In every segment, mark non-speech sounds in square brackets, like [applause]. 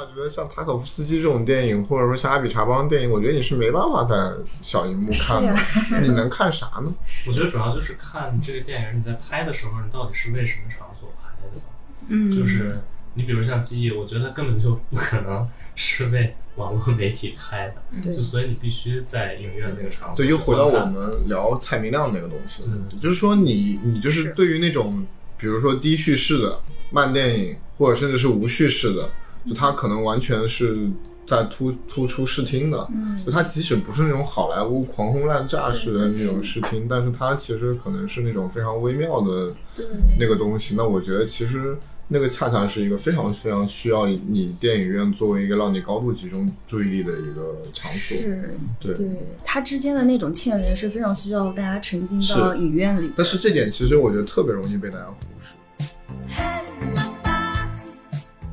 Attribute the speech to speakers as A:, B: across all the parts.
A: 我觉得像塔可夫斯基这种电影，或者说像阿比查邦电影，我觉得你是没办法在小荧幕看的。你能看啥呢？
B: 我觉得主要就是看这个电影你在拍的时候，你到底是为什么场所拍的。
C: 嗯，
B: 就是你比如像记忆，我觉得根本就不可能是为网络媒体拍的，
C: 嗯对
B: 就所以你必须在影院那个场所。
A: [laughs] 对，又回到我。们聊蔡明亮那个东西，
B: 嗯
A: 就是说你你就是
C: 是
A: 对于那种比如说低叙事的慢电影，或者甚至是无叙事的，就它可能完全是在突突出视听的。
C: 嗯
A: 就它即使不是那种好莱坞狂轰滥炸式的那种视听，但是它其实可能是那种非常微妙的
C: 对
A: 那个东西。那我觉得其实那个恰恰是一个非常非常需要你电影院作为一个让你高度集中注意力的一个场所。
C: 是，
A: 对
C: 对，它之间的那种牵连是非常需要大家沉浸到
A: 是
C: 影院里。
A: 但是这点其实我觉得特别容易被大家忽视。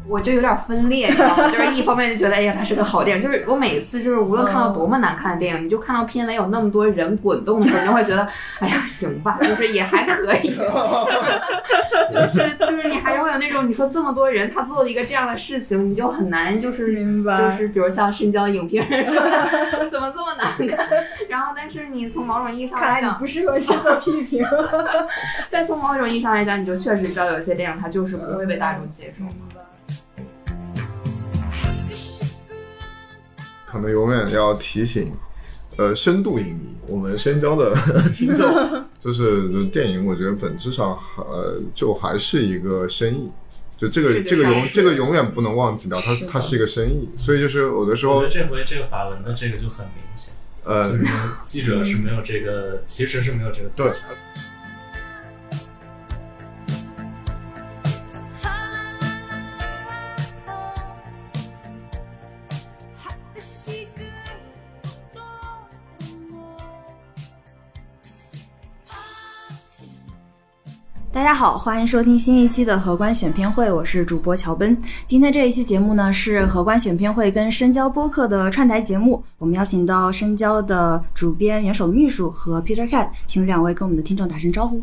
D: 我就有点分裂，你
C: [laughs]
D: 知道吗？就是一方面就觉得，哎呀，它是个好电影。就是我每次就是无论看到多么难看的电影，你就看到片尾有那么多人滚动的时候，你就会觉得，哎呀，行吧， [laughs] 就是也还可
C: [laughs]
D: 以。就是就是你还是会有那种，你说这么多人，他做了一个这样的事情，你就很难就是
C: 明白
D: 就是比如像深交影评人说
C: [laughs]
D: 的，怎么这么难看？然后但是你从某种意义上
C: 看来
D: 来
C: 你
D: 讲，
C: 不适合去做批评。
D: 但从某种意义上来讲，你就确实知道有一些电影它就是不会被大众接受。
A: 可能永远要提醒，呃，深度影迷，我们深交的听众，就是就电影，我觉得本质上呃，就还是一个生意。就这个
D: 是个
A: 这个
D: 商
A: 永
D: 业
A: 这个永远不能忘记掉，它
C: 是的
A: 它是一个生意，所以就是有的时
B: 我
A: 候
B: 觉得这回这个法文的这个就很明显，
A: 呃
B: 就是记者是没有这个，其实是没有这个。
A: 对，
C: 大家好，欢迎收听新一期的荷官选片会，我是主播乔奔。今天这一期节目呢是荷官选片会跟深交播客的串台节目，我们邀请到深交的主编、元首秘书和 Peter Cat，请两位跟我们的听众打声招呼。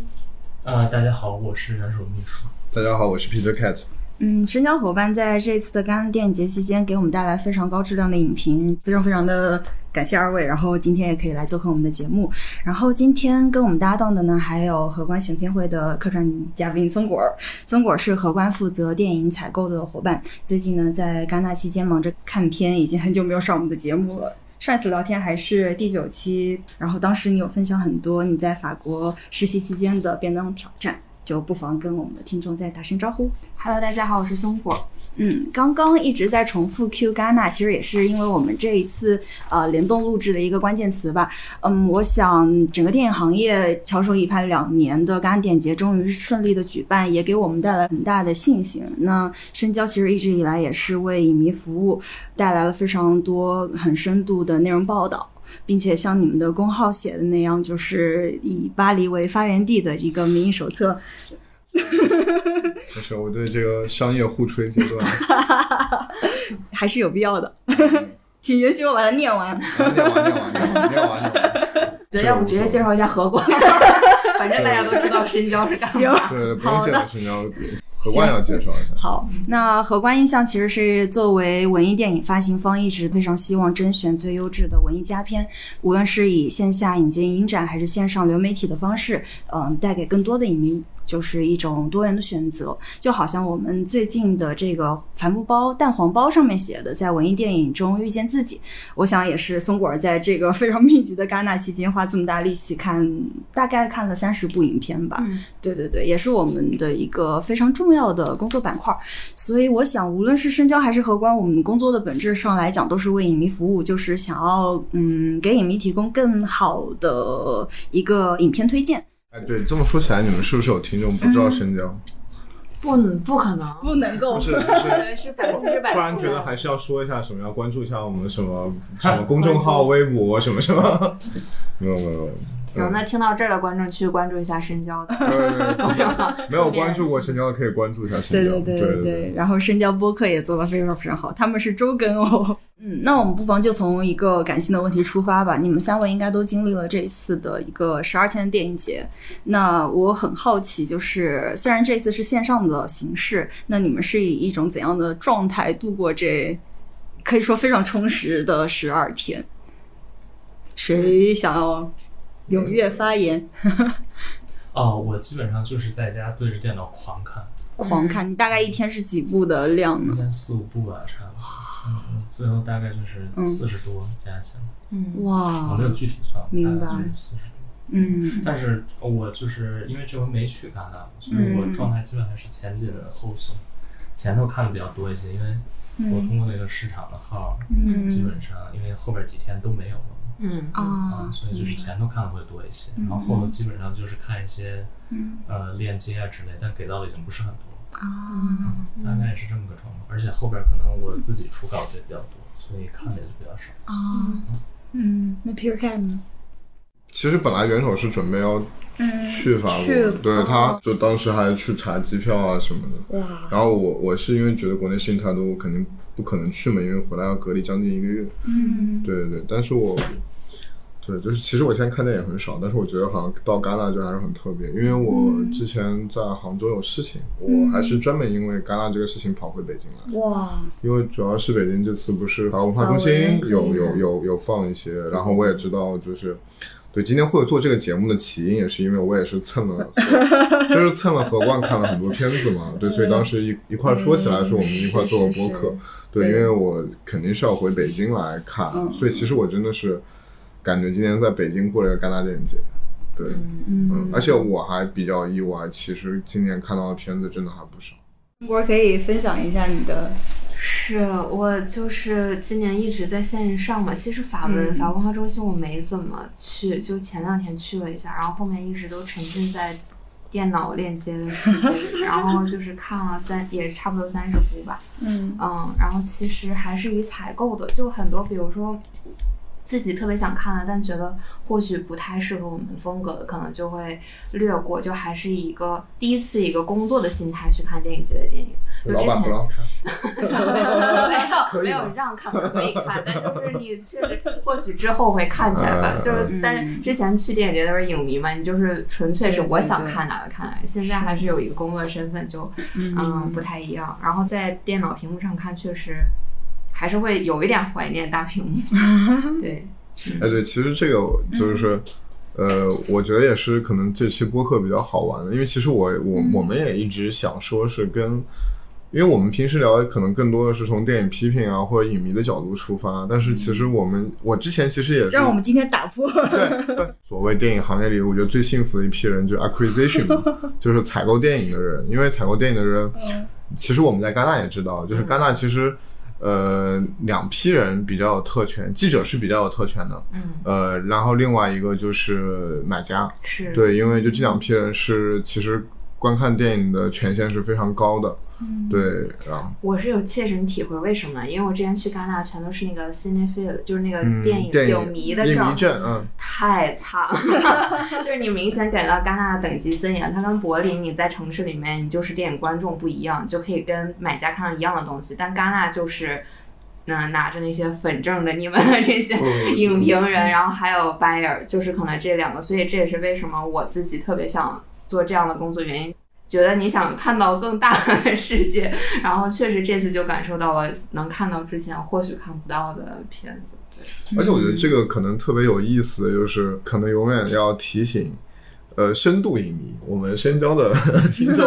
B: 呃，大家好，我是袁守秘书。
A: 大家好，我是 Peter Cat。
C: 嗯，深交伙伴在这次的戛纳电影节期间给我们带来非常高质量的影评，非常非常的感谢二位。然后今天也可以来做客我们的节目。然后今天跟我们搭档的呢，还有荷官选片会的客串嘉宾松果儿。松果儿是荷官负责电影采购的伙伴，最近呢在戛纳期间忙着看片，已经很久没有上我们的节目了。上一次聊天还是第九期，然后当时你有分享很多你在法国实习期间的便当挑战，就不妨跟我们的听众再打声招呼。
D: Hello，大家好，我是松果。
C: 嗯，刚刚一直在重复 Q Ghana，其实也是因为我们这一次呃联动录制的一个关键词吧。嗯，我想整个电影行业翘首以盼两年的戛纳电影节终于顺利的举办，也给我们带来很大的信心。那深交其实一直以来也是为影迷服务，带来了非常多很深度的内容报道。并且像你们的公号写的那样，就是以巴黎为发源地的一个民意手册，
A: 就是我对这个商业互吹啊阶 [laughs] 段
C: 还是有必要的。 [laughs] 请允许我把它念完。
A: 啊念完念完念完念完念完，
D: 觉得要不直接介绍一下
A: [laughs]
D: 何光，反正大家都知道深交是干嘛。
A: 对，不用介绍深交，何冠要介绍一下。
C: 好，那荷官印象其实是作为文艺电影发行方，一直非常希望甄选最优质的文艺佳片，无论是以线下引进影展还是线上流媒体的方式，嗯、带给更多的影迷。就是一种多元的选择，就好像我们最近的这个帆布包、蛋黄包上面写的，在文艺电影中遇见自己。我想也是松果儿在这个非 [laughs] 常密集的戛纳期间花这么大力气看，大概看了三十部影片吧。
D: 嗯
C: 对对对，也是我们的一个非常重要的工作板块。所以我想，无论是深交还是荷官，我们工作的本质上来讲，都是为影迷服务，就是想要嗯给影迷提供更好的一个影片推荐。
A: 哎，对，这么说起来，你们是不是有听众不知道深交？
D: 不不可能，
C: 不能够
A: 不是不是。
D: 对，是百分之百。
A: 突然觉得还是要说一下什么，要关注一下我们什么什么公众号、微博什么什么。没有没有，
D: 行，
A: 嗯
D: 那听到这儿的观众去关注一下深交
A: [laughs]
D: 的，
A: 呃没有
D: 顺便
A: 关注过深交的可以关注一下深
C: 对
A: 交。
C: 对
A: 对
C: 对对
A: 对，
C: 然后深交播客也做得非常非常好，他们是周更哦。嗯，那我们不妨就从一个感性的问题出发吧。你们三位应该都经历了这一次的一个十二天的电影节，那我很好奇，就是虽然这次是线上的形式，那你们是以一种怎样的状态度过这可以说非常充实的十二天？谁想要踊跃发言？
B: 哦，我基本上就是在家对着电脑狂看，
C: 狂看，你大概一天是几部的量
B: 应
C: 呢？
B: 该四五部吧，差不多。嗯，嗯最后大概就是
C: 嗯
B: 四十多加起来，
D: 嗯，
B: 我
C: 哇
B: 没，有具体算，
C: 哦明白
B: 四十多。
C: 嗯。
B: 但是呃我就是因为这回没去戛纳，所以我
C: 嗯
B: 状态基本还是前紧后松，前头看的比较多一些，因为我通过那个市场的号，
C: 嗯
B: 基本上因为后边几天都没有了。
D: 嗯，
C: 啊
B: 啊，，所以就是前头看的会多一些，
C: 嗯
B: 然后后头基本上就是看一些、呃链接啊之类，但给到的已经不是很多了，
C: 啊，
B: 大概是这么个状况。而且后边可能我自己出稿子也比较多，所以看的也就比较少。
C: 啊，嗯，那 Peter Cat 呢？
A: 其实本来元首是准备要嗯去法
C: 去
A: 国，对，他就当时还去查机票啊什么的。
C: 哇，
A: 然后我我是因为觉得国内事情太多，我肯定不可能去嘛，因为回来要隔离将近一个月。
C: 嗯，
A: 对对对，但是我，对，就是其实我现在看电影很少，但是我觉得好像到戛纳就还是很特别，因为我
C: 嗯
A: 之前在杭州有事情，我还是专门因为戛纳这个事情跑回北京来，
C: 哇，
A: 因为主要是北京这次不是法国文化中
C: 法文嗯
A: 心
C: 可以
A: 有有
C: 看
A: 有有放一些，然后我也知道就是。对，今天会有做这个节目的起因，也是因为我也是蹭了， [laughs] 就是蹭了何冠看了很多片子嘛，对，所以当时一一块儿说起来，说我们一块儿做个播客，对，因
C: 对
A: 为我肯定是要回北京来看，
C: 嗯
A: 所以其实我真的是感觉今年在北京过了一个戛纳电影节，对，嗯
C: 嗯，
A: 而且我还比较意外，其实今年看到的片子真的还不少。
C: 我可以分享一下你的，
D: 是我就是今年一直在线上嘛。其实法文、
C: 嗯
D: 法国文化中心我没怎么去，就前两天去了一下，然后后面一直都沉浸在电脑链接的世界里，然后就是看了三，也差不多三十部吧。
C: 嗯
D: 嗯，然后其实还是以采购的，就很多，比如说自己特别想看的，但觉得或许不太适合我们风格的，可能就会略过，就还是以一个第一次以一个工作的心态去看电影节的电影。就
A: 老
D: 之
A: 板
D: 前
A: 不让看，
D: 没有
A: 可
D: 没
A: 以吗
D: 有让看可以看，但就是你确实或许之后会看起来吧，就是
C: 嗯
D: 但之前去电影节都是影迷嘛，你就是纯粹是
C: 对对
D: 我想
C: 对
D: 看哪个看哪个，现在还是有一个工作身份就嗯，不太一样。然后在电脑屏幕上看，确实还是会有一点怀念大屏幕。对，
C: 嗯
A: 哎，对，其实这个就是，呃，我觉得也是可能这期播客比较好玩的，因为其实我我
C: 嗯
A: 我们也一直想说是跟，因为我们平时聊的可能更多的是从电影批评啊或者影迷的角度出发，但是其实我们我之前其实也是
C: 嗯让我们今天打破，
A: 对，对，所谓电影行业里，我觉得最幸福的一批人就是
D: [laughs]
A: acquisition，嘛就是采购电影的人。因为采购电影的人，
D: 嗯
A: 其实我们在戛纳也知道，就是戛纳其实，呃，两批人比较有特权，记者是比较有特权的，
D: 嗯，
A: 呃，然后另外一个就是买家，
D: 是，
A: 对，因为就这两批人是其实观看电影的权限是非常高的，
C: 嗯
A: 对，然后
D: 我是有切身体会，为什么呢？因为我之前去戛纳全都是那个 cinephile，就是那个
A: 嗯，
D: 电
A: 电
D: 影
A: 影
D: 影迷的
A: 影迷
D: 证，
A: 证，
D: [laughs]
A: 嗯，
D: 太惨了， [laughs] 就是你明显感觉到戛纳的等级森严。它跟柏林，你在城市里面，你就是电影观众不一样，就可以跟买家看到一样的东西，但戛纳就是。 [laughs] 嗯，拿着那些粉证的你们
A: [laughs]
D: 这些
A: 嗯
D: 影评人，然后还有 buyer，就是可能这两个，所以这也是为什么我自己特别想做这样的工作原因。觉得你想看到更大的世界，然后确实这次就感受到了能看到之前或许看不到的片子。
A: 而且我觉得这个可能特别有意思的就是，可能永远要提醒，呃，深度影迷，我们深交的 [laughs] 听众，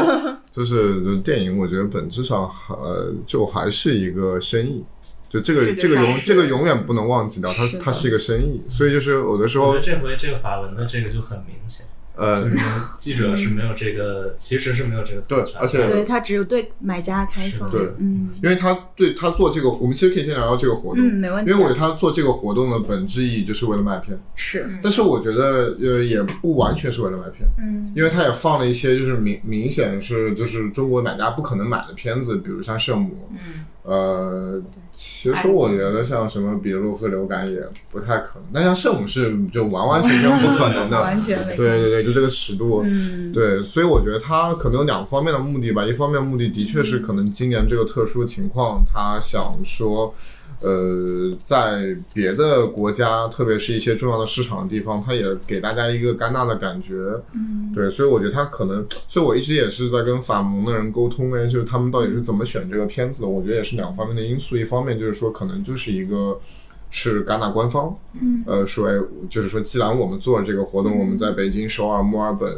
A: 就是就是电影，我觉得本质上呃，就还是一个生意。就这个这
D: 是个
A: 个永
D: 商业
A: 这个永远不能忘记掉，它
C: 是的
A: 它是一个生意，所以就是有的时
B: 我觉
A: 候
B: 得这回这个法文的这个就很明显，
A: 呃
B: 就，是记者是没有这个，其实是没有这个
A: 对
B: 特权的
A: 而且
C: 对，它只有对买家开放。
A: 是的对
C: 嗯
A: 因为他对他做这个，我们其实可以先聊聊这个活动，
C: 嗯，没问题。
A: 因为我觉得他做这个活动的本质意义就是为了卖片，
C: 是，
A: 但是我觉得呃也不完全是为了卖片，
C: 嗯
A: 因为他也放了一些就是明明显是就是中国买家不可能买的片子，比如像《圣母》，
D: 嗯，
A: 呃，其实我觉得像什么比洛夫流感也不太可能，但像《圣母》是就完完全全不可能的，
C: 完全没。
A: 对对对，就这个尺度，
C: 嗯，
A: 对，所以我觉得他可能有两方面的目的吧，一方面目的的确
C: 嗯
A: 是可能今年这个特殊情况，他想说，呃，在别的国家，特别是一些重要的市场的地方，他也给大家一个戛纳的感觉。嗯，对，所以我觉得他可能，所以我一直也是在跟法蒙的人沟通哎，就是他们到底是怎么选这个片子的。我觉得也是两方面的因素，一方面就是说，可能就是一个。是戛纳官方，嗯，呃，说，哎就是说，既然我们做了这个活动，我们在北京、首尔、墨尔本，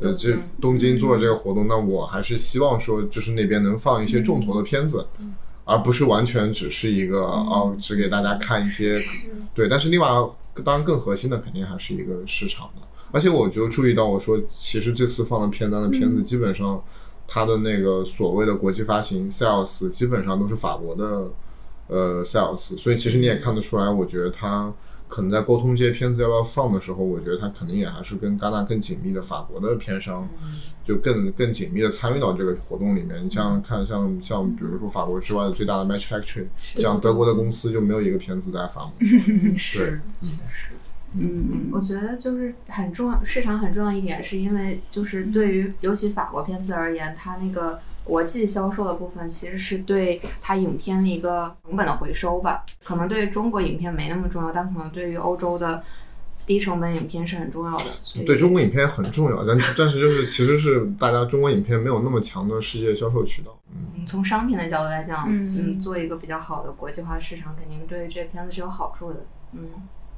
A: 呃，这东京做这个活动，那我还是希望说，就是那边能放一些重头的片子，而不是完全只是一个哦，只给大家看一些，对。但是另外，当然更核心的肯定还是一个市场的。而且我就注意到，我说其实这次放的片单的片子，基本上它的那个所谓的国际发行 sales，基本上都是法国的呃 sales，所以其实你也看得出来，我觉得它可能在沟通这些片子要不要放的时候，我觉得它肯定也还是跟戛纳更紧密的法国的片商就更更紧密的参与到这个活动里面。你像看像像比如说法国之外的最大的 Match Factory，像德国的公司就没有一个片子在法国。
D: [laughs] 是，
C: 嗯
D: 我觉得就是很重要，市场很重要一点，是因为就是对于尤其法国片子而言，它那个国际销售的部分其实是对它影片的一个成本的回收吧。可能对于中国影片没那么重要，但可能对于欧洲的低成本影片是很重要的。所以
A: 对中国影片很重要，但但是就是其实是大家中国影片没有那么强的世界销售渠道。
D: 嗯从商品的角度来讲，
C: 嗯
D: 嗯，做一个比较好的国际化市场，肯定对这片子是有好处的。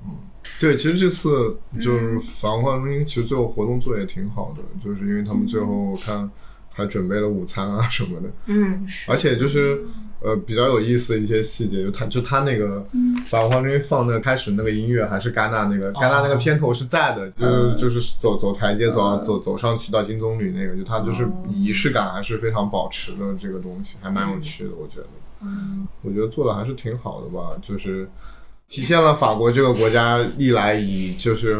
D: 嗯，
A: 对，其实这次就是法国化中心，其实最后活动做得也挺好的，就是因为他们最后我看还准备了午餐啊什么的，
D: 嗯，是
A: 而且就是呃比较有意思的一些细节，就他就他那个法国化中心放的开始那个音乐还是戛纳那个戛纳那个片头是在的，就是就是走走台阶走到走走上去到金棕榈那个，就他就是仪式感还是非常保持的这个东西，还蛮有趣的，我觉得。我觉得做的还是挺好的吧，就是体现了法国这个国家历来以就是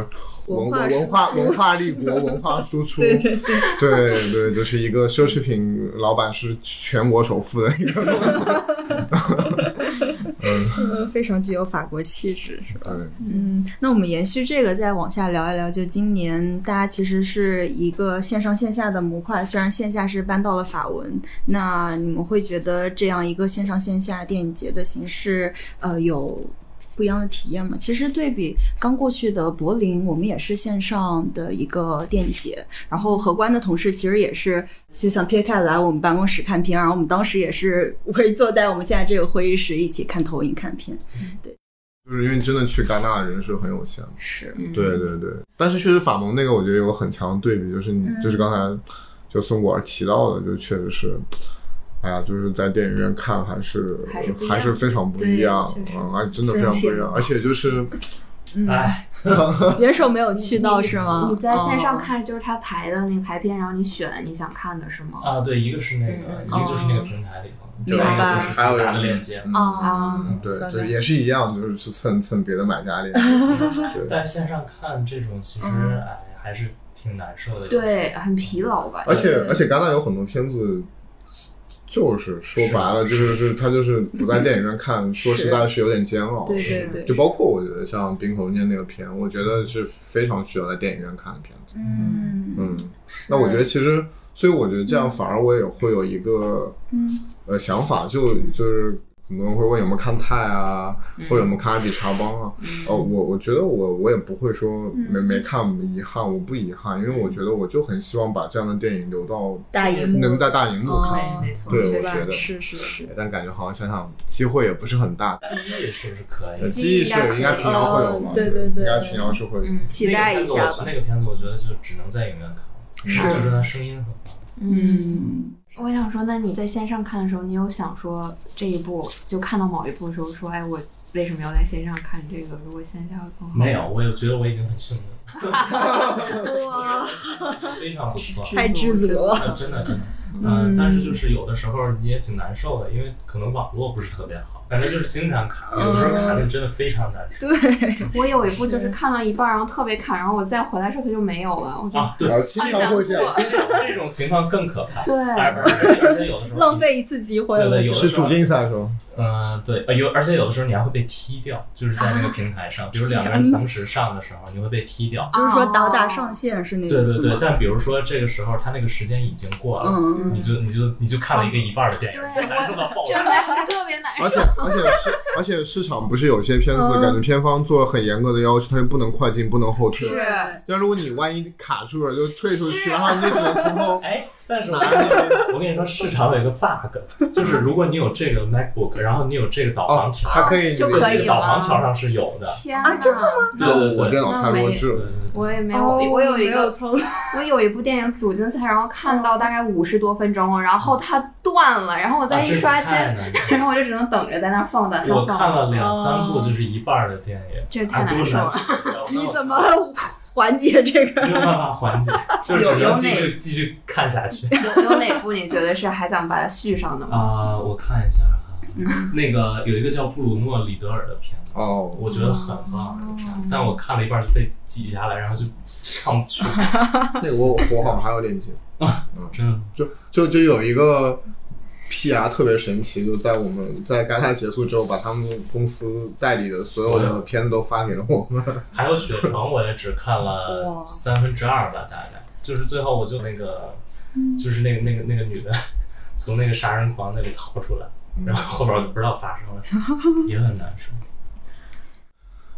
A: 文
C: 文化
A: 文化文化立国、文化输出，对对 [laughs] 对就是一个奢侈品老板是全国首富的一个 [laughs] 公司，
C: 呃，非常具有法国气质，是吧？
A: 嗯，
C: 嗯，那我们延续这个再往下聊一聊，就今年大家其实是一个线上线下的模块，虽然线下是搬到了法文，那你们会觉得这样一个线上线下电影节的形式，呃，有不一样的体验吗？其实对比刚过去的柏林，我们也是线上的一个电影节，然后荷官的同事其实也是，就想撇开来我们办公室看片，然后我们当时也是会坐在我们现在这个会议室一起看投影看片，
A: 就是因为真的去戛纳的人是很有限的。
C: 是，
D: 嗯
A: 对对对，但是确实法蒙那个，我觉得有个很强的对比，就是你、就是刚才就宋果儿提到的，就确实是，哎呀，就是在电影院看还是
D: 还是不一样
A: 非常不一样
D: 对确，实
A: 嗯，哎，真的非常不一样，而且就是
C: 嗯
B: 哎，
C: 元首没有去到是吗？
D: 你在线上看就是他排的那个排片，然后你选你想看的是吗？
B: 啊，对，一个是那个，
D: 嗯
B: 一个就是那个平台里头，
A: 哦对
B: 另外一个就是
A: 还有
B: 自
A: 人
B: 打的链接。
A: 嗯
C: 哦啊，
A: 嗯对，
C: 算
A: 就
C: 了
A: 也是一样，就是去蹭蹭别的买家脸，对，
B: 但线上看这种其实
C: 嗯
B: 哎还是挺难受的。
D: 对，很疲劳吧？
A: 而且而且戛纳有很多片子。就是说白了，就是是他就是不在电影院
C: [laughs]
A: 看，说实在是有点煎熬。
C: 对对对，
A: 就包括我觉得像《冰火念》那个片，我觉得是非常需要在电影院看的片子。
C: 嗯
A: 嗯，那我觉得其实，所以我觉得这样反而我也会有一个
C: 嗯
A: 呃想法，就就是很多人会问有没有看泰啊，
C: 嗯
D: 嗯
A: 或者有没有看阿比查邦啊。哦，我我觉得我我也不会说没没看遗憾，我不遗憾，因为我觉得我就很希望把这样的电影留到
C: 大荧
B: 嗯
D: 嗯
C: 幕
A: 能在大荧幕看。
C: 哦
D: 对，没错，
A: 对
D: 确
A: 我觉
D: 实
A: 得
C: 是是是，
A: 但感觉好像想想机会也不是很大，
B: 记忆是不是可
A: 呃
B: 以？
A: 记忆是有应该平遥会有吧
C: 哦？对对
A: 应
C: 对
A: 该平遥是会有。
D: 嗯
C: 期待一下吧
B: 那。个片子我觉得就只能在影院看，
C: 是
B: 就是它声音很好。
D: 嗯。
C: 嗯，
D: 我想说，那你在线上看的时候，你有想说这一部就看到某一部的时候说，哎，我为什么要在线上看这个？如果线下会更
A: 嗯
D: 好？
B: 没有，我也觉得我已经很幸运
C: 嗯哇，
B: 了，非常不错。
C: 太知足了。
B: 呃真的真的，嗯，但是就是有的时候你也挺难受的，因为可能网络不是特别好，反正就是经常卡，有的时候
C: 嗯
B: 卡的真的非常难受
D: 我有一部就是看到一半，然后特别卡，然后我再回来时候它就没有了。我觉得、
C: 嗯
B: 啊。对，
A: 啊，经常会这样，
B: 这种这种情况更可怕。
D: 对
B: 哎不是而且有的时候
C: 浪。费一次机会
B: 对
C: 了
B: 对，，有的
A: 是
B: 时候
A: 主，竞赛是吗？
B: 嗯，对，呃有，而且有的时候你还会被踢掉，就是在那
C: 啊
B: 个平台上，比如两个人同时上的时候，你会被踢掉。
C: 就是说倒打上线啊是那
B: 对
C: 意思
B: 对对
C: 吗，？
B: 但比如说这个时候他那个时间已经过了，
C: 嗯，
B: 你就你就你就看了一个一半的电影，
D: 对
B: 就难受到爆
D: 真
B: 炸。
D: 的哎是特别难
A: [laughs] 而且
D: 受。
A: 而且市而且市场不是有些片子感觉片方做了很严格的要求，它又不能快进，不能后退。
D: 是
A: 但如果你万一卡住了就退出去，
D: 是
A: 然后你就只能从
B: [laughs]
A: 头。
B: 哎，但是我跟你说， [laughs] 我跟你说，市场有一个 bug，就是如果你有这个 MacBook，然后你有这个导航条，
A: 哦它可以
D: 就
B: 对
D: 可
B: 这
D: 以
B: 个导航条
D: 了。
B: 上是有的。
D: 天
C: 啊真的
D: 吗？
B: 对对对
A: 我电脑太弱智
B: 对
A: 了。
B: 对对
D: 我也没有，
C: 哦，
D: 我有一
C: 没
D: 个
C: 操作，
D: 我有一部电影主竞赛，然后看
B: 哦
D: 到大概五十多分钟，然后它断了，然后我再
B: 嗯啊
D: 一
B: 这个
D: 刷新，
B: 太难看
D: [laughs] 然后我就只能等着在那儿放的，
B: 我
D: 放
B: 看
D: 放。
B: 了两三部，就是一半的电影，
D: 这太难受了 [laughs]
B: 了
C: 你怎么缓解这个？
B: 没有办法缓
C: [laughs]
B: 解，就只能继续继续看下去
D: 有有哪部你觉得是还想把它续上的吗？
B: 啊、我看一下哈，
D: 嗯
B: 那个有一个叫布鲁诺·里德尔的片子，
A: 哦，
B: 我觉得很棒，
D: 哦
B: 但我看了一半就被挤下来，然后就上不去，
A: 那个我我好像还有链接，
B: 真的。
A: 就就就有一个 PR 特别神奇，就在我们在戛纳结束之后，把他们公司代理的所有的片子都发给了我们。
B: 还有雪城，我也只看了三分之二吧，大概就是最后我就那个，就是那个那个那个女的 [laughs] 从那个杀人狂那里逃出来，
C: 嗯
B: 然后后边我就不知道发生了
C: [laughs]
B: 什么，也很难受。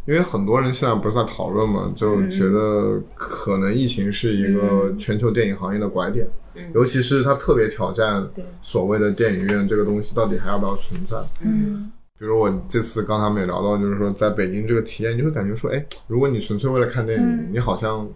A: 因为很多人现在不是在讨论嘛，
D: 嗯
A: 就觉得可能疫情是一个全球电影行业的拐点，
D: 嗯
A: 尤其是它特别挑战
D: 对
A: 所谓的电影院这个东西到底还要不要存在。
D: 嗯，
A: 比如我这次刚才们也聊到，就是说在北京这个体验，你会感觉说，哎，如果你纯粹为了看电影，
C: 嗯
A: 你好像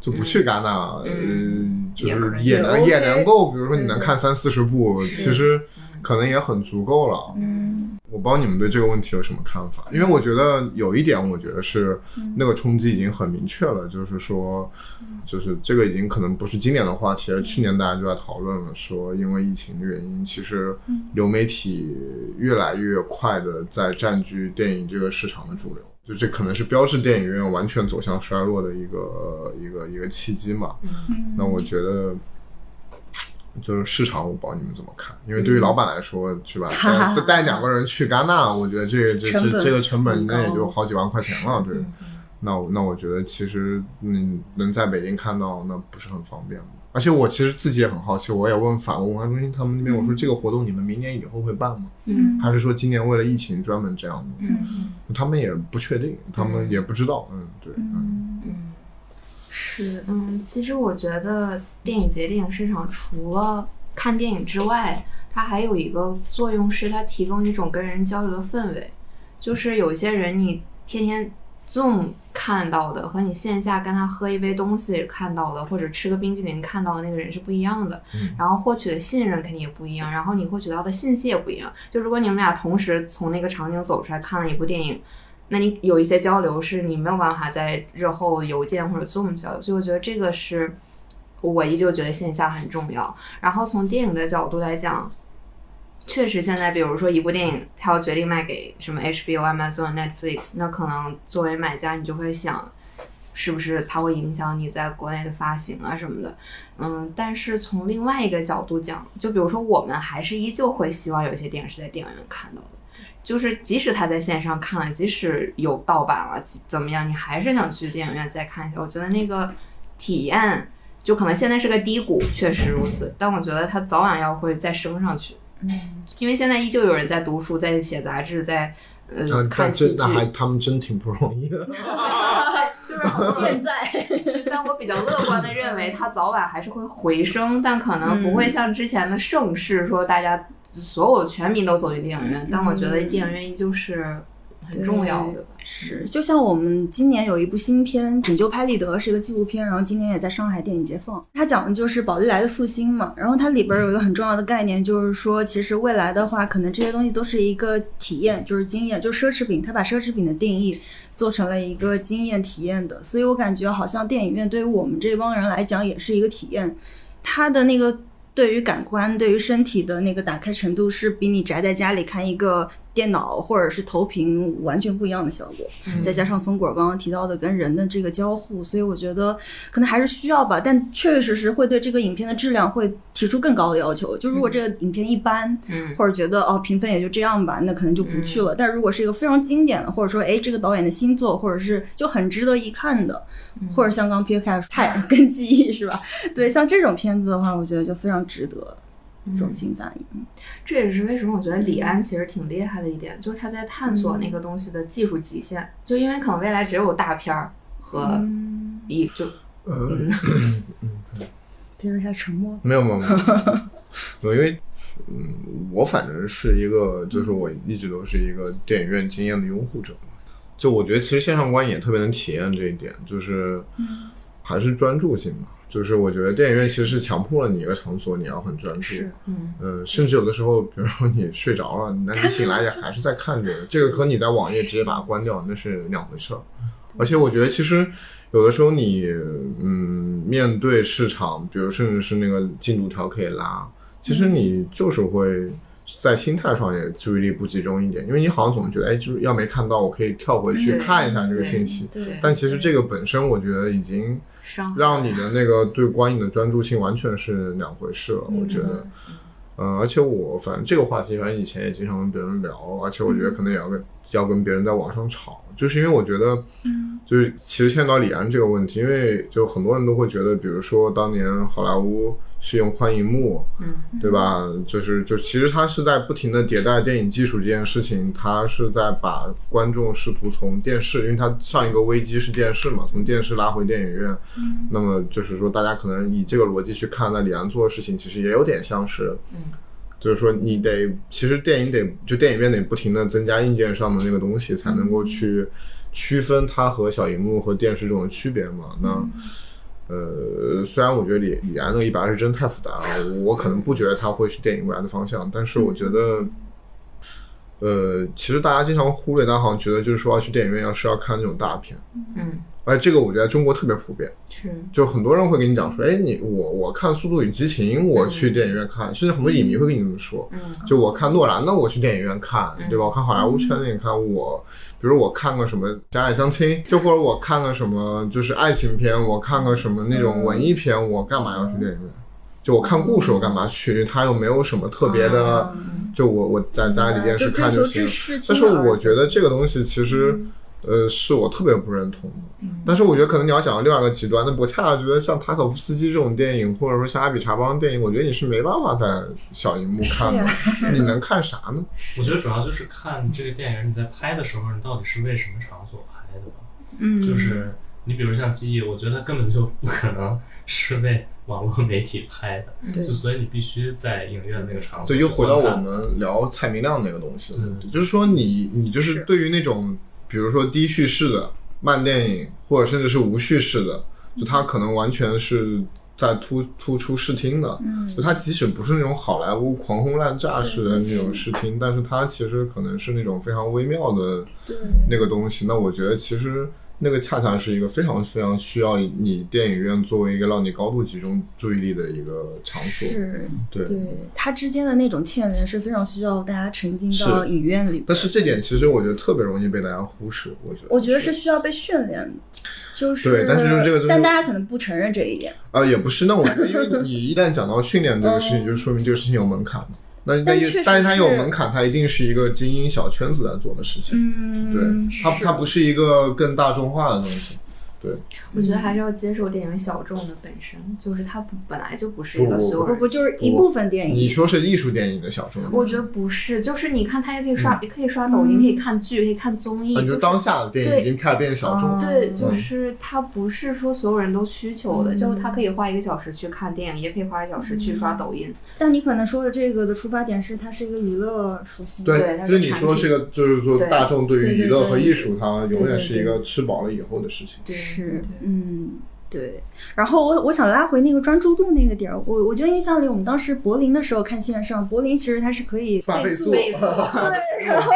A: 就不去戛纳，
D: 嗯
A: 呃，就
D: 也可
A: 是
D: 以
A: 也能
C: OK，
A: 也能够，比如说你能
C: 对
A: 看三四十部，其实可能也很足够了。
C: 嗯
A: 我不知道你们对这个问题有什么看法，因为我觉得有一点，我觉得是那个冲击已经很明确了，就是说，就是这个已经可能不是今年的话题，而去年大家就在讨论了，说因为疫情的原因，其实流媒体越来越快的在占据电影这个市场的主流，就这可能是标志电影院完全走向衰落的一个一个一个契机嘛。
B: 嗯
A: 那
C: 嗯
A: 我觉得。就是市场，我不知道你们怎么看，因为对于老板来说，是吧？带带带两个人去戛纳，我觉得这个这
C: 成
A: 这
C: 本
A: 这个成本
C: 很
A: 那也
C: 高
A: 就好几万块钱了，对。那我那我觉得其实你能在北京看到，那不是很方便嘛而且我其实自己也很好奇，我也问法国文化中心他们那边，我说这个活动你们明年以后会办吗？
C: 嗯
A: 还是说今年为了疫情专门这样的？
D: 嗯
A: 他们也不确定，他们也不知道。嗯，对，嗯，
D: 是，嗯，其实我觉得电影节、电影市场除了看电影之外，它还有一个作用是它提供一种跟人交流的氛围。就是有些人你天天 Zoom 看到的，和你线下跟他喝一杯东西看到的，或者吃个冰激凌看到的那个人是不一样的。
A: 嗯
D: 然后获取的信任肯定也不一样，然后你获取到的信息也不一样。就如果你们俩同时从那个场景走出来看了一部电影，那你有一些交流是你没有办法在日后邮件或者 Zoom 交流，所以我觉得这个是我依旧觉得线下很重要。然后从电影的角度来讲，确实现在比如说一部电影，它要决定卖给什么 HBO、Amazon、Netflix，那可能作为买家你就会想，是不是它会影响你在国内的发行啊什么的。嗯，但是从另外一个角度讲，就比如说我们还是依旧会希望有些电影是在电影院看到的。就是即使他在线上看了，即使有盗版了，即怎么样，你还是想去电影院再看一下。我觉得那个体验，就可能现在是个低谷，确实如此，但我觉得它早晚要会再升上去。嗯，因为现在依旧有人在读书，在写杂志，在呃
A: 那
D: 看
A: 但
D: 戏
A: 真
D: 剧，
A: 啊那还他们真挺不容易的。 [laughs]
D: 就是很
C: 健在，
D: 但我比较乐观的认为，它早晚还是会回升，但可能不会像之前的盛嗯世，说大家所有全民都走进电影院。但我觉得电影院依旧是很重要，对吧？
C: 是，就像我们今年有一部新片《拯救拍立得》，是一个纪录片，然后今年也在上海电影节放。它讲的就是宝丽来的复兴嘛。然后它里边有一个很重要的概念，就是说，其实未来的话，可能这些东西都是一个体验，就是经验，就是奢侈品。它把奢侈品的定义做成了一个经验体验的，所以我感觉好像电影院对于我们这帮人来讲也是一个体验，它的那个。对于感官、对于身体的那个打开程度，是比你宅在家里看一个电脑或者是投屏完全不一样的效果。
D: 嗯
C: 再加上松果刚刚提到的跟人的这个交互，所以我觉得可能还是需要吧，但确确实实会对这个影片的质量会提出更高的要求。就如果这个影片一般，
D: 嗯
C: 或者觉得哦评分也就这样吧，那可能就
A: 嗯
C: 不去了。但如果是一个非常经典的，或者说哎这个导演的新作，或者是就很值得一看的，
A: 嗯
C: 或者像刚 P K 说太跟记忆是吧？对，像这种片子的话，我觉得就非常值得
A: 嗯
C: 走进大荧幕。
D: 这也是为什么我觉得李安其实挺厉害的一点，就是他在探索那个东西的技术极限。就因为可能未来只有大片儿和一就
A: 呃，
C: P K 沉默，
A: 没有没有没有， [laughs] 没有因为嗯，我反正是一个，就是我一直都是一个电影院经验的拥护者嘛。就我觉得其实线上观影也特别能体验这一点，就是还是专注性嘛。就是我觉得电影院其实是强迫了你一个场所，你要很专注。
C: 是
D: 嗯
A: 嗯，甚至有的时候，比如说你睡着了，那你醒来也还是在看这个，这个和你在网页直接把它关掉那是两回事儿。而且我觉得，其实有的时候你，嗯，面对市场，比如甚至是那个进度条可以拉，其
D: 嗯
A: 实你就是会在心态上也注意力不集中一点，因为你好像总觉得，哎，就是要没看到，我可以跳回去
D: 对
A: 看一下这个
D: 对
A: 信息。
C: 对
A: 但其实这个本身，我觉得已经
D: 伤害
A: 让你的那个对观影的专注性完全是两回事了，我觉得。嗯，而且我反正这个话题，反正以前也经常跟别人聊，而且我觉得可能也要跟要跟别人在网上吵，就是因为我觉得，
C: 嗯
A: 就是其实牵到李安这个问题，因为就很多人都会觉得，比如说当年好莱坞是用宽银幕，
D: 嗯
A: 对吧？就是就其实他是在不停的迭代电影技术这件事情，他是在把观众试图从电视，因为他上一个危机是电视嘛，从电视拉回电影院。那么就是说，大家可能以这个逻辑去看，那李安做的事情其实也有点相似。
D: 嗯，
A: 就是说你得，其实电影得就电影院得不停的增加硬件上的那个东西，才能够去区分它和小荧幕和电视这种区别嘛。那、呃，虽然我觉得李李安的一百二十帧太复杂了，我可能不觉得他会是电影未来的方向，但是我觉得，呃，其实大家经常忽略，大家好像觉得就是说要去电影院要是要看那种大片，
D: 嗯
A: 而这个我觉得中国特别普遍，
D: 是
A: 就很多人会跟你讲说，哎，你我我看《速度与激情》，我去电影院看，甚至很多影迷会跟你这么说，
D: 嗯
A: 就我看诺兰的，我去电影院看，
C: 嗯
A: 对吧？我看好莱坞圈的，你看我，比如我看个什么《假爱相亲》， [laughs] 就或者我看个什么就是爱情片，我看个什么那种文艺片，我干嘛要去电影院？就我看故事，我干嘛去？因为它又没有什么特别的，就我我在家里电视看
C: 嗯就
A: 行
C: 追求知。识
A: 但是我觉得这个东西其实，呃，是我特别不认同的。但是我觉得可能你要讲到另外一个极端，那我恰恰觉得像塔可夫斯基这种电影，或者说像阿比查邦电影，我觉得你是没办法在小荧幕看的，你能看啥呢？
B: 我觉得主要就是看这个电影你在拍的时候，你到底是为什么场所拍的吧。
C: 嗯，
B: 就是你比如像记忆，我觉得它根本就不可能是为网络媒体拍的，
C: 对
B: 就所以你必须在影院那个场所。
A: 对，又回到我。们聊蔡明亮那个东西了，
B: 嗯
A: 对就是说你你就是
C: 是
A: 对于那种比如说低叙事的慢电影，或者甚至是无叙事的，就它可能完全是在突突出视听的，
C: 嗯
A: 就它即使不是那种好莱坞狂轰滥炸式的
C: 嗯
A: 那种视听，但是它其实可能是那种非常微妙的那个东西。那我觉得其实。那个恰恰是一个非常非常需要你电影院作为一个让你高度集中注意力的一个场所，
C: 是
A: 对
C: 对它之间的那种牵连是非常需要大家沉浸到
A: 是
C: 影院里边的。
A: 但是这点其实我觉得特别容易被大家忽视，我觉得。
C: 我觉得是需要被训练的，就是
A: 对但是就是这个就是
C: 但大家可能不承认这一点。
A: 啊，也不是。那我觉得，因为你一旦讲到训练这个事情，就说明这个事情有门槛嘛。那那
C: 嗯但
A: 也
C: 确实
A: 但是它有
C: 是
A: 门槛，它一定是一个精英小圈子在做的事情。
C: 嗯
A: 对，它它不是一个更大众化的东西。对，
D: 我觉得还是要接受电影小众的本身，就是它不本来就不是
A: 不
D: 一个
A: 不
D: 所有
C: 不
D: 人
C: 不就是一部分电
A: 你
C: 影，
A: 说是艺术电影的小众，啊
D: 我觉得不是，就是你看，它也可以刷，也可以刷抖音，
C: 嗯
D: 可以看剧，可以看综艺，
A: 啊，你就
D: 就
A: 是当下的电影
D: 对
A: 已经开始变小众
C: 啊
A: 了。
D: 对，就
A: 嗯
D: 是它不是说所有人都需求的，
C: 嗯
D: 就是他可以花一个小时去看电影，也可以花一个小时去刷抖音。
C: 但你可能说的这个的出发点是它是一个娱乐属性，
D: 对
A: 对，
D: 它是
A: 就是你
D: 产
A: 说
D: 品
A: 这个，就是说
D: 对
A: 大众对
C: 对
A: 于
C: 对
A: 娱乐和
C: 对
A: 艺术，它永
C: 对
A: 远是一个吃饱了以后的事情。
D: 对
C: 是
D: 对，
C: 嗯，对。然后我我想拉回那个专注度那个点儿，我我觉得印象里我们当时柏林的时候看线上，柏林其实它是可以
A: 八倍速，
D: 倍速
C: 对，
A: [laughs]
C: 然后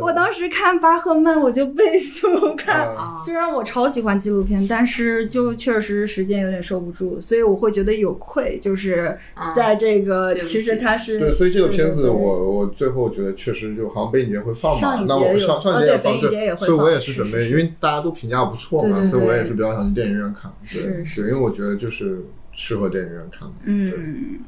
C: 我当时看巴赫曼我就倍速 [laughs] 看。
A: 啊，
C: 虽然我超喜欢纪录片，但是就确实时间有点收不住，所以我会觉得有愧，就是
D: 啊
C: 在这个
D: 对不起
C: 其实它是
A: 对，所以这个片
C: 对
A: 子
C: 对
A: 我我最后觉得确实就好像北影节会放
C: 上
A: 嘛
C: 一，
A: 那
C: 节
A: 我
C: 有
A: 上上
C: 啊
A: 一
C: 对
A: 也放，
C: 北影节
A: 对，
C: 也会
A: 所以我
C: 放
A: 也是
C: 是
A: 准
C: 是
A: 备，
C: 是
A: 因为大家都评价不错
C: 对
A: 嘛，
C: 对
A: 所以我
C: 对
A: 也是比较想去电影院看，对，
C: 是
A: 对
C: 是
A: 因为我觉得就是适合电影院看的，
C: 嗯，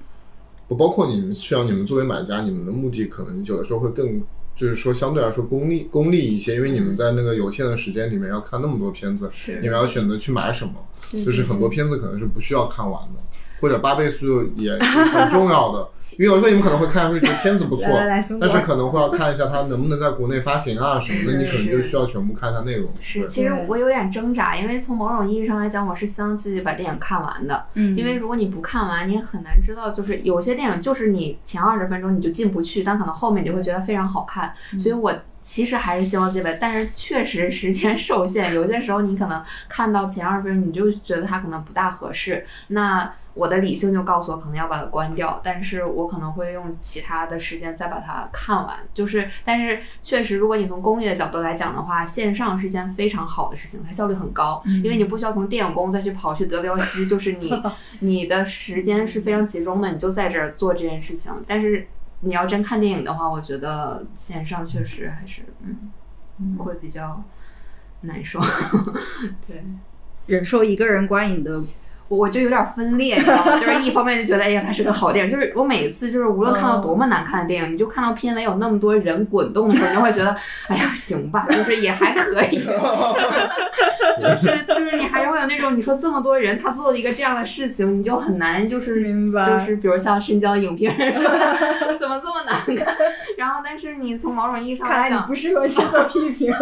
A: 不包括你们像你们作为买家，你们的目的可能有的时候会更，就是说相对来说功利功利一些，因为你们在那个有限的时间里面要看那么多片子，你们要选择去买什么，
D: 嗯
C: 对
A: 就是很多片子可能是不需要看完的，或者八倍速也很重要的，因为有时候你们可能会看上去觉得片子不错，
C: 来来来，松果
A: 但是可能会要看一下它能不能在国内发行啊什么的，你可能就需要全部看它内容。
D: 是，
A: 对
D: [laughs] 其实我有点挣扎，因为从某种意义上来讲，我是希望自己把电影看完的。
C: 嗯，
D: 因为如果你不看完，你也很难知道，就是有些电影就是你前二十分钟你就进不去，但可能后面你就会觉得非常好看。所以我其实还是希望这本，但是确实时间 [laughs] 受限，有些时候你可能看到前二十分钟你就觉得它可能不大合适，那我的理性就告诉我可能要把它关掉，但是我可能会用其他的时间再把它看完。就是，但是确实，如果你从公益的角度来讲的话，线上是一件非常好的事情，它效率很高，因为你不需要从电影宫再去跑去德彪西，就是你你的时间是非常集中的，你就在这儿做这件事情。但是你要真看电影的话，我觉得线上确实还是嗯会比较难受。 [laughs] 对。
C: 忍受一个人观影的，
D: 我我就有点分裂，你知道
C: [laughs]
D: 吗？就是一方面就觉得，哎呀，它是个好电影。就是我每次就是无论看到多么难看的电影，你就看到片尾有那么多人滚动的时候，你就会觉得，哎呀，行吧，就是也还可
C: [laughs]
D: 以。就是就是你还是会有那种，你说这么多人他做了一个这样的事情，你就很难就是
C: 明白
D: 就是比如像深交影评人说的，怎么这么难看？然后但是你从某种意义上
C: 看来
D: 来
C: 你
D: 讲，
C: 不适合接受批评。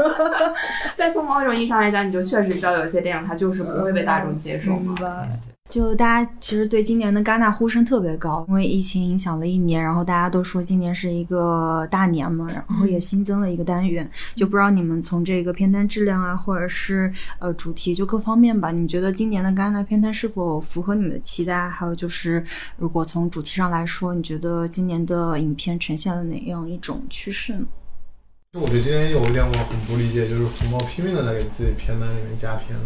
D: 但从某种意义上来讲，你就确实知道有些电影它就是不会被大众接受嘛
C: 明。
D: 哎
C: 白。就大家其实对今年的戛纳呼声特别高，因为疫情影响了一年，然后大家都说今年是一个大年嘛，然后
D: 嗯
C: 也新增了一个单元，就不知道你们从这个片单质量啊，或者是呃主题就各方面吧，你们觉得今年的戛纳片单是否符合你们的期待？还有就是，如果从主题上来说，你觉得今年的影片呈现了哪样一种趋势呢？
A: 就我觉得今天有一点我很不理解，就是冯猫拼命的在给自己片单里面加片子，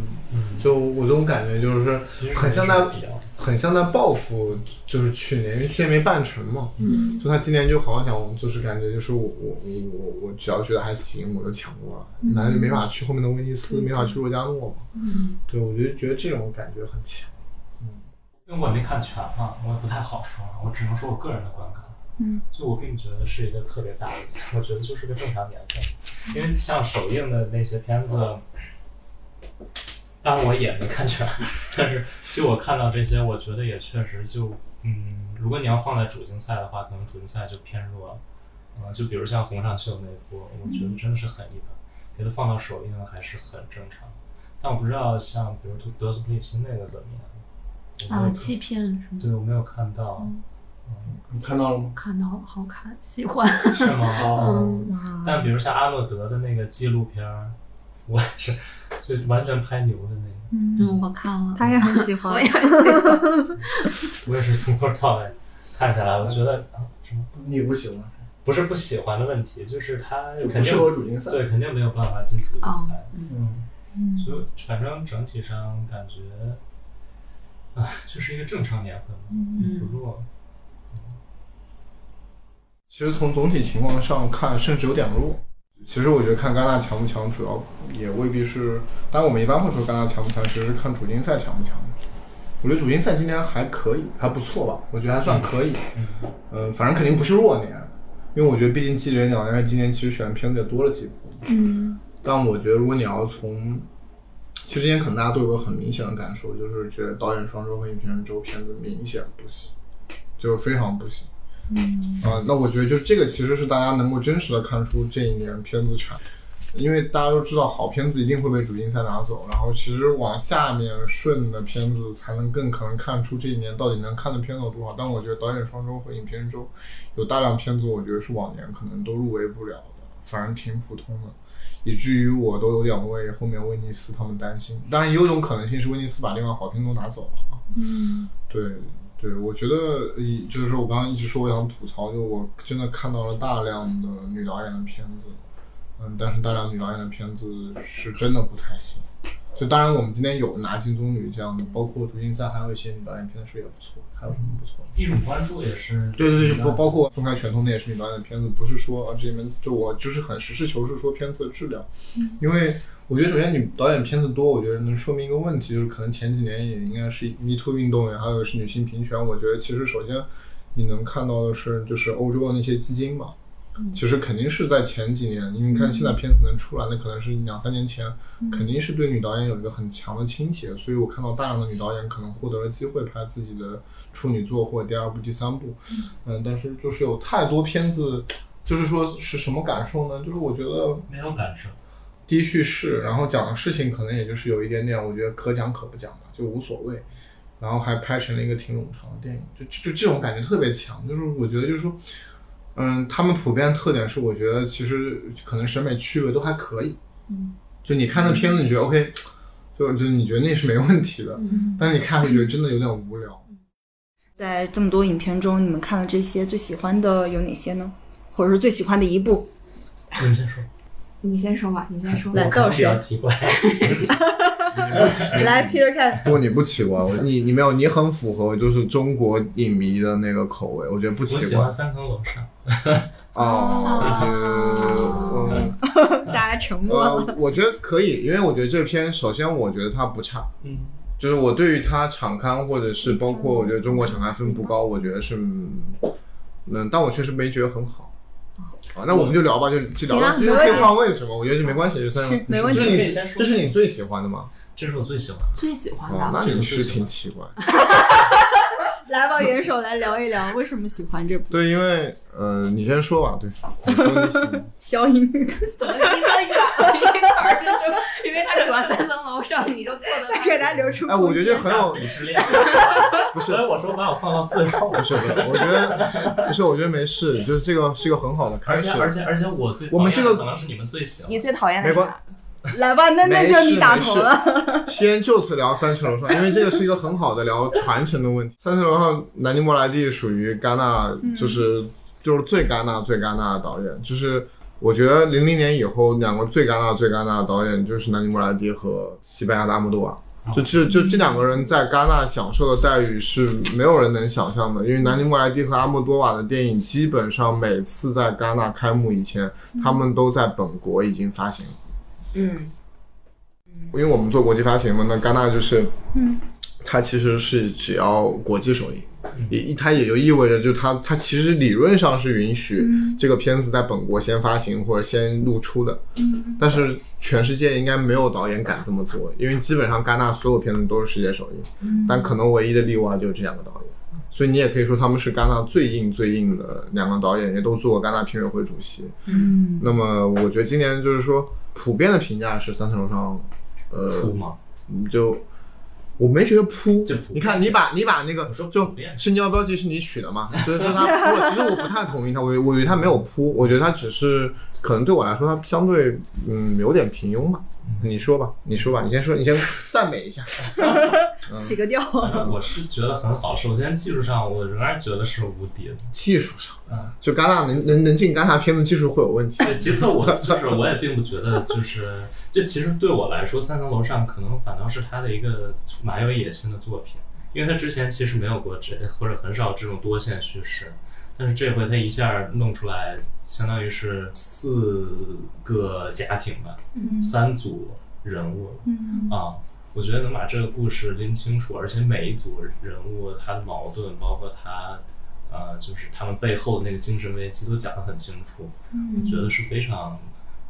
A: 就我这种感觉就是
B: 其实
A: 很像在
B: 那必要。
A: 很像在报复，就是去年因为去年没办成嘛，嗯，就他今年就好想，就是感觉就是我我我我只要觉得还行，我就抢过了，那、就没法去后面的威尼斯，没法去洛迦诺嘛，嗯，对，我就觉得这种感觉很强，
B: 因为我也没看全嘛，我也不太好说啊，我只能说我个人的观感。
C: 嗯，
B: 就我并不觉得是一个特别大的年，我觉得就是个正常年份。因为像首映的那些片子，当然我也没看全， [laughs] 但是就我看到这些，我觉得也确实就，嗯，如果你要放在主竞赛的话，可能主竞赛就偏弱了。嗯、就比如像红上秀那一波，我觉得真的是很一般，给它放到首映还是很正常。但我不知道像比如德斯普里奇那个怎么样。我没有
D: 啊，
B: 看
D: 欺骗什么
B: 对，我没有看到，
A: 你看到了吗？
D: 看到了好看，喜欢。
B: 是
A: [laughs]
B: 吗？嗯
A: 哦，
C: 哇，
B: 但比如像阿诺德的那个纪录片儿，我是就完全拍牛的那个，
D: 嗯，我看了，
C: 他也很喜
D: 我
C: 欢 [laughs]
D: 也。喜欢。
B: 我也是从头到尾看下来，我觉得啊，什么
A: 你不喜欢，
B: 不是不喜欢的问题，就是他
A: 就
B: 肯
A: 不
B: 定
A: 适合主竞赛，
B: 对，肯定没有办法进主竞赛，
A: 嗯，
B: 所以反正整体上感觉啊，就是一个正常年份嘛，不
D: 嗯，
B: 弱。
A: 其实从总体情况上看，甚至有点弱。其实我觉得看戛纳强不强，主要也未必是。当然，我们一般会说戛纳强不强，其实是看主竞赛强不强。我觉得主竞赛今年还可以，还不错吧，我觉得还算可以。嗯、反正肯定不是弱年，因为我觉得毕竟积累两年，今年其实选的片子也多了几部。嗯。但我觉得，如果你要从其实之前可能大家都有个很明显的感受，就是觉得导演双周和影评人周片子明显不行，就非常不行。嗯啊、那我觉得就是这个其实是大家能够真实的看出这一年片子产，因为大家都知道好片子一定会被主竞赛拿走，然后其实往下面顺的片子才能更可能看出这一年到底能看的片子有多少。但我觉得导演双周和影评人周有大量片子，我觉得是往年可能都入围不了的，反正挺普通的。以至于我都有点为后面威尼斯他们担心。当然，也有一种可能性是威尼斯把另外好片都拿走了啊。
C: 嗯
A: 对对，我觉得以就是我刚刚一直说我想吐槽，就我真的看到了大量的女导演的片子，嗯，但是大量女导演的片子是真的不太行。就当然我们今天有拿金棕榈这样的，包括竹金赛，还有一些女导演片子是也不错，还有什么不错的？
B: 艺术关注也是
A: 对对对，
B: 嗯
A: 包包括松开拳头那也是女导演的片子，不是说啊这里面就我就是很实事求是说片子的质量，
B: 嗯
A: 因为我觉得首先女导演片子多，我觉得能说明一个问题，就是可能前几年也应该是 Me Too 运动员，还有是女性平权，我觉得其实首先你能看到的是就是欧洲的那些基金嘛。
B: 嗯
A: 其实肯定是在前几年，因为你看现在片子能出来，那可能是两三年前，
B: 嗯
A: 肯定是对女导演有一个很强的倾斜，所以我看到大量的女导演可能获得了机会拍自己的处女作或者第二部、第三部，嗯，但是就是有太多片子，就是说是什么感受呢？就是我觉得
B: 没有感受。
A: 第一叙事，然后讲的事情可能也就是有一点点，我觉得可讲可不讲吧，就无所谓。然后还拍成了一个挺冗长的电影，就就就这种感觉特别强。就是我觉得就是说，嗯，他们普遍的特点是，我觉得其实可能审美趣味都还可以。
C: 嗯，
A: 就你看那片子，你觉得 OK，就就你觉得那是没问题的，
C: 嗯，
A: 但是你看就觉得真的有点无聊。
C: 在这么多影片中，你们看了这些最喜欢的有哪些呢？或者是最喜欢的一部？
B: 你们先说，
D: 你先说吧，你先说。
C: 来
B: 我看
C: 到
B: 比较
C: 谁
B: 奇怪，
C: 来，Peter 看，
A: 不过你不奇
C: [laughs]
A: 怪，我你你没有，你很符合就是中国影迷的那个口味，我觉得 [laughs] 不
B: 我
A: 奇
B: 喜
A: 怪
B: 欢三层楼上，
C: [laughs]
A: 哦。
D: 哦
A: 呃嗯
C: 大家沉默了。
A: 呃，我觉得可以，因为我觉得这篇首先我觉得它不差，
B: 嗯，
A: 就是我对于它场刊或者是包
C: 嗯
A: 括我觉得中国场刊分不高，我觉得是嗯，但我确实没觉得很好。啊，那我们就聊吧，就就
C: 行
A: 聊
C: 啊
A: 吧，就是
C: 没问题
A: 可以换位置嘛，我觉得这没关系，就算
C: 是没问题
A: 这是
B: 可以
A: 你
B: 先说
A: 这是你最喜欢的吗？
B: 这是我最喜欢的。
D: 最喜欢
A: 哦，
D: 的，
A: 那你是挺奇怪。
C: 来吧，元首来聊一聊为什么喜欢这部《
A: 对，因为呃，你先说
B: [laughs]
A: 吧，对，你说你喜欢。
C: 消音乐》。
D: 怎么离得远？一个坎儿就是因为他喜欢三层楼上，你就坐在那
C: 给大家留出
A: 哎，我觉得这很有，
B: 鄙视链，
A: [laughs] 不是
B: 所以我说把我放到最
A: [laughs]
B: 后，
A: 不是不是，我觉得不是，我觉得没事，就是这个是一个很好的开
B: 而
A: 始
B: 且。而且而且我最讨厌的
A: 我们这个
B: 可能是你们最喜欢
D: [laughs] 你最讨厌的
A: 没
D: 是
A: 关
D: 啥？
C: 来吧，那那
A: 没
C: 就
A: 事
C: 你打头了。
A: [laughs] 先就此聊三层楼上，因为这个是一个很好的聊传承的问题。三层楼上，南宁莫莱蒂属于戛纳，就是、就是最戛纳最戛纳的导演，就是我觉得零零年以后两个最戛纳最戛纳的导演就是南宁莫莱蒂和西班牙的阿莫多瓦。就这就这两个人在戛纳享受的待遇是没有人能想象的，因为南宁莫莱蒂和阿莫多瓦的电影基本上每次在戛纳开幕以前，他们都在本国已经发行了。
D: 嗯，
A: 因为我们做国际发行嘛，那戛纳就是，它其实是只要国际首映，也它也就意味着，就它它其实理论上是允许这个片子在本国先发行或者先露出的，但是全世界应该没有导演敢这么做，因为基本上戛纳所有片子都是世界首映，但可能唯一的例外就是这两个导演。所以你也可以说他们是戛纳最硬最硬的两个导演，也都做过戛纳评委会主席。
C: 嗯，
A: 那么我觉得今年就是说，普遍的评价是三层楼上，呃，
B: 哭吗？
A: 你就我没觉得扑
B: 就扑，
A: 你看你把你把那个
B: 我说
A: 就
B: 普遍
A: 深交标记是你取的嘛，就是说他扑了，其实我不太同意他，我我觉得他没有扑，我觉得他只是可能对我来说他相对嗯有点平庸吧。
B: 嗯
A: 你说吧，你说吧，你先说，你先赞美一下。嗯
C: 起个调。
B: 反正我是觉得很好。首先技术上，我仍然觉得是无敌的。
A: 技术上，就戛纳能能能进戛纳片子技术会有问题。
B: 嗯对，其次我就是我也并不觉得就是，就其实对我来说，三层楼上可能反倒是他的一个蛮有野心的作品，因为他之前其实没有过这或者很少这种多线叙事，但是这回他一下弄出来，相当于是四个家庭吧，三组人物
C: 嗯
B: 啊。我觉得能把这个故事拎清楚，而且每一组人物他的矛盾，包括他，呃，就是他们背后的那个精神危机都讲得很清楚。我觉得是非常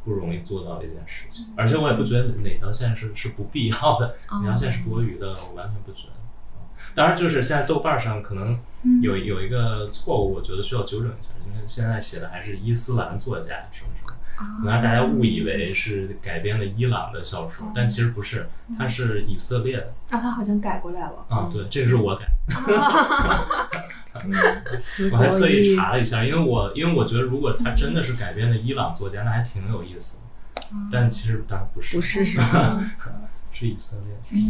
B: 不容易做到的一件事情。而且我也不觉得哪条线是是不必要的，哪条线是多余的，我完全不觉得。嗯当然，就是现在豆瓣上可能有有一个错误，我觉得需要纠正一下，因为现在写的还是伊斯兰作家什么什么，可能大家误以为是改编的伊朗的小说，但其实不是，它是以色列的
D: 啊，他好像改过来了
B: 啊。对，这个是我改，
C: 思
B: 我还
C: 国
B: 特意
C: 语
B: 查了一下，因为我因为我觉得如果它真的是改编的伊朗作家，那还挺有意思的，但其实当然不是，
C: 嗯不是是
B: [laughs] 是以色列。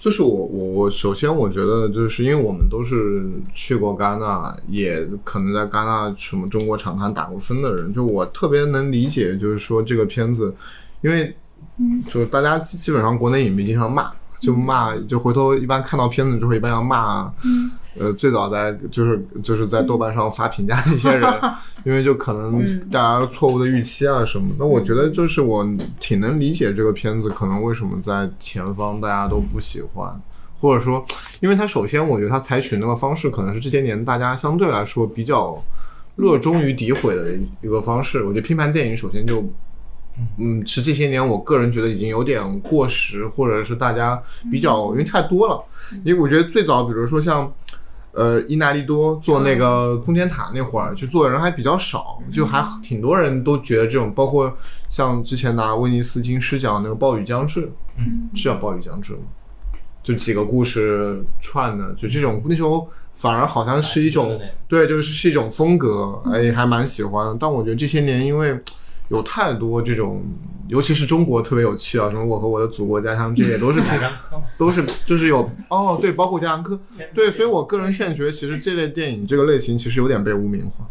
A: 就是我我我首先我觉得就是因为我们都是去过戛纳，也可能在戛纳什么中国场刊打过分的人，就我特别能理解，就是说这个片子，因为就是大家基基本上国内影迷经常骂，就骂就回头一般看到片子之后一般要骂，呃，最早在就是就是在豆瓣上发评价的一些人，因为就可能大家错误的预期啊什么。那我觉得就是我挺能理解这个片子可能为什么在前方大家都不喜欢，或者说，因为它首先我觉得它采取那个方式可能是这些年大家相对来说比较热衷于诋毁的一个方式。我觉得批判电影首先就。嗯，是这些年我个人觉得已经有点过时，或者是大家比较因为太多了。因为我觉得最早，比如说像呃，伊纳利多做那个空间塔那会儿，就做的人还比较少，就还挺多人都觉得这种，包括像之前拿威尼斯金狮奖那个《暴雨将至》，
B: 嗯，
A: 是叫《暴雨将至》吗？就几个故事串的，就这种那时候反而好像是一种
B: 打起来的那个
A: 对，就是是一种风格，哎，还蛮喜欢的。但我觉得这些年因为有太多这种，尤其是中国特别有趣啊，什么《我和我的祖国家乡》这些都是
B: 贾樟柯嘛，
A: 都是就是有哦，对，包括加兰科，对，所以我个人现在觉得，其实这类电影这个类型其实有点被污名化，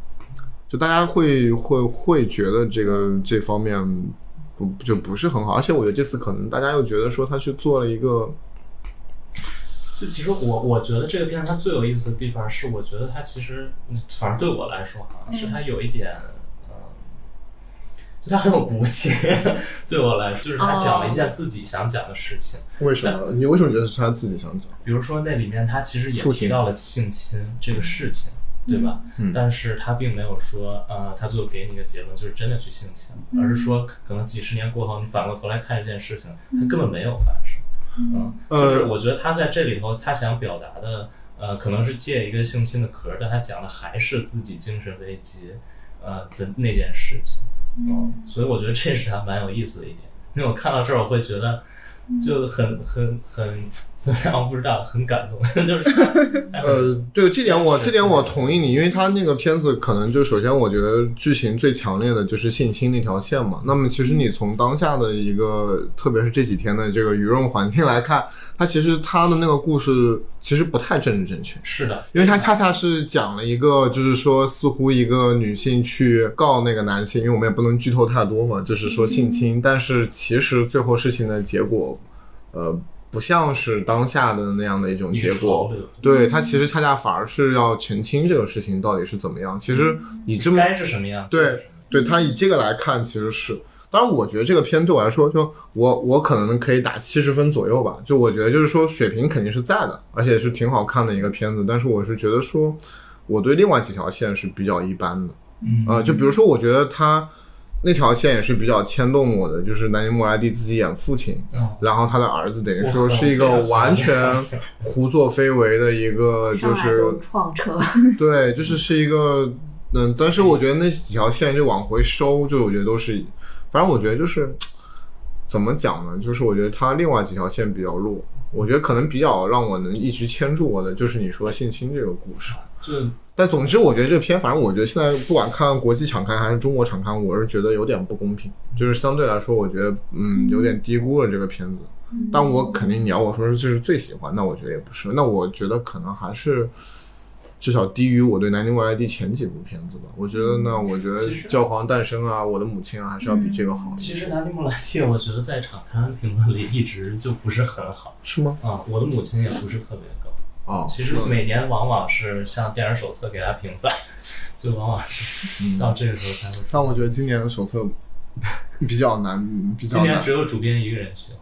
A: 就大家会会会觉得这个这方面不就不是很好，而且我觉得这次可能大家又觉得说他去做了一个，
B: 就其实我我觉得这个片它最有意思的地方是，我觉得它其实，嗯反正对我来说哈、是它有一点，嗯，就它很有骨气。 [laughs] 对我来说，就是它讲
C: 哦
B: 了一件自己想讲的事情。
A: 为什么？你为什么觉得是他自己想讲？
B: 比如说那里面它其实也
A: 父
B: 提
A: 亲
B: 到了性侵这个事情，对吧？
A: 嗯
B: 但是它并没有说，呃，它最后给你一个结论就是真的去性侵，而是说可能几十年过后，你反过头来看这件事情，它根本没有发生。嗯，就是
A: 嗯呃
B: 我觉得他在这里头，他想表达的，呃，可能是借一个性侵的壳儿，但他讲的还是自己精神危机，呃的那件事情。嗯，所以我觉得这是他蛮有意思的一点，因为我看到这儿，我会觉得就很很很怎么样，我不知道，很感动， [laughs] 就是 [laughs] 哎他
A: 呃，对这点我
B: 是
A: 这点我同意你，因为他那个片子可能就首先我觉得剧情最强烈的就是性侵那条线嘛。那么其实
B: 嗯
A: 你从当下的一个，特别是这几天的这个舆论环境来看，他其实他的那个故事其实不太政治正确。
B: 是的，
A: 因为他恰恰是讲了一个，就是说，似乎一个女性去告那个男性，因为我们也不能剧透太多嘛，就是说性侵，但是其实最后事情的结果，呃，不像是当下的那样的一种结果
B: 一个潮流。
A: 对他其实恰恰反而是要澄清这个事情到底是怎么样。其实以这么
B: 该是什么样？
A: 对，对他以这个来看，其实是，当然我觉得这个片对我来说，就我我可能可以打七十分左右吧，就我觉得就是说水平肯定是在的，而且是挺好看的一个片子，但是我是觉得说我对另外几条线是比较一般的，
B: 嗯
A: 啊、就比如说我觉得他那条线也是比较牵动我的，就是南宁莫莱蒂自己演父亲，
B: 嗯，
A: 然后他的儿子等于说是一个完全胡作非为的一个，
D: 上
A: 就
D: 来
A: 是
D: 就撞车，
A: 对，就是是一个，嗯，但是我觉得那几条线就往回收，就我觉得都是，反正我觉得就是怎么讲呢？就是我觉得它另外几条线比较弱，我觉得可能比较让我能一直牵住我的，就是你说性侵这个故事。
B: 就
A: 但总之，我觉得这篇，反正我觉得现在不管看国际场刊还是中国场刊，我是觉得有点不公平，就是相对来说，我觉得嗯有点低估了这个片子。
B: 嗯
A: 但我肯定你要我说这是最喜欢，那我觉得也不是，那我觉得可能还是至少低于我对南京外来地前几部片子吧。我觉得呢，我觉得
B: 嗯其实嗯
A: 《教皇诞生》啊，《我的母亲》啊，还是要比这个好一
B: 其
A: 些，
B: 实南尼莫莱蒂，我觉得在场刊评论里一直就不是很好。
A: 是吗？
B: 啊、我的母亲也不是特别高。
A: 啊，
B: 其实每年往往是像电影手册给他评分， [laughs] 就往往是到这个时候才会出。
A: 但我觉得今年的手册比较难，比
B: 今
A: 较
B: 年
A: 难
B: 只。有主编一个人喜欢，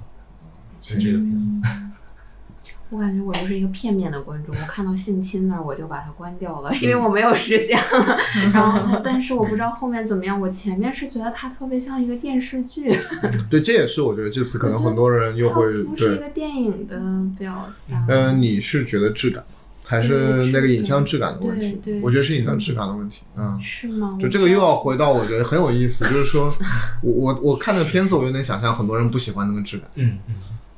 B: 是这个片子。
D: [laughs] 我感觉我就是一个片面的观众，我看到性侵那儿我就把它关掉
A: 嗯
D: 了，因为我没有时
A: [laughs]
D: 间了。然后，但是我不知道后面怎么样。我前面是觉得它特别像一个电视剧，
A: 对，这也是我觉得这次可能很多人又
D: 它
A: 会
D: 不是一
A: 对，
D: 个电影的表达。
A: 嗯、你是觉得质感还是
D: 嗯
A: 那个
D: 是
A: 影像质感的问
D: 对
A: 题？
D: 对
A: 我觉得是影像质感的问题，嗯。
D: 是吗？
A: 就
D: 我
A: 这个
D: 不
A: 又
D: 知道
A: 要回到，我觉得很有意思，就是
D: [laughs]
A: 说，我我我看的片子，我就能想象很多人不喜欢那个质感，
B: 嗯嗯，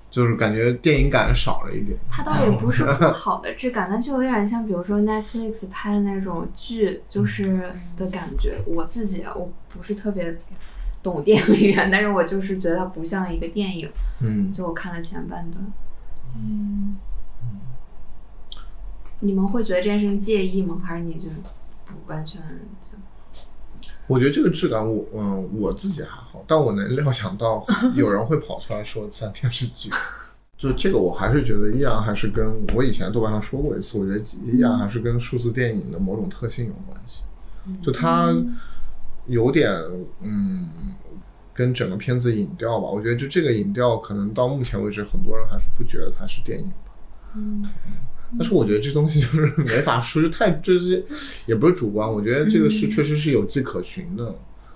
A: 就是感觉电影感少了一点。
D: 它倒也不是不好的质感，但就有点像，比如说 Netflix 拍的那种剧，就是的感觉。我自己啊我不是特别懂电影语言，但是我就是觉得它不像一个电影。
A: 嗯，
D: 就我看了前半段，嗯，你们会觉得这件事情介意吗？还是你就不完全就
A: 我觉得这个质感我，嗯我自己还好，但我能料想到有人会跑出来说像电视剧，就这个我还是觉得依然还是跟我以前在豆瓣上说过一次，我觉得依然还是跟数字电影的某种特性有关系，就它有点嗯。跟整个片子影调吧，我觉得就这个影调，可能到目前为止，很多人还是不觉得它是电影吧。但是我觉得这东西就是 [laughs] 没法说，就太就是也不是主观，我觉得这个
D: 嗯
A: 是确实是有迹可循的。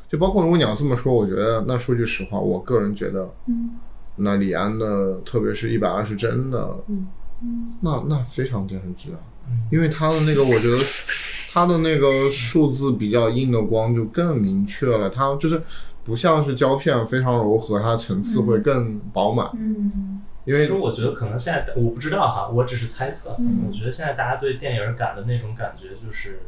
A: 就包括如果你要这么说，我觉得那说句实话，我个人觉得，
D: 嗯，
A: 那李安的特别是一百二十帧的，
D: 嗯
A: 那那非常电视剧啊，
B: 嗯
A: 因为他的那个我觉得他的那个数字比较硬的光就更明确了，它就是不像是胶片非常柔和，它层次会更饱满，
C: 嗯
A: 因为
B: 其实我觉得可能现在我不知道哈，我只是猜测。
C: 嗯
B: 我觉得现在大家对电影感的那种感觉就是，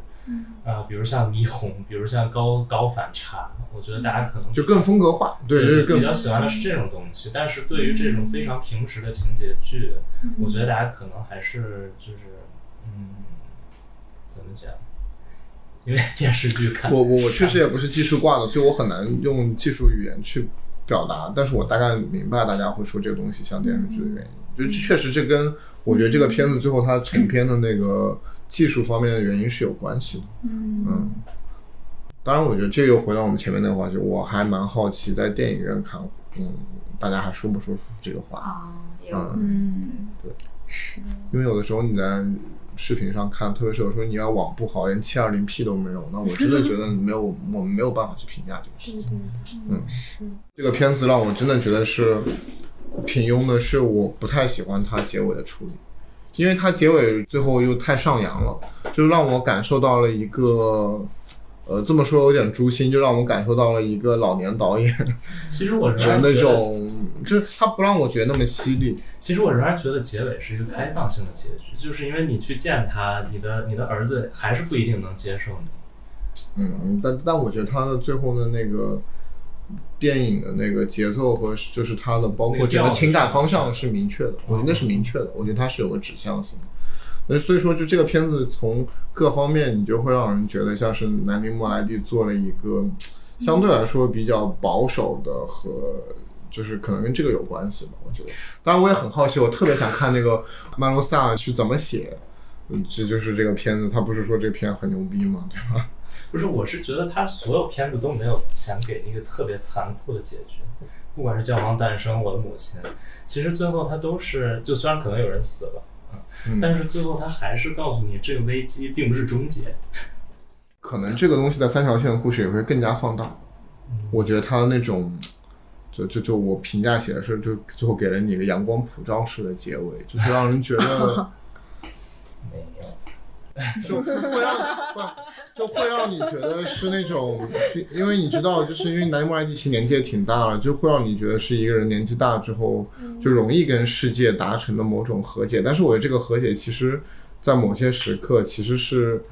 B: 呃，比如像霓虹，比如像高高反差，我觉得大家可能
A: 嗯就更风格化，对，就是
B: 比
A: 更
B: 较喜欢的是这种东西。但是对于这种非常平实的情节剧，我觉得大家可能还是就是，嗯，怎么讲？因为电视剧 [laughs] 看
A: 我我我确实也不是技术挂的，所以我很难用技术语言去表达，但是我大概明白大家会说这个东西像电视剧的原因，就确实这跟我觉得这个片子最后它成片的那个技术方面的原因是有关系的。嗯，当然，我觉得这又回到我们前面那个话题，我还蛮好奇在电影院看，嗯，大家还说不说出这个话？
D: 啊，也有可能
C: 嗯，是
A: 因为有的时候你在视频上看，特别是有时候你要网不好，连七二零 P 都没有，那我真的觉得没有，我们没有办法去评价这个事情。嗯，
C: 是
A: 这个片子让我真的觉得是平庸的，是我不太喜欢它结尾的处理，因为它结尾最后又太上扬了，就让我感受到了一个，呃，这么说有点诛心，就让我感受到了一个老年导演
B: 其实我仍
A: 的
B: 然
A: 那
B: 觉得，
A: 种，就是他不让我觉得那么犀利，
B: 其实我仍然觉得结尾是一个开放性的结局，就是因为你去见他，你的你的儿子还是不一定能接受你。
A: 嗯，但但我觉得他的最后的那个电影的那个节奏和就是他的包括整个情感方向是哦明确的，我觉得那是明确的，我觉得它是有个指向性的。那所以说，就这个片子从各方面，你就会让人觉得像是南宁莫莱蒂做了一个相对来说比较保守的和。就是可能跟这个有关系吧，我觉得。当然，我也很好奇，我特别想看那个曼罗萨去怎么写。嗯，这就是这个片子，他不是说这片很牛逼吗？对吧？
B: 不是，我是觉得他所有片子都没有想给一个特别残酷的结局，不管是《教皇诞生》《我的母亲》，其实最后他都是，就虽然可能有人死了，
A: 嗯
B: 但是最后他还是告诉你，这个危机并不是终结。
A: 可能这个东西在三条线的故事也会更加放大。我觉得他那种，就就就我评价写的是，就最后给了你一个阳光普照式的结尾，就是让人觉得
B: 没有，
A: 就会让不就会让你觉得是那种，因为你知道，就是因为南莫莱蒂奇年纪也挺大了，就会让你觉得是一个人年纪大之后就容易跟世界达成的某种和解。但是我觉得这个和解其实，在某些时刻其实是，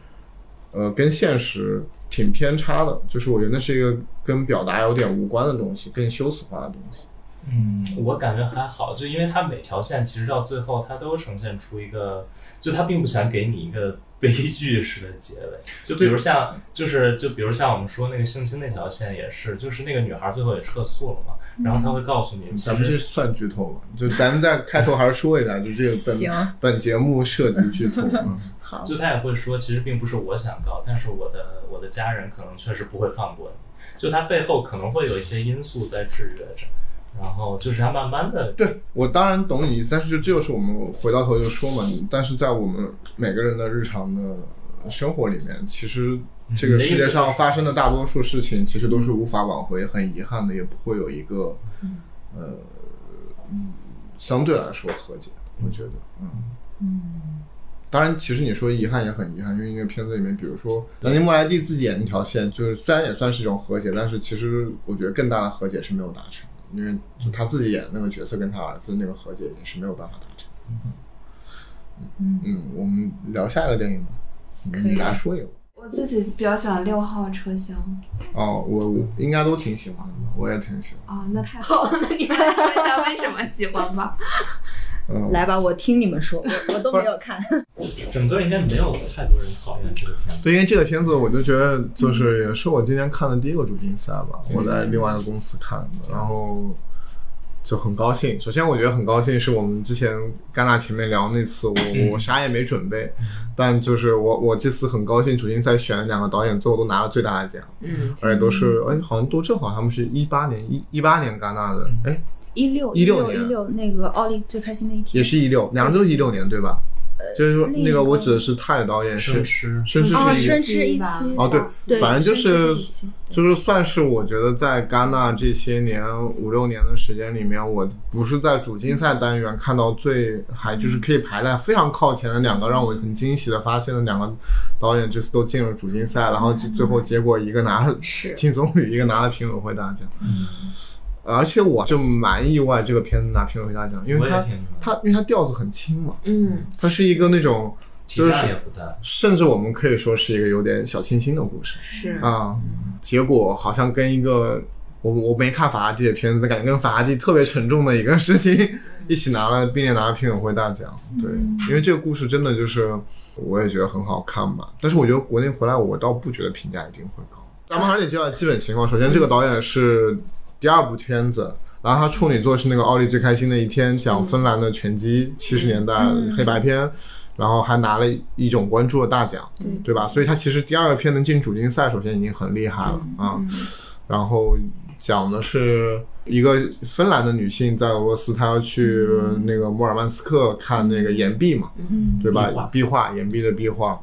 A: 呃，跟现实挺偏差的。就是我觉得那是一个跟表达有点无关的东西，更羞耻化的东西。
B: 嗯，我感觉还好，就因为他每条线其实到最后，他都呈现出一个，就他并不想给你一个悲剧式的结尾。就比如像，就是就比如像我们说那个性侵那条线也是，就是那个女孩最后也撤诉了嘛，然后他会告诉你，其
A: 嗯咱们
B: 实
A: 这算剧透吗？就咱们在开头还是说一下，就这个
C: 行
A: 本本节目涉及剧透。嗯
C: 好
B: 就他也会说，其实并不是我想告，但是我的我的家人可能确实不会放过你。就他背后可能会有一些因素在制约着，然后就是它慢慢的，
A: 对我当然懂你意思，但是就这就是我们回到头就说嘛，你但是在我们每个人的日常的生活里面，其实这个世界上发生的大多数事情，其实都是无法挽回，很遗憾的，也不会有一个呃嗯相对来说和解，我觉得，嗯
C: 嗯，
A: 当然，其实你说遗憾也很遗憾，因为那个片子里面，比如说南京莫莱蒂自己演那条线，就是虽然也算是一种和解，但是其实我觉得更大的和解是没有达成，因为就他自己演那个角色跟他儿子那个和解也是没有办法达成。嗯嗯，我们聊下一个电影吧，你来说一个。
D: 我自己比较喜欢六号车厢
A: 哦，我我应该都挺喜欢的，我也挺喜欢。
D: 啊、那太好了，那你们来说一下为什么喜欢吧？
A: 嗯，
C: 来吧，我听你们说，我我都没有看。
B: 整个应该没有太多人讨厌这个片子。
A: 对，因为这个片子，我就觉得就是也是我今天看的第一个主竞赛吧，我在另外一个公司看的，然后就很高兴。首先，我觉得很高兴是我们之前戛纳前面聊那次，我我啥也没准备，但就是我我这次很高兴，主竞赛选了两个导演，最后都拿了最大的奖，
D: 嗯，
A: 而且都是哎，好像都正好他们是一八年一一八年戛纳的，哎，
C: 一六
A: 16
C: 一
A: 年
C: 六那个奥利最开心的一
A: 也
C: 天，
A: 是一六，两个都是一六年对吧？就是说呃
C: 另一
A: 那个我
C: 个
A: 指的是泰导演是
B: 生吃，
A: 甚至
C: 哦
A: 是一
C: 生之一期
A: 哦对
C: 对，
A: 反正就是
C: 甚至一期
A: 就是算是我觉得在戛纳这些年五六年的时间里面，我不是在主竞赛单元看到最还就是可以排在非常靠前的两个让我很惊喜的发现的两个导演，这次都进了主竞赛，然后最最后结果一个拿了 [laughs]
D: 是
A: 金棕榈，一个拿了评委会大奖。而且我就蛮意外这个片子拿评委会大奖，因
B: 我
A: 为
B: 也
A: 它
B: 挺喜欢，
A: 它因为它调子很轻嘛，
D: 嗯
A: 它是一个那种
B: 体量也不大，
A: 甚至我们可以说是一个有点小清新的故事。
D: 是，
A: 啊，结果好像跟一个我我没看法拉第的片子，感觉跟法拉第特别沉重的一个事情一起拿了，并且拿了评委会大奖。对，因为这个故事真的就是我也觉得很好看吧，但是我觉得国内回来我倒不觉得评价一定会高。咱们还是得介绍基本情况。首先，这个导演是第二部片子。然后他处女作是那个《奥利最开心的一天》，讲芬兰的拳击七十年代黑白片，然后还拿了一种关注的大奖，
C: 对
A: 对吧？所以他其实第二个片能进主竞赛，首先已经很厉害了啊。然后讲的是一个芬兰的女性在俄罗斯，她要去那个莫尔曼斯克看那个岩壁嘛，对吧
B: 壁画？
A: 壁画，岩壁的壁画。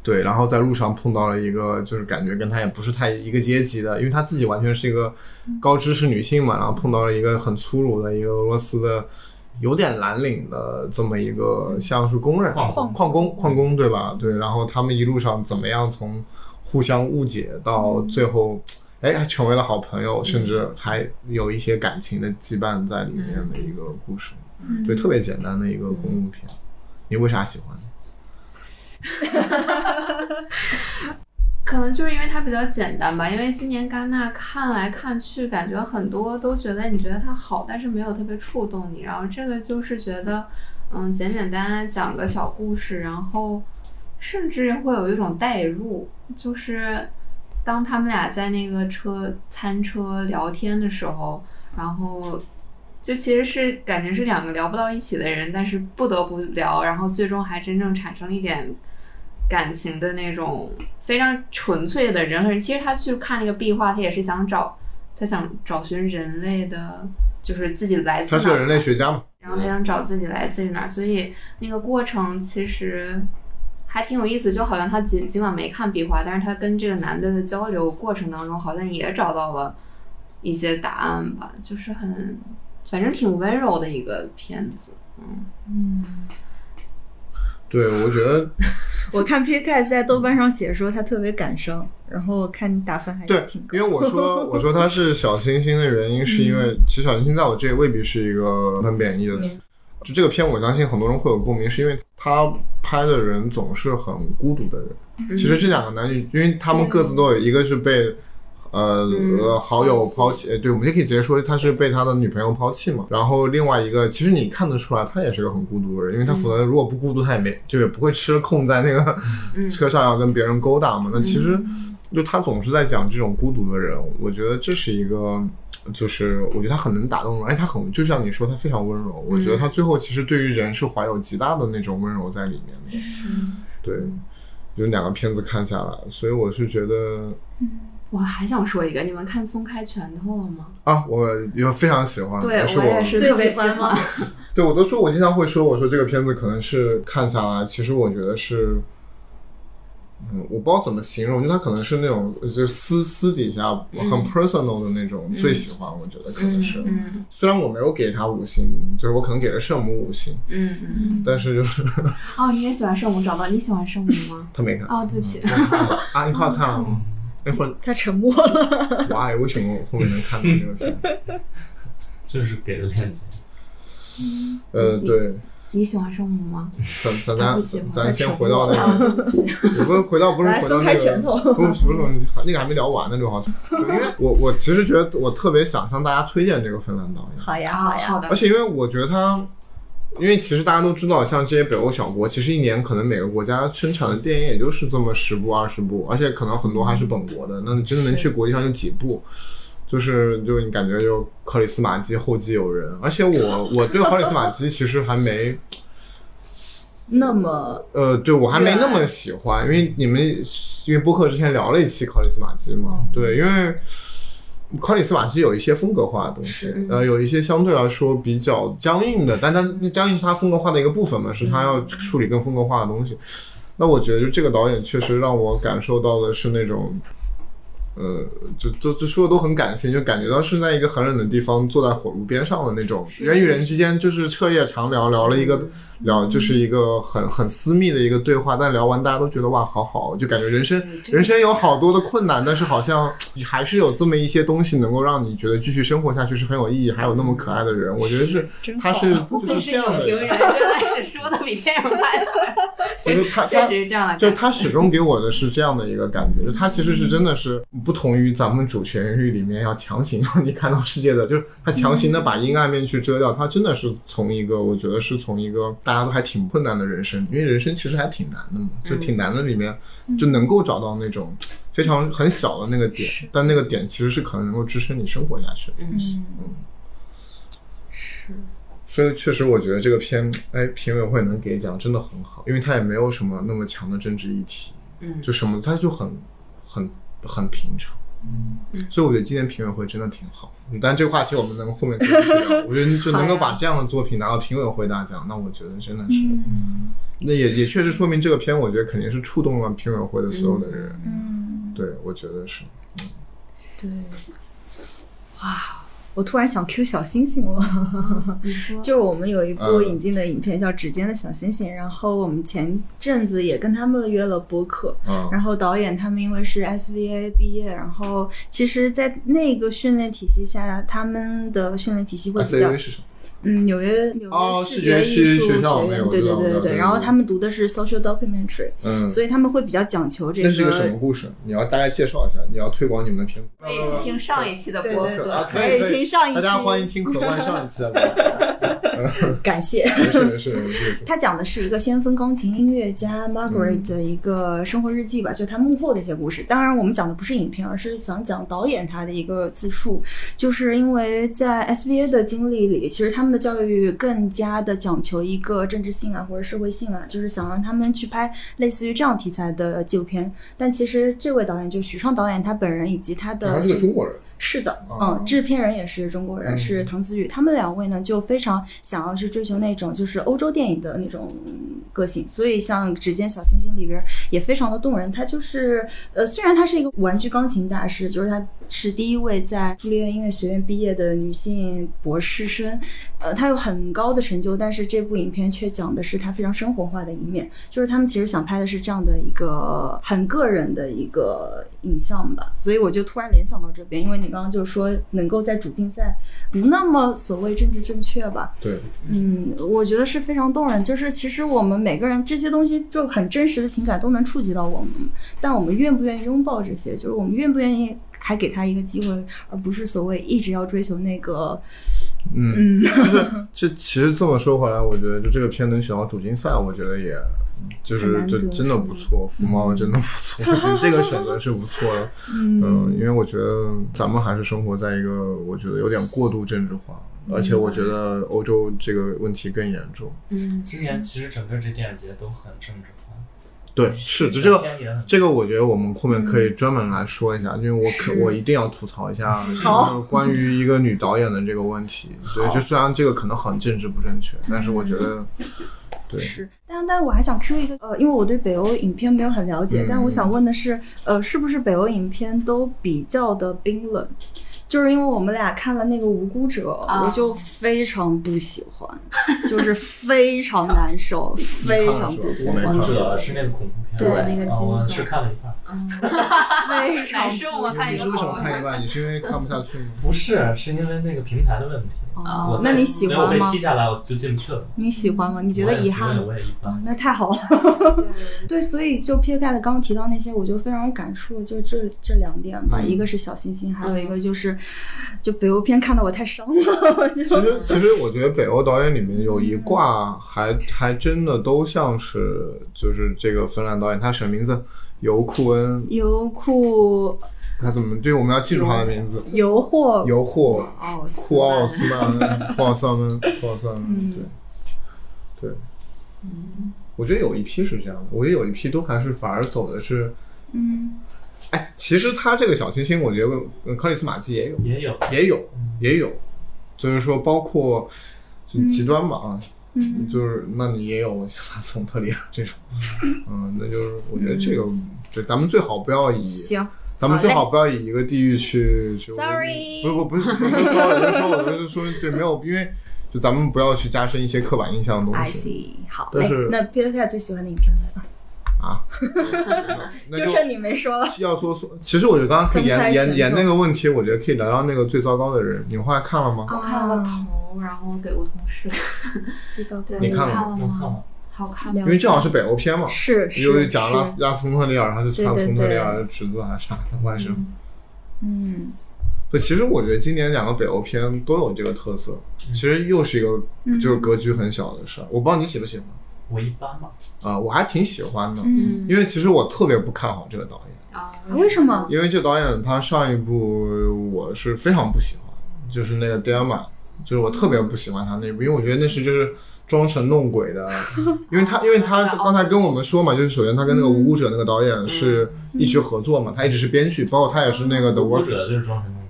A: 对，然后在路上碰到了一个，就是感觉跟她也不是太一个阶级的，因为她自己完全是一个高知识女性嘛，然后碰到了一个很粗鲁的一个俄罗斯的，有点蓝领的这么一个像是工人，
B: 矿工
A: 矿工矿工对吧？对，然后他们一路上怎么样从互相误解到最后，哎，还成为了好朋
B: 嗯
A: 友，甚至还有一些感情的羁绊在里面的一个故事，
B: 嗯
A: 对，特别简单的一个公路片。你为啥喜欢？
D: 可能就是因为它比较简单吧。因为今年戛纳看来看去，感觉很多都觉得你觉得它好，但是没有特别触动你。然后这个就是觉得，嗯，简简单单讲个小故事，然后甚至会有一种代入，就是当他们俩在那个车餐车聊天的时候，然后。就其实是感觉是两个聊不到一起的人，但是不得不聊，然后最终还真正产生了一点感情的那种非常纯粹的人和人。其实他去看那个壁画，他也是想找他想找寻人类的，就是自己来自
A: 他是
D: 哪
A: 个
D: 儿
A: 人类学家嘛？
D: 然后他想找自己来自于哪儿，所以那个过程其实还挺有意思，就好像他尽尽管没看壁画，但是他跟这个男的的交流过程当中，好像也找到了一些答案吧，就是很，反正挺温柔的一个片子。
A: 对，我觉得
C: 我看 PK 在豆瓣上写说他特别感伤，然后我看你打分还
A: 对
C: 挺，高，
A: 因为我说我说它是小清新的原因，是因为其实小清新在我这里未必是一个很贬义的词。就这个片，我相信很多人会有共鸣，是因为他拍的人总是很孤独的人。其实这两个男女，因为他们各自都有一个是被呃、
D: 嗯
A: 呃好友抛
D: 抛
A: 弃，呃对，我们也可以直接说他是被他的女朋友抛弃嘛。然后另外一个，其实你看得出来，他也是个很孤独的人，因为他否则如果不孤独，他也没就也不会吃空在那个
D: 嗯
A: 车上要跟别人勾搭嘛。那其实就他总是在讲这种孤独的人，我觉得这是一个。就是我觉得他很能打动人，哎而且他很就像你说，他非常温
D: 嗯
A: 柔。我觉得他最后其实对于人是怀有极大的那种温柔在里面的。
D: 嗯
A: 对，就两个片子看下来，所以我是觉得
D: 我还想说一个，你们看《松开拳头》了吗？
A: 啊，我也非常喜欢，
D: 对，
A: 也啊是
D: 我也是
C: 最
D: 特别
C: 喜
D: 喜
C: 欢吗
D: 欢。
A: 对我都说，我经常会说，我说这个片子可能是看下来，其实我觉得是，嗯，我不知道怎么形容，就它可能是那种就私私底下很 personal 的那种，最喜欢，我觉得可能是。
D: 嗯
A: 虽然我没有给它五星，就是我可能给了圣母五星，
D: 嗯嗯。
A: 但是就是？
D: 哦，你也喜欢圣母找到？你喜欢圣母吗
A: 他没看
D: 哦，对不起，
A: 啊，你快看了吗？那会儿
C: 他沉默了。 [laughs]
A: 哇，为什么我后面能看到这个片？
B: 就是给了链接。
A: 呃，对，
D: 你喜欢圣母吗？
A: 咱
D: 他
A: 咱
D: 不喜
A: 咱
D: 欢
A: 咱先回到那个。
D: 哦，对不起。
A: 我不是回到不是
C: 来
A: 回到
C: 松
A: 那
C: 开拳头
A: 个，不是不是不是那个还没聊完呢，刘浩存。因为我我其实觉得我特别想向大家推荐这个芬兰导演，
C: 好呀，
D: 啊，
C: 呀，
A: [laughs]
D: 好的
A: 而。且因为我觉得他，因为其实大家都知道，像这些北欧小国，其实一年可能每个国家生产的电影也就是这么十部二十部，而且可能很多嗯还是本国的，那你真的能去国际上有几部？就是就你感觉就克里斯马基后继有人，而且我我对克里斯马基其实还没。
C: 那么
A: 呃，对我还没那么喜欢，因为你们因为播客之前聊了一期考里斯马基嘛，对，因为考里斯马基有一些风格化的东西，呃，有一些相对来说比较僵硬的，但但那僵硬是他风格化的一个部分嘛，是他要处理更风格化的东西。那我觉得就这个导演确实让我感受到的是那种。呃，就就就说的都很感性，就感觉到是在一个很冷的地方，坐在火炉边上的那种人与人之间，就是嗯彻夜长聊，聊了一个聊，就是一个很很私密的一个对话，但聊完大家都觉得哇，好好，就感觉人生人生有好嗯多的困难，但是好像还是有这么一些东西能够让你觉得继续生活下去是很有意义，还有那么可爱的人，我觉得是
C: 真
A: 他
C: 好
A: [laughs] 是就是这样的
D: 影评
A: 人
D: 人，真的是说的比电影快，
A: [laughs] 就是他
D: [laughs] 确
A: 他
D: 实是这样的
A: 就
D: 感觉。
A: 他始终给我的是这样的一个感觉，就他其实是真的是不同于咱们主旋律里面要强行 [laughs] 让你看到世界的，就是他强行的把阴暗面去遮掉，他真的是从一个我觉得是从一个大家都还挺困难的人生，因为人生其实还挺难的嘛，就挺难的里面就能够找到那种非常很小的那个点，但那个点其实是可能能够支撑你生活下去的。
D: 嗯，
A: 所以确实，我觉得这个片，哎，评委会能给奖真的很好，因为它也没有什么那么强的政治议题，
D: 嗯
A: 就什么它就很很很平常，嗯，所以我觉得今年评委会真的挺好。但这个话题我们能后面再继续聊，我觉得就能够把这样的作品拿到评委会大奖，那我觉得真的是，
C: 嗯
A: 那也也确实说明这个片，我觉得肯定是触动了评委会的所有的人，
C: 嗯，
A: 对我觉得是。
C: 对，哇，我突然想 Q 小星星了。 [laughs]
D: 你说
C: 就我们有一部
A: 嗯
C: 引进的影片叫《指尖的小星星》，然后我们前阵子也跟他们约了播客，
A: 嗯，
C: 然后导演他们因为是 SVA 毕业，然后其实，在那个训练体系下，他们的训练体系会比较
A: SAV 是什么？
C: 嗯，纽约纽
A: 哦
C: 约视
A: 视觉
C: 觉
A: 系
C: 艺术
A: 学校那
C: 院，
A: 个
C: 对
A: 我知
C: 对
A: 道我知
C: 对
A: 道
C: 对，
A: 对
C: 然后
A: 对
C: 他们读的是 social documentary，
A: 嗯，
C: 所以他们会比较讲求这
A: 那是一个什
C: 个
A: 么故事？你要大概介绍一下，你要推广你们的片子。
D: 可以去听上一期的
C: 对
D: 播
C: 对
A: 可
D: 客
A: 啊，
C: 可以
A: 以
C: 听上一
A: 大家
C: 期
A: 欢迎听何欢上一期的播客。
C: [laughs] 感谢。
A: 没事没事没
C: [laughs]
A: 事。
C: 他讲的是一个先锋钢琴音乐家
A: 嗯
C: Margaret 的一个生活日记吧，就他幕后的一些故事。当然，我们讲的不是影评，而是想讲导演他的一个自述。就是因为在 SVA 的经历里，其实他们的教育更加的讲求一个政治性啊，或者社会性啊，就是想让他们去拍类似于这样题材的纪录片。但其实这位导演，就许昌导演他本人以及他的
A: 他是
C: 这
A: 个中国人，
C: 是的，
A: 哦
C: 嗯，制片人也是中国人，
A: 嗯
C: 是唐子宇。他们两位呢，就非常想要去追求那种就是欧洲电影的那种嗯个性，所以像《指尖小星星》里边也非常的动人。他就是呃，虽然她是一个玩具钢琴大师，就是她是第一位在茱莉叶音乐学院毕业的女性博士生，呃，她有很高的成就，但是这部影片却讲的是她非常生活化的一面，就是他们其实想拍的是这样的一个很个人的一个影像吧，所以我就突然联想到这边，因为你刚刚就说能够在主竞赛不那么所谓政治正确吧，
A: 对，
C: 嗯，我觉得是非常动人。就是其实我们每个人这些东西就很真实的情感都能触及到我们，但我们愿不愿意拥抱这些？就是我们愿不愿意还给他一个机会，而不是所谓一直要追求那个
A: 嗯，
C: 嗯，
A: 就是这其实这么说回来，我觉得就这个片能选到主竞赛，我觉得也就
C: 很
A: 是
C: 难
A: 就
C: 得嗯
A: 真的不错，福猫真的不错，就这个选择是不错的。 [laughs] 嗯，因为我觉得咱们还是生活在一个我觉得有点过度政治化，而且我觉得欧洲这个问题更严重。
D: 嗯， [laughs]
B: 今年其实整个这电影节都很政治化，
A: 对，是就这个
B: 片也很
A: 这个，我觉得我们后面
D: 嗯
A: 可以专门来说一下，因为我可
C: 是
A: 我一定要吐槽一
D: [laughs]
A: 下，
C: 好
A: 就是 [laughs] 关于一个女导演的这个问题。所以就虽然这个可能很政治不正确，
D: 嗯
A: 但是我觉得对
C: 是，但但我还想 Q 一个，呃，因为我对北欧影片没有很了解，
A: 嗯
C: 但我想问的是，呃，是不是北欧影片都比较的冰冷？就是因为我们俩看了那个《无辜者》
D: 啊
C: 我就非常不喜欢，就是非常难受，非常不喜
A: 我没看
C: 欢
B: 舞，者是那个恐怖片，
C: 对
B: 啊
D: 那个惊悚
B: 我是看了一半，
C: 非常
D: 难受我
C: 不喜
D: 看一
A: 你
D: 个
A: 是为什
C: 欢
A: 么看一半？你是因为看不下去吗？
B: 不是，是因为那个平台的问题。
D: 啊
B: 我
C: 哦那
B: 在
C: 你喜
B: 没有
C: 欢
B: 被
C: 吗
B: 踢？下来，我就进不去了。
C: 你喜欢吗？你觉
B: 我
C: 得
B: 也
C: 遗憾吗？
B: 我也我也一般。
C: 哦那太好了。 [laughs] 对，所以就撇开了刚刚提到那些，我就非常有感触，就这这两点吧，
A: 嗯
C: 一个是小星星，还有一个就是，就北欧片看得我太伤了，就
A: 其实，其实我觉得北欧导演里面有一挂还还真的都像是就是这个芬兰导演，他什么名字？尤库恩，
C: [laughs] 油库
A: 他怎么？对，我们要记住他的名字，
C: 油货
A: 尤库
D: 哦，
A: 库奥斯曼，库奥斯曼，库奥斯曼，对，对，我觉得有一批是这样的，我觉得有一批都还是反而走的是，
C: 嗯，
A: 哎，其实他这个小清新，我觉得呃克里斯马季也有，
B: 也有，
A: 也有，也有，就是说包括就极端嘛啊，
C: 嗯
A: 就是那你也有像拉松特里尔这种，嗯，那就是我觉得这个，对，咱们最好不要以
C: 行，
A: 咱们最好不要以一个地域去去
C: Sorry
A: 不不不是，不是说我就说我就是说对，没有，因为就咱们不要去加深一些刻板印象的东
C: I
A: 西
C: see，好
A: 但
C: 嘞
A: 是。
C: 哎那皮特凯最喜欢的影片来了，
A: 啊。那
C: 就剩你没说
A: [laughs]
C: 了。
A: 要说说，其实我觉得刚刚可以
C: 松开
A: 沿
C: 拳
A: 沿沿
C: 头
A: 那个问题，我觉得可以聊聊那个最糟糕的人。你们后来看了
C: 哦
A: 吗？
D: 我看了个头，然后给我同事。
C: 最糟糕
D: 对，
C: 的
A: 你
D: 你
A: 看了
D: 了
B: 我看
D: 吗？
B: 了。
D: 好看
C: 了
A: 因为正好是北欧片嘛，
C: 是是
A: 又讲拉
C: 是
A: 拉斯蒙特里尔还是
C: 对
A: 拉斯
C: 对
A: 蒙特里
C: 对
A: 尔的侄子还啊是啥的外甥。
C: 嗯
A: 对，其实我觉得今年两个北欧片都有这个特色，
C: 嗯
A: 其实又是一个就是格局很小的事儿。我不知道你喜不喜欢
B: 我一般吧，
A: 啊、我还挺喜欢的。
C: 嗯，
A: 因为其实我特别不看好这个导演，
D: 啊，
C: 为什么？
A: 因为这导演他上一部我是非常不喜欢，就是那个《d e m a 就是我特别不喜欢他那部，因为我觉得那是就是装神弄鬼的，因为他因为他刚才跟我们说嘛，就是首先他跟那个《无辜者》那个导演是一直合作嘛，他一直是编剧，包括他也是那个 The
B: 或
A: Work
B: 者就是装神弄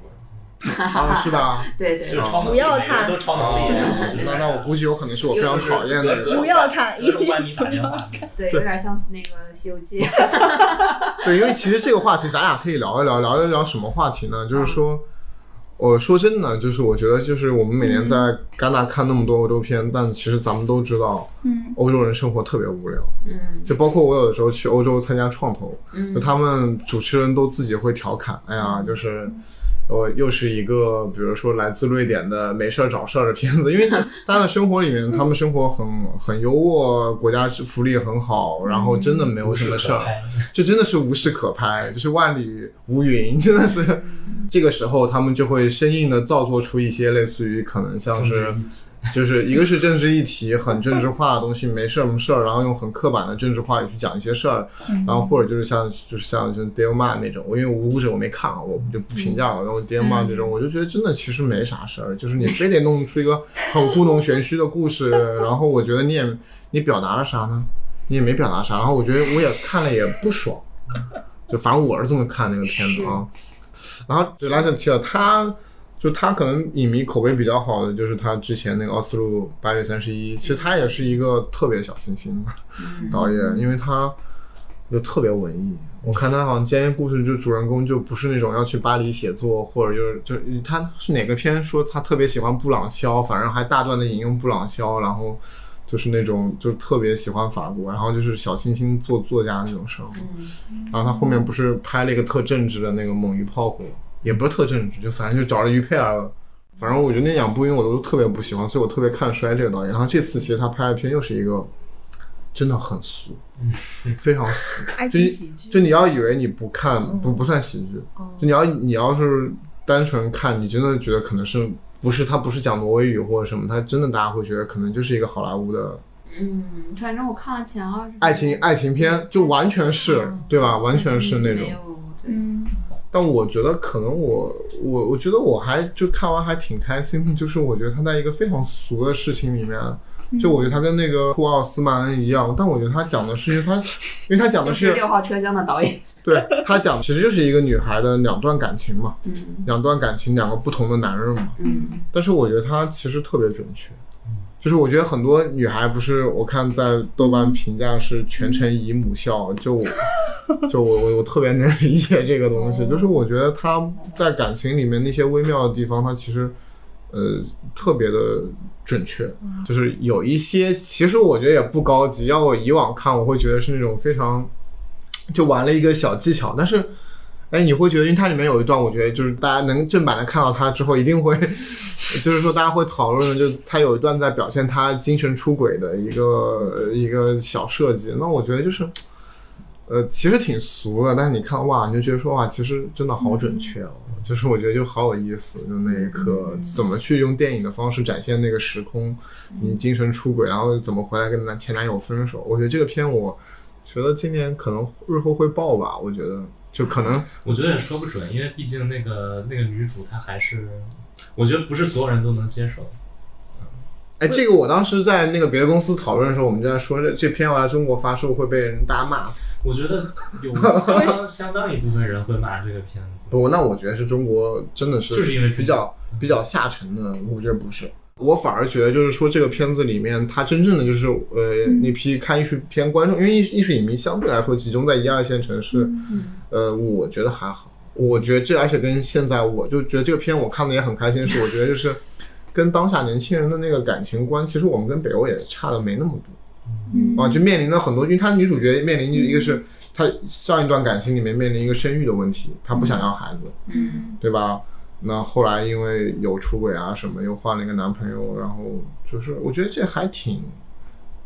B: 鬼，
A: 啊，是的啊，
D: 对
B: 就是
D: 对，
B: 超能
C: 不
B: 力，
C: 要
B: 每个人
C: 看
B: 都超能力。然后就是
A: 哦那那
B: [laughs]
A: 我估计有可能是我非常讨厌的人，
C: 不要看
B: 各种万米打电话，
D: 对，有点像那个《西游记》。
A: 对，因为其实这个话题咱俩可以聊一聊，聊一聊什么话题呢？就是说，我、说真的，就是我觉得，就是我们每年在戛纳看那么多欧洲片，但其实咱们都知道，
C: 嗯，
A: 欧洲人生活特别无聊。
D: [laughs] 嗯
A: 就包括我有的时候去欧洲参加创投，就
D: 嗯
A: 他们主持人都自己会调侃，哎呀，就是。我又是一个，比如说来自瑞典的没事儿找事儿的片子，因为大家的生活里面，他们生活很很优渥，国家福利很好，然后真的没有什么事儿，
B: 嗯
A: 就真的是无事可拍，就是万里无云， [laughs] 真的是。这个时候，他们就会生硬的造作出一些类似于可能像是，就是一个是政治议题很政治化的东西，没事儿没事儿，然后用很刻板的政治话语去讲一些事儿，然后或者就是像就是像就是 d i l m a 那种，我因为无辜者我没看啊，我就不评价了。然后 d i l m a 这种，我就觉得真的其实没啥事儿，就是你非得弄出一个很故弄玄虚的故事，然后我觉得你也你表达了啥呢？你也没表达啥，然后我觉得我也看了也不爽，就反正我是这么看那个片子啊。然后对拉塞提尔，他就他可能影迷口碑比较好的就是他之前那个奥斯陆八月三十一，其实他也是一个特别小清新的导演，因为他就特别文艺。我看他好像《监狱故事》就主人公就不是那种要去巴黎写作，或者就是就是他是哪个片说他特别喜欢布朗肖，反正还大段的引用布朗肖，然后就是那种就特别喜欢法国，然后就是小清新作作家那种生活。然后他后面不是拍了一个特正直的那个《猛于炮火》，也不是特正直，就反正就找了于佩尔。反正我觉得那两部因为我都特别不喜欢，所以我特别看衰这个导演。然后这次其实他拍的片又是一个真的很俗，非常俗。
C: 爱
A: 就
C: 情喜
A: 你
C: 剧
A: 就你要以为你不
D: 嗯
A: 看不不算喜剧，
D: 哦
A: 就你要你要是单纯看，你真的觉得可能是不是他不是讲挪威语或者什么，他真的大家会觉得可能就是一个好莱坞的
D: 嗯，反正我看了前二十。
A: 爱情爱情片，就完全是对吧？完全是那种
D: 嗯没。有，对，
C: 嗯
A: 但我觉得可能我我 [laughs] 我觉得我还就看完还挺开心的，就是我觉得他在一个非常俗的事情里面，
D: 嗯
A: 就我觉得他跟那个库奥斯曼恩一样，但我觉得他讲的是他，因为他讲的
D: 就是是六号车厢的导演，
A: 对他讲其实就是一个女孩的两段感情嘛，
D: 嗯
A: 两段感情，两个不同的男人嘛。
D: 嗯
A: 但是我觉得他其实特别准确，就是我觉得很多女孩不是我看在豆瓣评价是全程以母校，就我就我我我特别能理解这个
D: 哦
A: 东西，就是我觉得他在感情里面那些微妙的地方，他其实呃特别的。准确，
D: 哦
A: 就是有一些，其实我觉得也不高级。要我以往看，我会觉得是那种非常就玩了一个小技巧，但是哎，你会觉得，因为它里面有一段，我觉得就是大家能正版的看到它之后，一定会， [laughs] 就是说大家会讨论的，就它有一段在表现他精神出轨的一个一个小设计。那我觉得就是，呃，其实挺俗的，但是你看哇，你就觉得说哇，其实真的好准确哦。就是我觉得就好有意思，就那一刻怎么去用电影的方式展现那个时空，你精神出轨，然后怎么回来跟男前男友分手。我觉得这个片我觉得今年可能日后会爆吧，我觉得。就可能
B: 我觉得也说不准，因为毕竟那个那个女主她还是，我觉得不是所有人都能接受。
A: 哎，这个我当时在那个别的公司讨论的时候，我们就在说这这片要在中国发售会被人大家骂死。
B: 我觉得有
D: [laughs]
B: 相当相当一部分人会骂这个片子，
A: 不，那我觉得是中国真的是
B: 就是因为嗯
A: 比较比较下沉的，我觉得不是。我反而觉得就是说这个片子里面，它真正的就是呃那批看艺术片观众，因为艺艺术影迷相对来说集中在一二线城市，呃，我觉得还好。我觉得这而且跟现在我就觉得这个片我看的也很开心，是我觉得就是跟当下年轻人的那个感情观，其实我们跟北欧也差的没那么多。
C: 嗯
A: 啊，就面临了很多，因为她女主角面临一个是她上一段感情里面面临一个生育的问题，她不想要孩子，
D: 嗯，
A: 对吧？那后来因为有出轨啊什么，又换了一个男朋友，然后就是我觉得这还挺，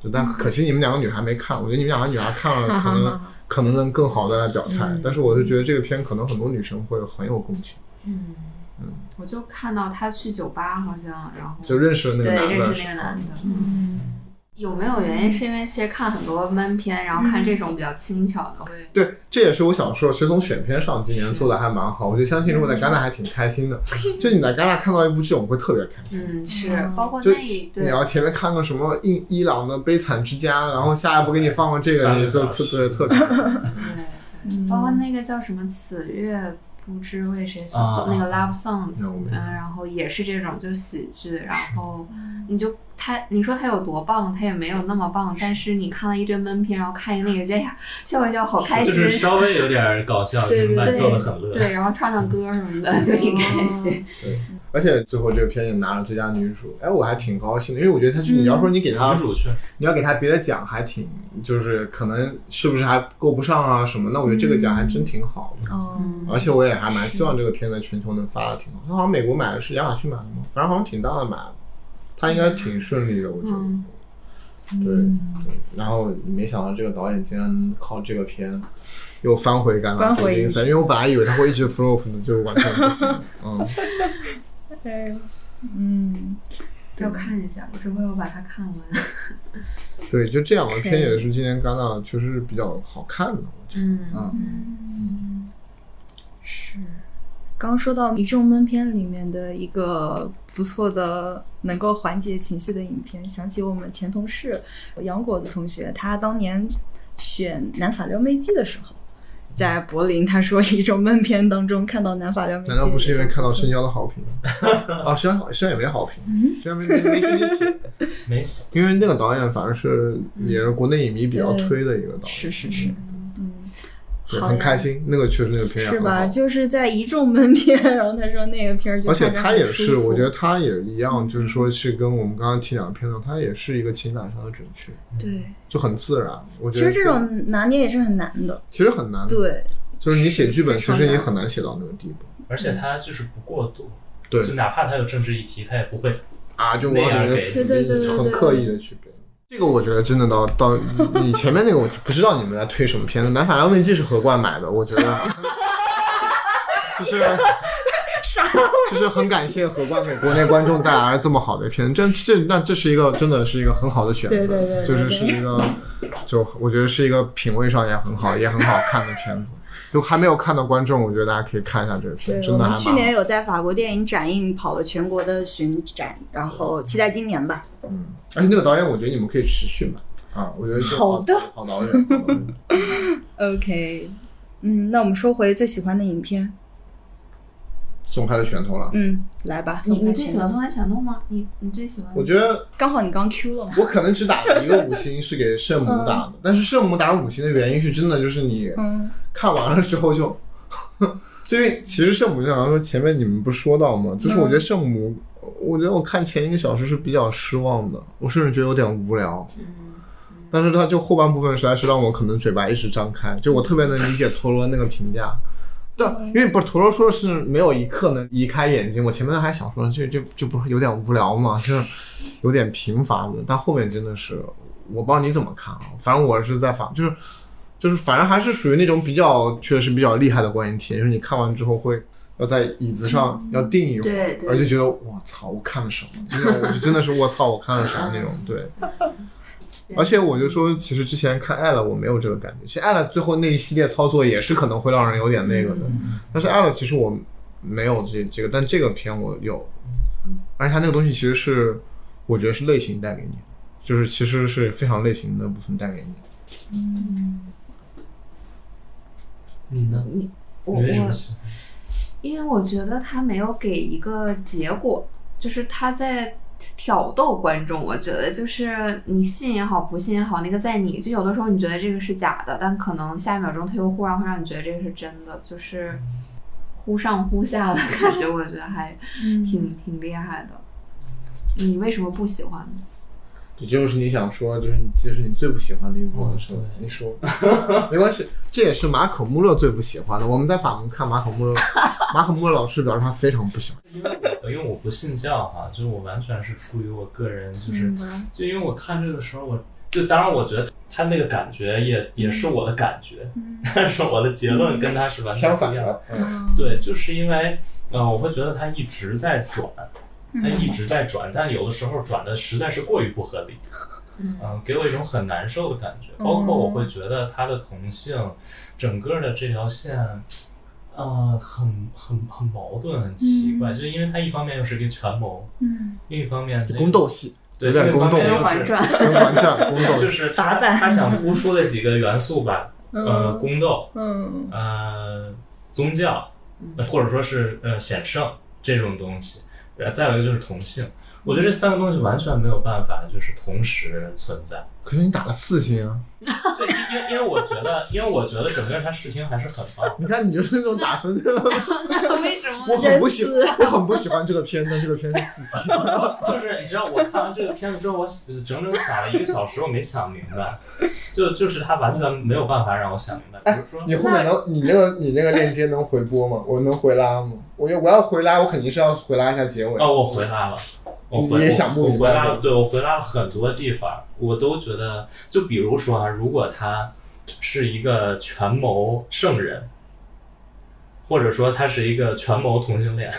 A: 就但可惜你们两个女孩没看，我觉得你们两个女孩看
D: [laughs]
A: 了可能可能能更好的来表态，
D: 嗯
A: 但是我就觉得这个片可能很多女生会很有共情，
D: 嗯我就看到他去酒吧好像，然后
A: 嗯就认识了那
D: 对
A: 个男的
D: 认
A: 时
D: 识那
A: 候，
D: 个男的，嗯有没有原因是因为其实看很多闷片，然后看这种比较轻巧的会，
A: 对，这也是我想说，其实从选片上今年做的还蛮好，我就相信如果在戛纳还挺开心的。 [laughs] 就你在戛纳看到一部这种会特别开心，
D: 嗯，是包括
A: 就
D: 那一
A: 你
D: 对
A: 要前面看个什么伊伊朗的悲惨之家，然后下一步给你放个这个，
B: 三个
A: 你就
B: 小
A: 特
B: 时
A: 对特别开心。
D: 对。
C: 嗯
D: 包括那个叫什么“此月不知为谁所
B: 啊
D: 奏”那个
A: 那
D: Love
A: 我
D: Songs，
A: 没
D: 嗯，
A: 看
D: 然后也是这种就是喜剧，然后
B: 嗯
D: 你就他你说他有多棒，他也没有那么棒，但是你看了一堆闷片，然后看一那个这呀笑一笑，好开
B: 就是
D: 心，
B: 稍微有点搞笑，就
C: 对
B: 是把你
D: 对
B: 逗得很乐。
D: 对，然后唱唱歌什么的
B: 嗯
D: 就挺开心，
A: 而且最后这个片也拿了最佳女主，哎，我还挺高兴的，因为我觉得他是你要
D: 嗯
A: 说你给他
B: 女主确实
A: 你要给他别的奖，还挺就是可能是不是还够不上啊什么？那我觉得这个奖还真挺好的。
B: 嗯
C: 哦，
D: 嗯
A: 而且我也还蛮希望这个片在全球能发的挺好。它好像美国买的是亚马逊买的吗？反正好像挺大的买了，它应该挺顺利的，我觉得。
D: 嗯
A: 对
C: 嗯
A: 对，然后没想到这个导演竟然靠这个片又翻回戛纳
C: 翻
A: 这个
C: 回
A: 竞赛，因为我本来以为他会一直 flop 呢，就完全不行。 [laughs] 嗯，
C: 对，嗯，
D: 要看一下，我这回我把它看完，
A: 对，就这两个片
C: OK
A: 也是今年戛纳确实比较好看的，我觉得。
D: 嗯
A: 嗯，
C: 是。刚说到一众闷片里面的一个不错的能够缓解情绪的影片，想起我们前同事杨果子同学，他当年选《南法撩妹记》的时候，在柏林，他说一众闷片当中看到《南法嗯撩妹记》，
A: 难道不是因为看到深交的好评吗？ [laughs] 啊，深交深交也没好评，
C: 嗯
A: 深交没没没没写，
B: 没写，
A: 因为那个导演反正是也是国内影迷比较
C: 对
A: 推的一个导演，
C: 是是是，嗯，
A: 对，
C: 好
A: 很
C: 呀
A: 开心。那个确实那个片也
C: 是
A: 很好
C: 吧？就是在一众闷片，然后他说那个片儿就
A: 而且
C: 看着
A: 他
C: 很
A: 也
C: 舒
A: 是，我
C: 服
A: 觉得他也一样，就是说是跟我们刚刚提两个片段，他也是一个情感上的准确，
C: 对，
A: 就很自然。我
C: 其
A: 觉得
C: 实这种拿捏也是很难的，
A: 其实很难，，
C: 对，
A: 就是你写剧本，
D: 非
A: 其
D: 常
A: 实你
D: 难
A: 很难写到那个地步。
B: 而且她就是不过度，
A: 对
B: 就哪怕她有政治议题，她也不会
A: 啊，就往
B: 那
A: 里
B: 样
A: 面
B: 给
A: 死
C: 对对对对
A: 很
C: 对
A: 刻意的去给。这个我觉得真的到到你前面那个，我不知道你们在推什么片子，《南法拉面记》是何冠买的，我觉得
C: [laughs]
A: 就是就是很感谢何冠给国内观众带来了这么好的片，这这那这是一个真的是一个很好的选择，
C: 对对对对对
A: 就是是一个就我觉得是一个品味上也很好也很好看的片子。就还没有看到观众，我觉得大家可以看一下这个
C: 对
A: 片，，真
C: 我
A: 的还蛮
C: 们去年有在法国电影展映跑了全国的巡展，然后期待今年吧。
A: 而且那个导演，我觉得你们可以持续买啊，我觉得是
C: 好的
A: 好导演，好导演 [laughs]
C: OK，嗯，那我们说回最喜欢的影片，
A: 松开了拳头了。
C: 嗯，来吧，
D: 你
C: 宋
D: 你
C: 凯
D: 最
C: 先
D: 喜欢
C: 来
D: 松开拳头吗？你你最喜欢？
A: 我觉得
C: 刚好你刚 Q 了嘛，
A: 我可能只打了一个五星，是给圣母打的。但是圣母打五星的原因是真的，就是你
C: 嗯，
A: 看完了之后就， [laughs] 就因为其实圣母就好像说前面你们不说到吗？就是我觉得圣母，我觉得我看前一个小时是比较失望的，我甚至觉得有点无聊。但是它就后半部分实在是让我可能嘴巴一直张开，就我特别能理解陀螺那个评价。对，因为不是陀螺说是没有一刻能移开眼睛，我前面还想说这这这不是有点无聊吗？就是有点贫乏的，但后面真的是我不知道你怎么看啊，反正我是在法，就是就是反正还是属于那种比较确实比较厉害的观影体验，就是你看完之后会要在椅子上要定一会儿，
D: 嗯对对
A: 而且觉得我操，我看了什么？就是我就真的是我操，我看了啥那种，对。而且我就说，其实之前看艾了，我没有这个感觉。其实艾了最后那一系列操作也是可能会让人有点那个的，
B: 嗯
A: 但是艾了其实我没有这这个，但这个片我有，而且它那个东西其实是我觉得是类型带给你，就是其实是非常类型的部分带给你。
B: 你呢？
D: 你我
B: 你为什
D: 我
B: 么喜欢？
D: 因为我觉得他没有给一个结果，就是他在挑逗观众。我觉得就是你信也好，不信也好，那个在你就有的时候你觉得这个是假的，但可能下一秒钟他又忽然会让你觉得这个是真的，就是忽上忽下的感觉，我觉得还
C: 嗯
D: 挺挺厉害的。你为什么不喜欢呢？
A: 这就是你想说，就是你这是你最不喜欢的一部分，是吧？
B: 哦
A: 你
B: [laughs]
A: 说没关系，这也是马可·穆勒最不喜欢的。我们在法国看马可·穆勒，马可·穆勒老师表示他非常不喜欢。
B: 因为我因为我不信教哈，就是我完全是出于我个人，就是、
D: 嗯
B: 就因为我看这个的时候，我就当然我觉得他那个感觉也也是我的感觉， [laughs] 但是我的结论跟他是完全
A: 相
B: 不
A: 反
B: 一样。
A: 的，嗯
B: 对，就是因为呃，我会觉得他一直在转，他一直在转，但有的时候转的实在是过于不合理，
D: 嗯
B: 嗯、给我一种很难受的感觉。包括我会觉得他的同性，整个的这条线。呃，很很很矛盾，很奇怪，就是因为他一方面又是一个权谋，
C: 嗯，
B: 另一方面这个
A: 宫斗戏，
B: 对，
A: 有点
B: 另一
A: 宫
B: 方
A: 斗
B: 面
A: 有
B: 又
A: 点
B: 是
D: 反
B: [laughs]
D: 转， [laughs]
A: 甄嬛传、宫斗
B: 就
A: 戏，
B: 是
C: 打
B: 他
C: 扮
B: 他想突出的几个元素吧，呃，宫斗，
C: 嗯
B: 呃，宗教，呃或者说是呃显圣这种东西，呃，再有一个就是同性，我觉得这三个东西完全没有办法就是同时存在。
A: 可是你打了四星啊！
B: 这因因因为我觉得，因为我觉得整个他视听还是很棒。
A: 你看你就是那种打分的，
D: 那为什么
A: 我很不喜，
C: 仁
A: 我很不喜欢这个片，但这个片是四星。
B: 就是你知道，我看完这个片子之后，我整整想了一个小时，我没想明白，就就是他完全没有办法让我想明白。比如说，
A: 你后面能，你那个你那个链接能回播吗？我能回拉吗？我要我要回拉，我肯定是要回拉一下结尾。
B: 哦，我回拉了，我回
A: 你也想不
B: 我
A: 明
B: 我回
A: 白
B: 拉
A: 吗
B: 了，对我回拉了很多地方，我都觉得，就比如说啊，如果他是一个权谋圣人，或者说他是一个权谋同性恋，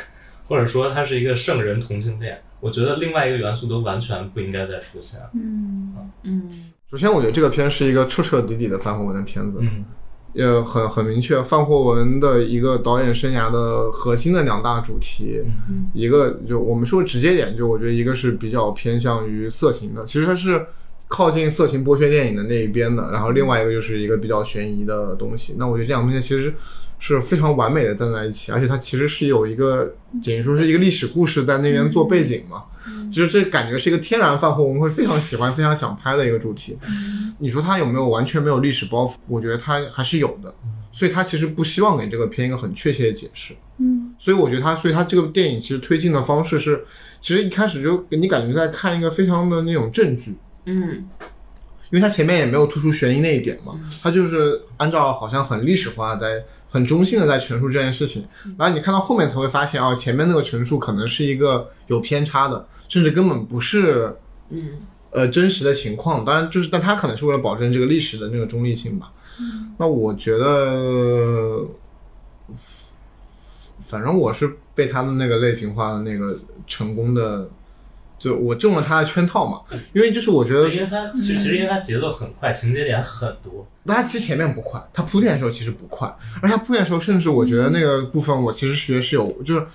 B: 或者说他是一个圣人同性恋，我觉得另外一个元素都完全不应该再出现。
C: 嗯
D: 嗯，
A: 首先，我觉得这个片是一个彻彻底底的范霍文的片子，
B: 嗯，
A: 也很很明确。范霍文的一个导演生涯的核心的两大主题，
B: 嗯
A: 一个就我们说直接点，就我觉得一个是比较偏向于色情的，其实它是靠近色情剥削电影的那一边的，然后另外一个就是一个比较悬疑的东西。那我觉得这两个东西其实是非常完美的站在一起，而且它其实是有一个等于说是一个历史故事在那边做背景嘛，就是这感觉是一个天然饭后我们会非常喜欢、非常想拍的一个主题。你说它有没有完全没有历史包袱？我觉得它还是有的，所以它其实不希望给这个片一个很确切的解释。
C: 嗯
A: 所以我觉得他，所以他这个电影其实推进的方式是，其实一开始就给你感觉在看一个非常的那种正剧，
D: 嗯
A: 因为他前面也没有突出悬疑那一点嘛，他就是按照好像很历史化在。很中性的在陈述这件事情，然后你看到后面才会发现，哦，前面那个陈述可能是一个有偏差的，甚至根本不是
D: 嗯
A: 呃真实的情况。当然，就是但他可能是为了保证这个历史的那个中立性吧。那我觉得，反正我是被他的那个类型化的那个成功的就我中了他的圈套嘛。因为就是我觉得
B: 嗯对因为它其实其实因为它节奏很快，情节点很多，
A: 那它其实前面不快，它铺垫的时候其实不快，而它铺垫的时候，甚至我觉得那个部分，我其实学是有，就是，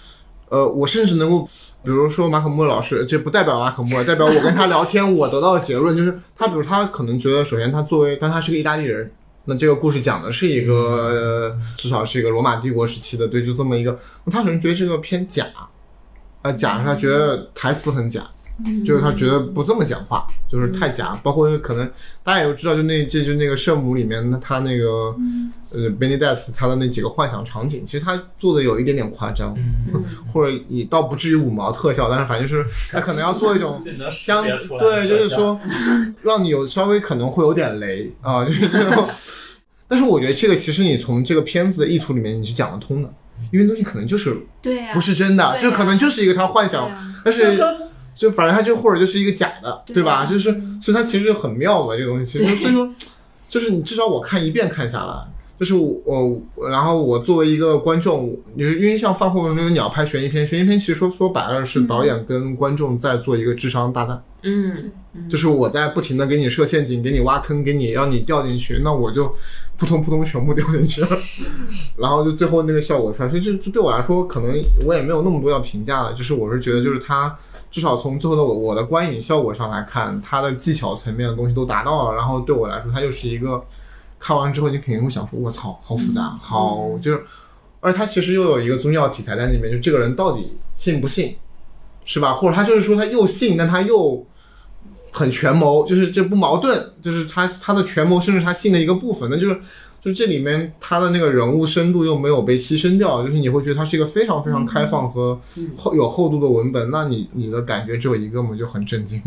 A: 呃，我甚至能够，比如说马可莫老师，这不代表马可莫，代表我跟他聊天，我得到的结论就是，他比如他可能觉得，首先他作为，但他是个意大利人。那这个故事讲的是一个，呃至少是一个罗马帝国时期的，对，就这么一个。那他可能觉得这个偏假，呃，假是他觉得台词很假，就是他觉得
D: 嗯
A: 不这么讲话，就是太假。包括可能大家也都知道，就那这就那个圣母里面，那他那个
D: 嗯
A: 呃 b e n e d e t 他的那几个幻想场景，其实他做的有一点点夸张，
B: 嗯，
A: 或者也倒不至于五毛特效，但是反正就是他可能要做一
B: [laughs]
A: 种
B: 这能识
A: 相
B: 别出来，
A: 对，就是，说让你有稍微可能会有点雷啊，就是这种。但是我觉得这个其实你从这个片子的意图里面你是讲得通的，因为东西可能就是
D: 对呀、
A: 不是真的，
D: 对
A: 就可能就是一个他幻想
D: 对啊 [laughs]
A: 但是就反正它就或者就是一个假的，
D: 对
A: 对吧？
D: 嗯
A: 就是所以它其实很妙嘛，这个东西。其
D: 对
A: 实所以说，就是你至少我看一遍看下来，就是我，我然后我作为一个观众，就是因为像《饭后龙牛鸟》拍悬疑片，悬疑片其实说说白了是导演跟观众在做一个智商大战，
D: 嗯，
A: 就是我在不停的给你设陷阱，给你挖坑，给你让你掉进去，那我就扑通扑通全部掉 [laughs] 进去了，然后就最后那个效果出来。所以这这对我来说，可能我也没有那么多要评价了，就是我是觉得就是它。至少从最后的我我的观影效果上来看，它的技巧层面的东西都达到了，然后对我来说，它就是一个看完之后你肯定会想说，我操，好复杂，好就是，而且它其实又有一个宗教题材在里面，就这个人到底信不信，是吧？或者他就是说他又信，但他又很权谋，就是这不矛盾，就是他他的权谋，甚至他信的一个部分，那就是。就是这里面他的那个人物深度又没有被牺牲掉，就是你会觉得它是一个非常非常开放和厚有厚度的文本，那你你的感觉只有一个嘛，就很震惊。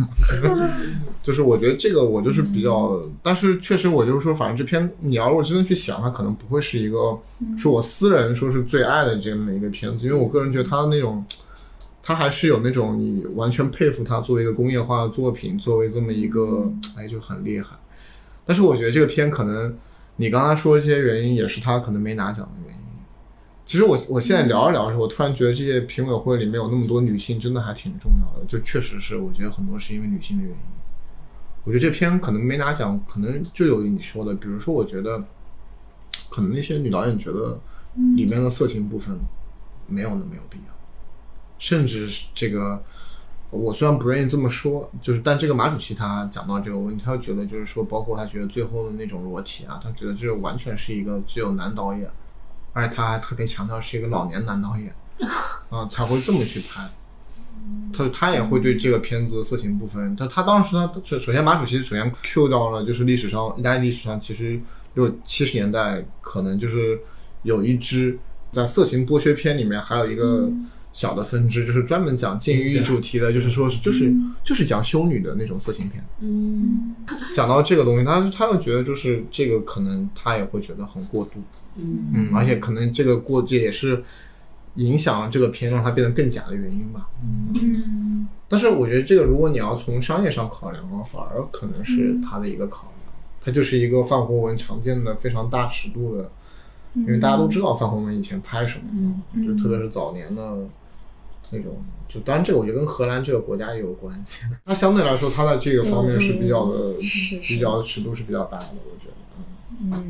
A: 就是我觉得这个我就是比较，但是确实我就是说，反正这篇你要如果真的去想，它可能不会是一个是我私人说是最爱的这么一个片子，因为我个人觉得它的那种，它还是有那种你完全佩服它作为一个工业化的作品，作为这么一个哎就很厉害。但是我觉得这个片可能你刚才说这些原因，也是他可能没拿奖的原因。其实我我现在聊着聊着，我突然觉得这些评委会里面有那么多女性，真的还挺重要的。就确实是，我觉得很多是因为女性的原因。我觉得这篇可能没拿奖，可能就有你说的，比如说，我觉得可能那些女导演觉得里面的色情部分没有那么有啊必要，甚至是这个我虽然不愿意这么说，就是但这个马主席他讲到这个问题，他觉得就是说，包括他觉得最后的那种裸体啊，他觉得这完全是一个只有男导演，而且他还特别强调是一个老年男导演啊、才会这么去拍。他他也会对这个片子的色情部分，他他当时呢，首首先马主席首先 Q 到了，就是历史上意大利历史上其实六七十年代可能就是有一支在色情剥削片里面还有一个小的分支，就是专门讲禁欲主题的，就是说是就是就是讲修女的那种色情片。
D: 嗯
A: 讲到这个东西，他他又觉得就是这个可能他也会觉得很过度，
D: 嗯
A: 嗯，而且可能这个过这也是影响这个片让它变得更假的原因吧。
C: 嗯
A: 但是我觉得这个，如果你要从商业上考量啊，反而可能是
D: 嗯
A: 它的一个考量。它就是一个范博文常见的非常大尺度的，因为大家都知道范博文以前拍什么，
D: 嗯
A: 就特别是早年的那种。就当然，这个我觉得跟荷兰这个国家也有关系。它相对来说，它在这个方面是比较的，比较的尺度是比较大的，我觉得。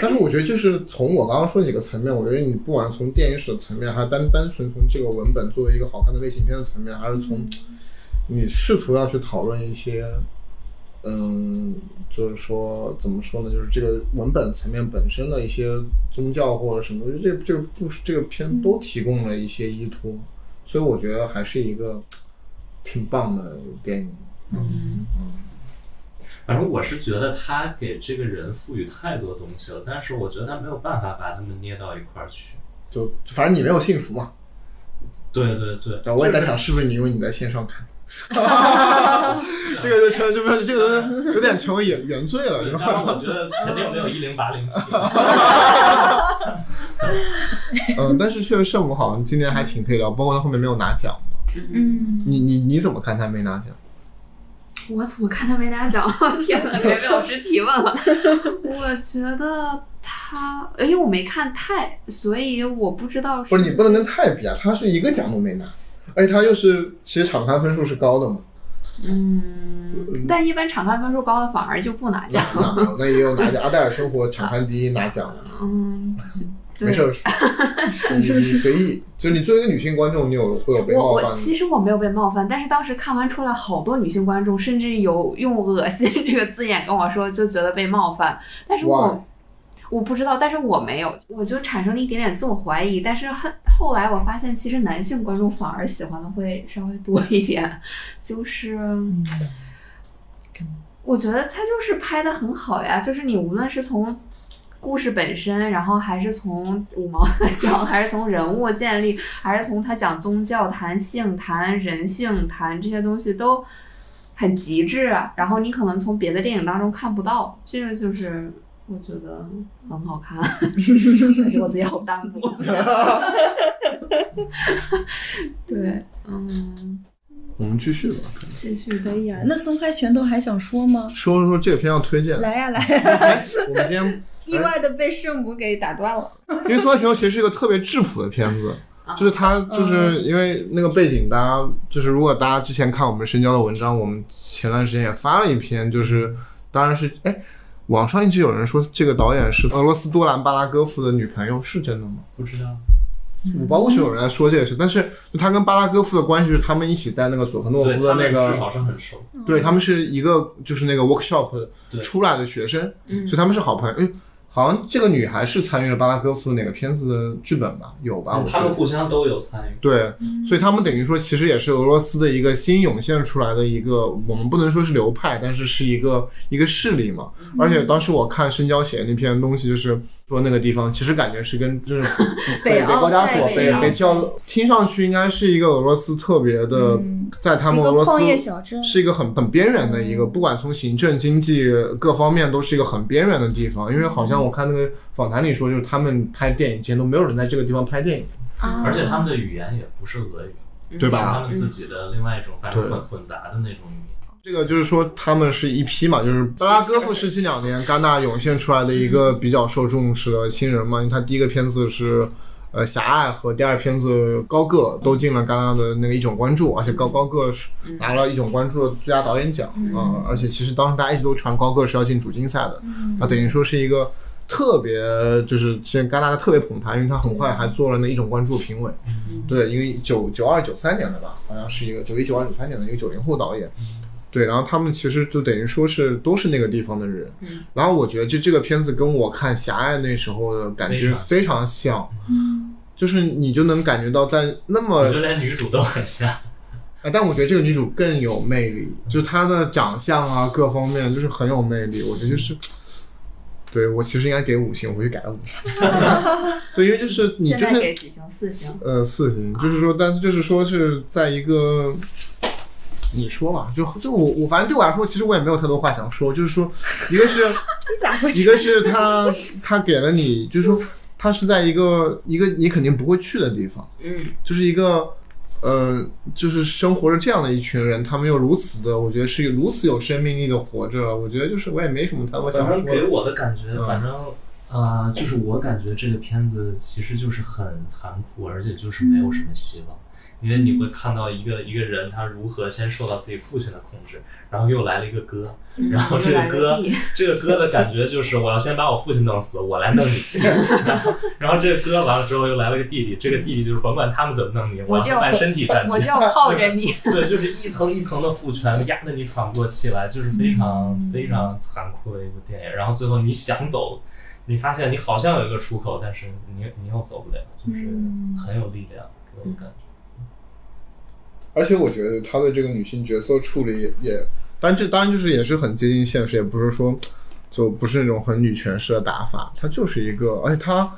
A: 但是我觉得，就是从我刚刚说几个层面，我觉得你不管从电影史层面，还是单单纯从这个文本作为一个好看的类型片的层面，还是从你试图要去讨论一些，嗯，就是说怎么说呢，就是这个文本层面本身的一些宗教或者什么，我觉得这个这个故事这个片都提供了一些依托，所以我觉得还是一个挺棒的电影。
B: 反正我是觉得他给这个人赋予太多东西了，但是我觉得他没有办法把他们捏到一块儿去。
A: 就反正你没有幸福嘛，
B: 对对对，
A: 然后我也在想，是不是你因为你在线上
B: [laughs]
A: 看，这个就成这不这个有点成为原原罪了，是
B: 对当然
A: 吧？
B: 我觉得肯定没有一零八 [laughs] 零 P，
A: 嗯，但是确实圣母好像今年还挺可以聊，包括他后面没有拿奖嘛。
C: 嗯
A: 你你你怎么看他没拿奖？
D: 我怎么看他没拿奖？天哪，给魏老师提问 [laughs] 了。我觉得他，哎因为我没看太，所以我不知道
A: 不是你不能跟泰比啊，他是一个奖都没拿。而且它又是其实场刊分数是高的嘛，
D: 嗯，但一般场刊分数高的反而就不拿
A: 那
B: [laughs]
D: 奖。
A: 那那也有拿奖，阿黛尔生活场刊第一拿奖，
D: 嗯，对
A: 没事
D: [laughs]
A: 儿，你随意。就是你作为一个女性观众，你有会有被
D: 我
A: 冒犯
D: 我
A: 的
D: 其实我没有被冒犯，但是当时看完出来，好多女性观众甚至有用“恶心”这个字眼跟我说，就觉得被冒犯。但是我
A: Why？
D: 我不知道，但是我没有，我就产生了一点点自我怀疑。但是后后来我发现，其实男性观众反而喜欢的会稍微多一点，就是。我觉得他就是拍的很好呀，就是你无论是从故事本身，然后还是从五毛特效，还是从人物建立，还是从他讲宗教、谈性、谈人性、谈这些东西都很极致啊。然后你可能从别的电影当中看不到，这个就是我觉得很好看。但是我自己好单薄。对，嗯，
A: 我们继续吧，可能
D: 继续
C: 可以啊。那松开拳头还想说吗？
A: 说说这个片要推荐。
C: 来呀、来呀、
A: 哎，我们今天
C: 意外的被圣母给打断了。
A: 因为《松花学校》其实是一个特别质朴的片子，就是它就是因为那个背景，大家就是如果大家之前看我们深交的文章，我们前段时间也发了一篇，就是当然是哎，网上一直有人说这个导演是俄罗斯多兰巴拉戈夫的女朋友，是真的吗？
B: 不知道，
A: 我包括是有人在说这个事，但是就他跟巴拉戈夫的关系是他们一起在那个佐科诺
B: 对
A: 夫的
B: 他
A: 那
B: 们
A: 个
B: 至少是很熟，
A: 对
C: 嗯
A: 他们是一个就是那个 workshop
B: 对
A: 出来的学生，
D: 嗯
A: 所以他们是好朋友。哎，好像这个女孩是参与了巴拉戈夫那个片子的剧本吧？有吧？我觉
B: 他嗯们
A: 得。
B: 互相都有参与。
A: 对，
C: 嗯
A: 所以他们等于说其实也是俄罗斯的一个新涌现出来的一个，我们不能说是流派，但是是一个一个势力
C: 嗯
A: 嘛。而且当时我看深交写的那篇东西，就是说那个地方其实感觉是跟
C: [laughs]
A: 就是
C: 北
A: 北高加索
C: 奥塞
A: 被
C: 北
A: 被叫，听上去应该是一个俄罗斯特别的
C: 嗯，
A: 在他
C: 一
A: 们
C: 个
A: 俄罗斯
C: 矿业小镇
A: 是一个很很边缘的一个，不管从行政、经济各方面都是一个很边缘的地方。因为好像我看那个访谈里说，就是他们拍电影之前都没有人在这个地方拍电影，
C: 啊
B: 而且他们的语言也不是俄语，
A: 对
B: 是啊他
A: 吧？
B: 们自己的另外一种，反正
A: 对
B: 混混杂的那种语言。
A: 这个就是说他们是一批嘛，就是巴拉戈夫是近两年戛纳涌现出来的一个比较受重视的新人嘛，因为他第一个片子是。呃，狭隘和第二片子《高个》都进了戛纳的那个一种关注，而且高高个是拿了一种关注的最佳导演奖啊、而且其实当时大家一直都传高个是要进主竞赛的，那等于说是一个特别就是现在戛纳的特别捧他，因为他很快还做了那一种关注评委，对，因为九九二九三年的吧，好像是一个九一九二九三年的一个九零后导演。对，然后他们其实就等于说是都是那个地方的人，
D: 嗯
A: 然后我觉得这这个片子跟我看《狭隘》那时候的感觉非常像，就是你就能感觉到在那么
B: 我觉得连女主都很像，
A: 啊，但我觉得这个女主更有魅力，就是她的长相啊，各方面就是很有魅力。我觉得就是，对我其实应该给五星，我回去改了五星。
D: [laughs]
A: 对，因为就是你
D: 现
A: 就
D: 在给
A: 是
D: 几星？四星。
A: 呃四星，就是说，但是就是说是在一个。你说吧，就就我我反正对我来说，其实我也没有太多话想说，就是说，一个是
C: 咋回
A: 一个是他他给了你，就是说他是在一个一个你肯定不会去的地方，
D: 嗯
A: 就是一个，呃，就是生活着这样的一群人，他们又如此的，我觉得是如此有生命力的活着。我觉得就是我也没什么太多想
B: 反正
A: 说
B: 给
A: 的。
B: 我的感觉，
A: 嗯
B: 反正呃，就是我感觉这个片子其实就是很残酷，而且就是没有什么希望。因为你会看到一个一个人他如何先受到自己父亲的控制，然后又来了一个哥，然后这个歌
D: 嗯又来了 B
B: 这个歌的感觉就是我要先把我父亲弄死，我来
D: [laughs]
B: 弄你。然后这个歌完了之后又来了个弟弟，这个弟弟就是甭管他们怎么弄你，
D: 我
B: 我
D: 就
B: 要按身体占
D: 我
B: 据
D: 就。要靠着你。
B: [laughs] 对，就是一层一层的父权压得你喘不过气来，就是非常非常残酷的一部电影。然后最后你想走，你发现你好像有一个出口，但是你你又走不了，就是很有力量，给我的感觉。
A: 而且我觉得他对这个女性角色处理也也，但这当然就是也是很接近现实，也不是说就不是那种很女权式的打法，他就是一个，而且他。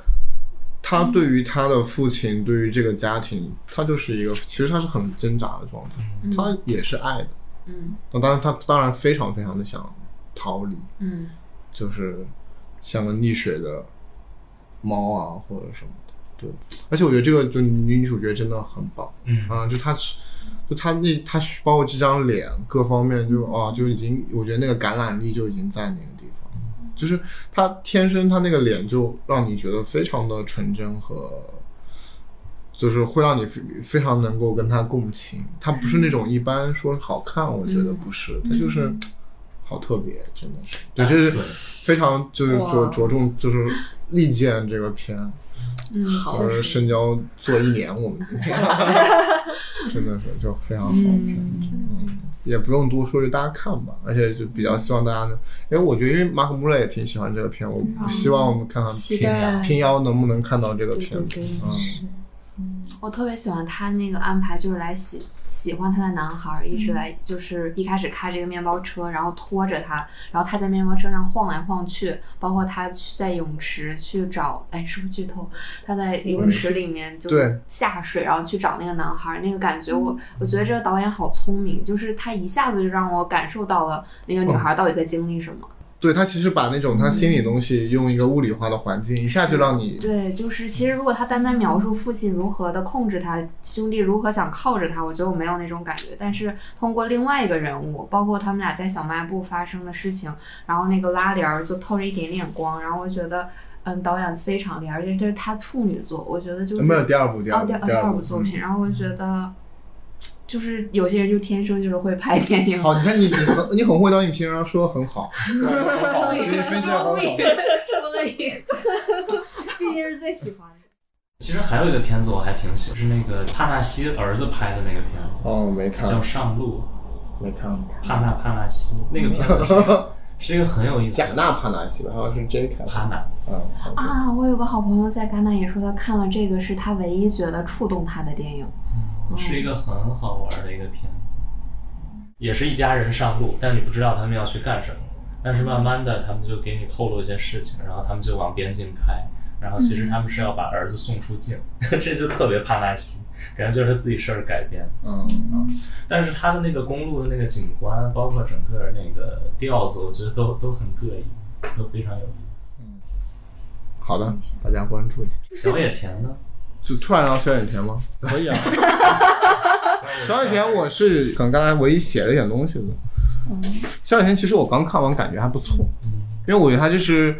A: 他对于他的父亲，对于这个家庭，他就是一个，其实他是很挣扎的状态， [laughs] 他也是爱的，
D: 嗯
A: 那当然他当然非常非常的想逃离，
D: 嗯
A: 就是像个溺水的猫啊或者什么的。对，而且我觉得这个就女女主角真的很棒
B: 嗯，
A: 啊、就她是，就她那她包括这张脸各方面就啊就已经，我觉得那个感染力就已经在那个地方，就是她天生她那个脸就让你觉得非常的纯真和。就是会让你非非常能够跟他共情。他不是那种一般说是好看，我觉得不是，他就是好特别，真的是。对，这是非常就是着
C: 哇
A: 着重就是力荐这个片，
D: 嗯，
C: 好
A: 就是深交做一年，我们今天真的是就非常好片。嗯，也不用多说，就大家看吧。而且就比较希望大家呢，因为我觉得，因为马可穆勒也挺喜欢这个片，我希望我们看看
C: 期
A: 平
C: 待
A: 平遥能不能看到这个
C: 对
A: 片
C: 对
A: 子
C: 对，。
A: 嗯，
C: 是
D: 我特别喜欢他那个安排，就是来喜喜欢他的男孩儿一直来，就是一开始开这个面包车，然后拖着他，然后他在面包车上晃来晃去，包括他去在泳池去找，哎，是不是剧透？他在泳池里面就
A: 对
D: 下水，然后去找那个男孩儿，那个感觉我我觉得这个导演好聪明，就是他一下子就让我感受到了那个女孩儿到底在经历什么。
A: 对他其实把那种他心里东西用一个物理化的环境，一下就让你
D: 对，就是其实如果他单单描述父亲如何的控制他，兄弟如何想靠着他，我觉得我没有那种感觉。但是通过另外一个人物，包括他们俩在小卖部发生的事情，然后那个拉帘儿就透着一点点光，然后我觉得，嗯，导演非常厉害，而且这是他处女作，我觉得就是
A: 呃没有第二部，第
D: 哦
A: 二
D: 第二
A: 部，嗯
D: 第二部
A: 部
D: 作品，然后我就觉得，就是有些人就天生就是会拍电影 [laughs]
A: 嗯。。好，你看你你很你很会导演，你平常说很好，对很好，其实分析的很好。
D: 说的一 [laughs] 个
C: 毕竟是最喜欢的。
B: 其实还有一个片子我还挺喜欢，是那个帕纳西儿子拍的那个片子，
A: 哦，没
B: 叫《
A: 看，
B: 上路
A: 没看过。》，
B: 帕纳帕纳西那个片子是是一个很有意思
A: 贾
B: 的
A: 纳帕纳西吧，好像是 J 开头。
B: 帕纳。
A: 嗯，好的
D: 啊，我有个好朋友在戛纳也说，他看了这个是他唯一觉得触动他的电影。
B: 是一个很好玩的一个片子，也是一家人上路，但你不知道他们要去干什么。但是慢慢的，他们就给你透露一些事情，然后他们就往边境开，然后其实他们是要把儿子送出境， [laughs] 这就特别帕纳西，感觉就是他自己事儿改编。
A: 嗯，
B: 但是他的那个公路的那个景观，包括整个那个调子，我觉得都都很各异，都非常有意
A: 好的，大家关注一下。
B: 思。小野田呢？
A: 就突然让小野田吗？可以啊。小野田，我是可能刚才唯一写了一点东西的。小野田其实我刚看完感觉还不错，因为我觉得他就是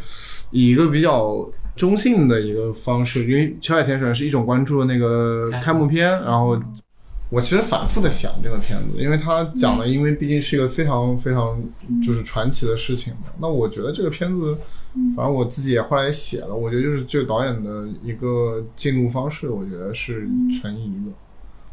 A: 以一个比较中性的一个方式，因为小野田首先是一种关注的那个开幕片，然后我其实反复的想这个片子，因为他讲的，因为毕竟是一个非常非常就是传奇的事情嘛。那我觉得这个片子，反正我自己也后来也写了，我觉得就是这个导演的一个进入方式，我觉得是存疑的。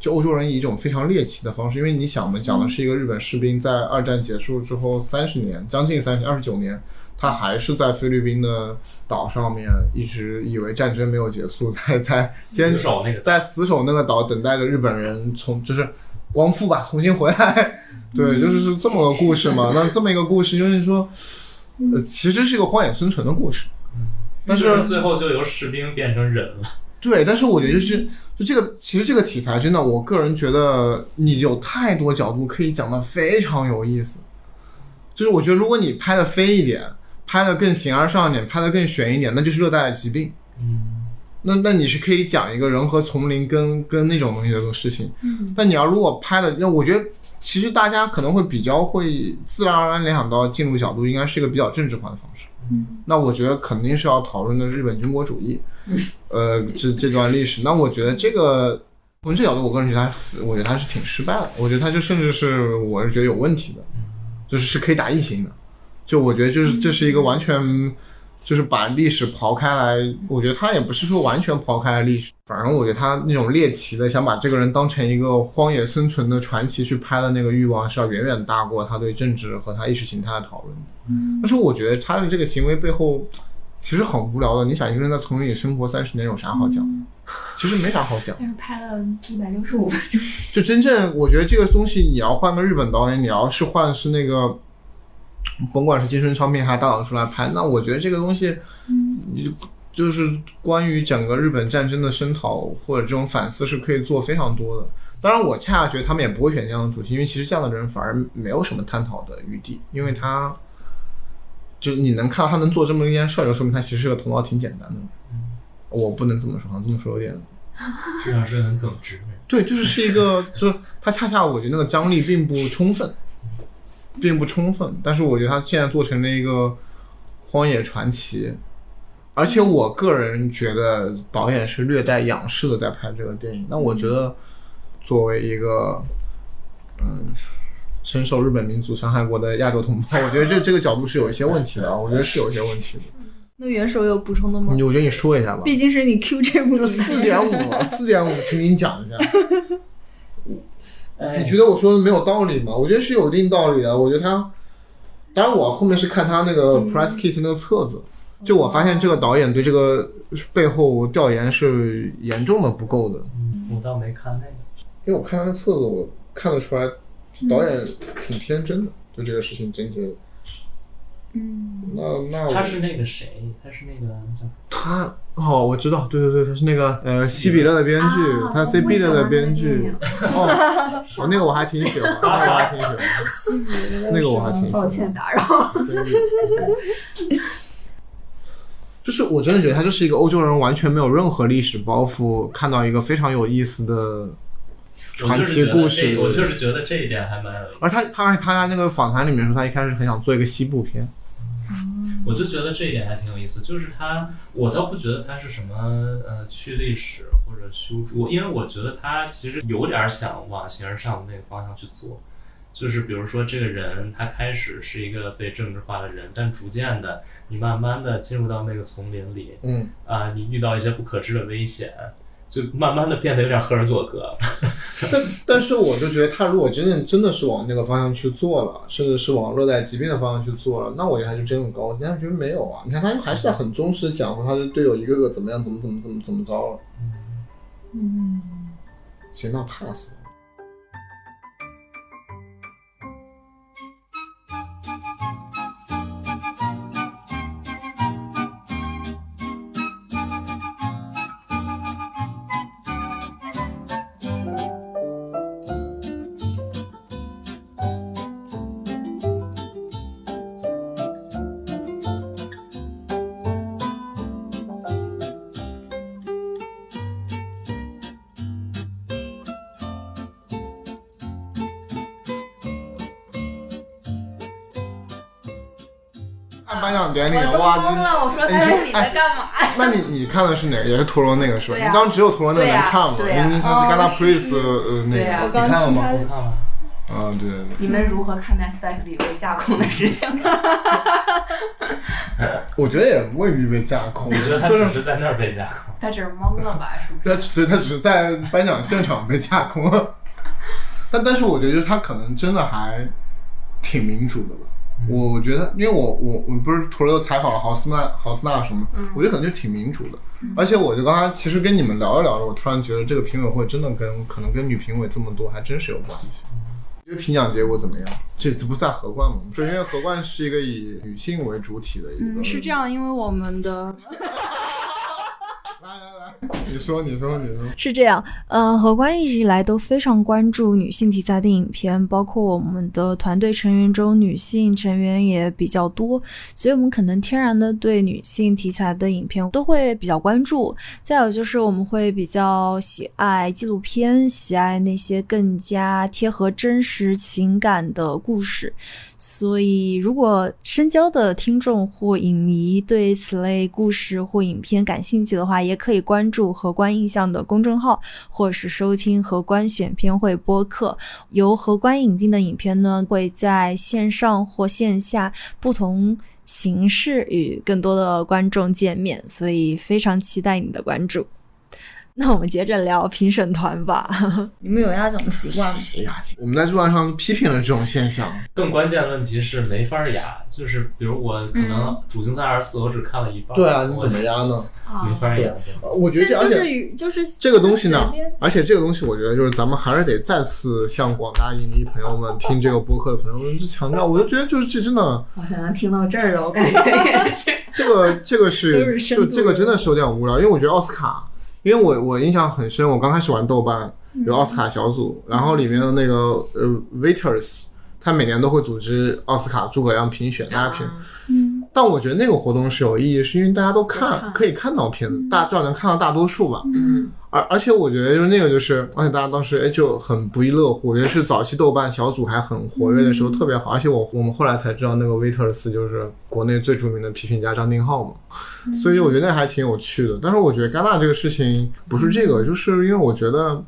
A: 就欧洲人以一种非常猎奇的方式，因为你想嘛，讲的是一个日本士兵在二战结束之后三十年，将近三十二十九年，他还是在菲律宾的岛上面，一直以为战争没有结束，在在坚
B: 坚
A: 守。
B: 守那个
A: 在死守那个岛等待着日本人从就是光复吧，重新回来。对，就是是这么个故事嘛。那这么一个故事，就是说，呃，其实是一个荒野生存的故事。但是
B: 最后就由士兵变成人了。
A: 对，但是我觉得就是就这个，其实这个题材真的，我个人觉得你有太多角度可以讲的非常有意思。就是我觉得如果你拍的飞一点，拍的更形而上一点，拍的更悬一点，那就是热带疾病。
B: 嗯，
A: 那那你是可以讲一个人和丛林跟跟那种东西的事情，嗯，但你要如果拍的，那我觉得其实大家可能会比较会自然而然联想到进入角度应该是一个比较政治化的方式，嗯，那我觉得肯定是要讨论的日本军国主义，呃，这这段历史，那我觉得这个从这角度，我个人觉得他，我觉得他是挺失败的，我觉得他就甚至是我是觉得有问题的，就是是可以打异形的，就我觉得就是这是一个完全。就是把历史刨开来，我觉得他也不是说完全刨开了历史，反正我觉得他那种猎奇的，想把这个人当成一个荒野生存的传奇去拍的那个欲望，是要远远大过他对政治和他意识形态的讨论。嗯，但是我觉得他的这个行为背后其实很无聊的。你想，一个人在丛林里生活三十年，有啥好讲？其实没啥好讲。
D: 但是拍了一百六十五分钟，
A: 就真正我觉得这个东西，你要换个日本导演，你要是换是那个，甭管是金春昌平还是大岛出来拍，那我觉得这个东西，你就是关于整个日本战争的声讨或者这种反思是可以做非常多的。当然，我恰恰觉得他们也不会选这样的主题，因为其实这样的人反而没有什么探讨的余地，因为他。就你能看到他能做这么一件事儿，就说明他其实是个头脑挺简单的人。我不能这么说，好像这么说有点
B: 至少是很耿直。
A: 对，就是是一个，就是他恰恰我觉得那个张力并不充分，并不充分。但是我觉得他现在做成了一个荒野传奇，而且我个人觉得导演是略带仰视的在拍这个电影。那我觉得，作为一个嗯深受日本民族伤害过的亚洲同胞，我觉得这这个角度是有一些问题的啊，我觉得是有一些问题的。
C: 那元首有补充的吗
A: 你？我觉得你说一下吧。
C: 毕竟是你 Q 这部
A: 就四点五，四点五，请你讲一下。
B: 哎
A: 你觉得我说的没有道理吗？我觉得是有一定道理的。我觉得他，当然我后面是看他那个 press kit 那个册子，就我发现这个导演对这个背后调研是严重的不够的，
B: 嗯我倒没看那个。
A: 因为我看他那册子，我看得出来导演挺天真的，对这个事情真是。嗯，那那我
B: 他是那个谁，他是那个叫
A: 他哦，我知道，对对对，他是那个呃西比勒的编剧，
D: 啊
A: 他
D: 我
A: C
D: 不
A: B
D: 喜
A: 勒
D: 欢
A: 的
D: 那
A: 编
D: 个电
A: 剧
D: 影，
A: 哦，哦那个我还挺喜
D: [laughs]
A: 欢，那个我还挺喜欢，那个我还挺喜
D: 嗯抱
A: 欢
D: 歉打扰。
A: C B，就是我真的觉得他就是一个欧洲人，完全没有任何历史包袱，看到一个非常有意思的传奇故事，
B: 我就是觉得这一点还蛮有意思。
A: 而他他他在那个访谈里面说，他一开始很想做一个西部片，
B: 我就觉得这一点还挺有意思，就是他，我倒不觉得他是什么呃去历史或者修筑，因为我觉得他其实有点想往形而上的那个方向去做，就是比如说这个人他开始是一个被政治化的人，但逐渐的你慢慢的进入到那个丛林里，
A: 嗯，
B: 啊、你遇到一些不可知的危险，就慢慢的变得有点赫尔佐格，
A: 但但是我就觉得，他如果真正真的是往那个方向去做了，甚至是往热带疾病的方向去做了，那我觉得他就真有高级。但是觉得没有啊，你看他还是在很忠实的讲述他的队友一个个怎么样，怎么怎么怎么怎么着了。嗯，行，那 pass 了。
D: 啊
A: 按颁奖典礼，
D: 我都
A: 哎哇，
D: 懵了，我说
A: 哎
D: 哎，
A: 你
D: 你
A: 哎
D: 在干嘛？
A: 那你你看的是哪个？也是陀螺那个是吧？
D: 对啊
A: 你当时只有陀螺那个
D: 对
A: 能
D: 啊
A: 看吗？
D: 对啊
A: 你你上次戛纳 Prince 呃那
D: 对啊
A: 个，
D: 我
A: 你看了吗？
B: 你看了？
A: 嗯，对对对。
D: 你们如何看待 Spike 里被架空的事情？
A: 我觉得也未必被架空
B: 我觉得他
A: 就
B: 只
A: 是
B: 是在那儿被架空，
D: 他只是懵了吧？是
A: [laughs]
D: 不
A: 他
D: 是？
A: 只对他只是在颁奖现场被架空了。但但是我觉得就是他可能真的还挺民主的吧。我觉得，因为我我我不是图了又采访了豪斯纳豪斯纳什么，
E: 嗯
A: 我觉得可能就挺民主的。而且我就刚才其实跟你们聊着聊着，我突然觉得这个评委会真的跟可能跟女评委这么多还真是有关系。因为评奖结果怎么样？这这不在荷冠吗？我们说，因为荷冠是一个以女性为主体的一个，
E: 嗯，是这。样，因为我们的
A: 来来来，你说你说你说，
C: 是这样，呃，何官一直以来都非常关注女性题材的影片，包括我们的团队成员中女性成员也比较多，所以我们可能天然的对女性题材的影片都会比较关注。再有就是我们会比较喜爱纪录片，喜爱那些更加贴合真实情感的故事。所以，如果深交的听众或影迷对此类故事或影片感兴趣的话，也可以关注荷官印象的公众号，或是收听荷官选片会播客。由荷官引进的影片呢，会在线上或线下不同形式与更多的观众见面，所以非常期待你的关注。那我们接着聊评审团吧。
F: [laughs] 你们有压奖的习惯吗？
A: 哎呀，我们在论坛上批评了这种现象。
B: 更关键的问题是没法压，就是比如我可
D: 嗯
B: 能主竞赛二十四，我只看了一半，
A: 对啊，你
B: 我
A: 怎么压呢？
D: 哦
B: 没法压？
A: 呃我觉得这，而且
F: 与就是
A: 这个东西呢
F: 随便，
A: 而且这个东西，我觉得就是咱们还是得再次向广大影迷朋友们、听这个播客的朋友们去强调，我就觉得就是这真的，
D: 我才能听到这儿了，我感
A: [laughs]
D: 觉也是。
F: [laughs]
A: 这个这个
F: 都是
A: 是
F: 深
A: 就
F: 度
A: 这个真的是有点无聊，因为我觉得奥斯卡，因为我我印象很深，我刚开始玩豆瓣
F: 嗯
A: 有奥斯卡小组，然后里面的那个呃 Waiters，他每年都会组织奥斯卡诸葛亮评选，大家评。
F: 嗯
A: 但我觉得那个活动是有意义，是因为大家都看，可以看到片子，大至少能看到大多数吧。
D: 嗯，
A: 而而且我觉得就是那个就是，而且大家当时哎就很不亦乐乎，尤其是早期豆瓣小组还很活跃的时候特别好，而且我我们后来才知道那个威特尔斯就是国内最著名的批评家张定浩嘛，所以我觉得那还挺有趣的。但是我觉得戛纳这个事情不是这个，就是因为我觉得。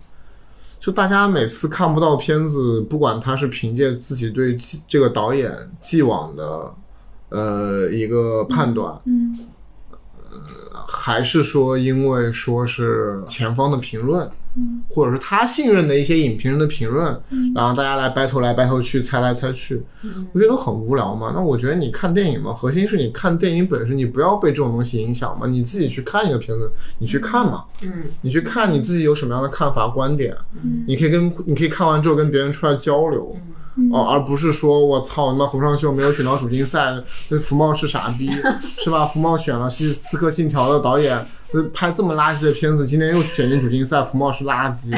A: 就大家每次看不到片子，不管他是凭借自己对既这个导演既往的呃一个判断，
G: 嗯
A: 还是说因为说是前方的评论，
D: 嗯
A: 或者是他信任的一些影评人的评论，然后大家来 battle 来 battle 去，猜来猜去，
D: 嗯
A: 我觉得很无聊嘛。那我觉得你看电影嘛，核心是你看电影本身，你不要被这种东西影响嘛，你自己去看一个片子，你去看嘛，
D: 嗯
A: 你去看你自己有什么样的看法观点，你可以跟你可以看完之后跟别人出来交
D: 嗯
A: 流。哦，而不是说我操你妈洪尚秀没有选到主竞赛，那福茂是傻逼是吧？福茂选了是《刺客信条》的导演，呃拍这么垃圾的片子，今天又选进主竞赛，福茂是垃圾，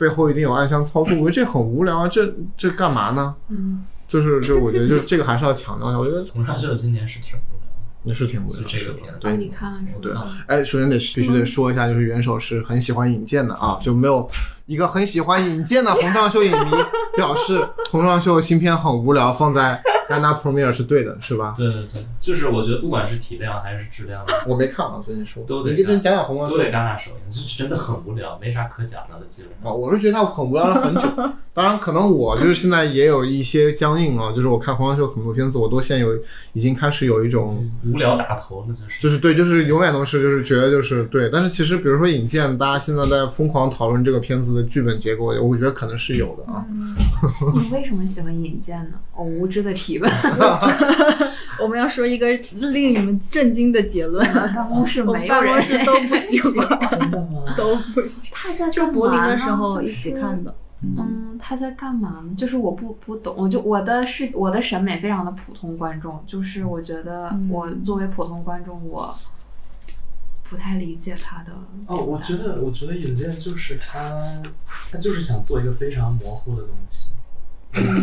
A: 背后一定有暗箱操作，我觉得这很无聊啊，这这干嘛呢？
D: 嗯，
A: 就是就我觉得就这个还是要强调一下，我觉得
B: 红上秀今年是挺无聊的，
A: 也是挺无聊的，
B: 是这
A: 是
B: 个
A: 吧
B: 片子
A: 对，
D: 哦你看了是吧
B: 我
A: 对
B: 看了
A: 哎，首先得必须得说一下，就是元首是很喜欢引荐的啊，就没有一个很喜欢引荐的洪尚秀影迷表示洪尚秀新片很无聊，放在戛纳 premiere 是对的，是吧？
B: 对对对，就是我觉得不管是体量还是质量，
A: [laughs] 我没看啊，最近说，
B: 都得
A: 你给人讲讲洪尚
B: 都
A: 秀
B: 得戛纳首映，就是真的很无聊，没啥可讲的了，基本上。
A: 啊，我是觉得他很无聊了很
B: [laughs]
A: 久。当然，可能我就是现在也有一些僵硬啊，就是我看洪尚秀很多片子，我都现在有已经开始有一种。
B: 无聊打头了，就是。
A: 就是对，就是永远都是，就是觉得就是对。但是其实，比如说《引荐》，大家现在在疯狂讨论这个片子的剧本结构，我觉得可能是有的啊。
C: 嗯
D: 你为什么喜欢引荐呢？我无知的提问，
C: 我们要说一个令你们震惊的结 [laughs] 论，
D: [laughs] 办公室
C: 我
D: 没
C: 们
D: 有
C: 办公
D: 人
C: 室都不喜欢， [laughs]
B: 真的吗？
C: 都不喜
D: [laughs] 他在
C: 欢。就柏林的时候
D: 干嘛呢
C: 一起看。的，
D: 就是嗯，他在干嘛呢？就是我不不懂，我就我的是我的审美非常的普通观众，就是我觉得
C: 嗯
D: 我作为普通观众，我不太理解他的
B: 哦，
D: 表达。
B: 我觉得，我觉得尹健就是他，他就是想做一个非常模糊的东西，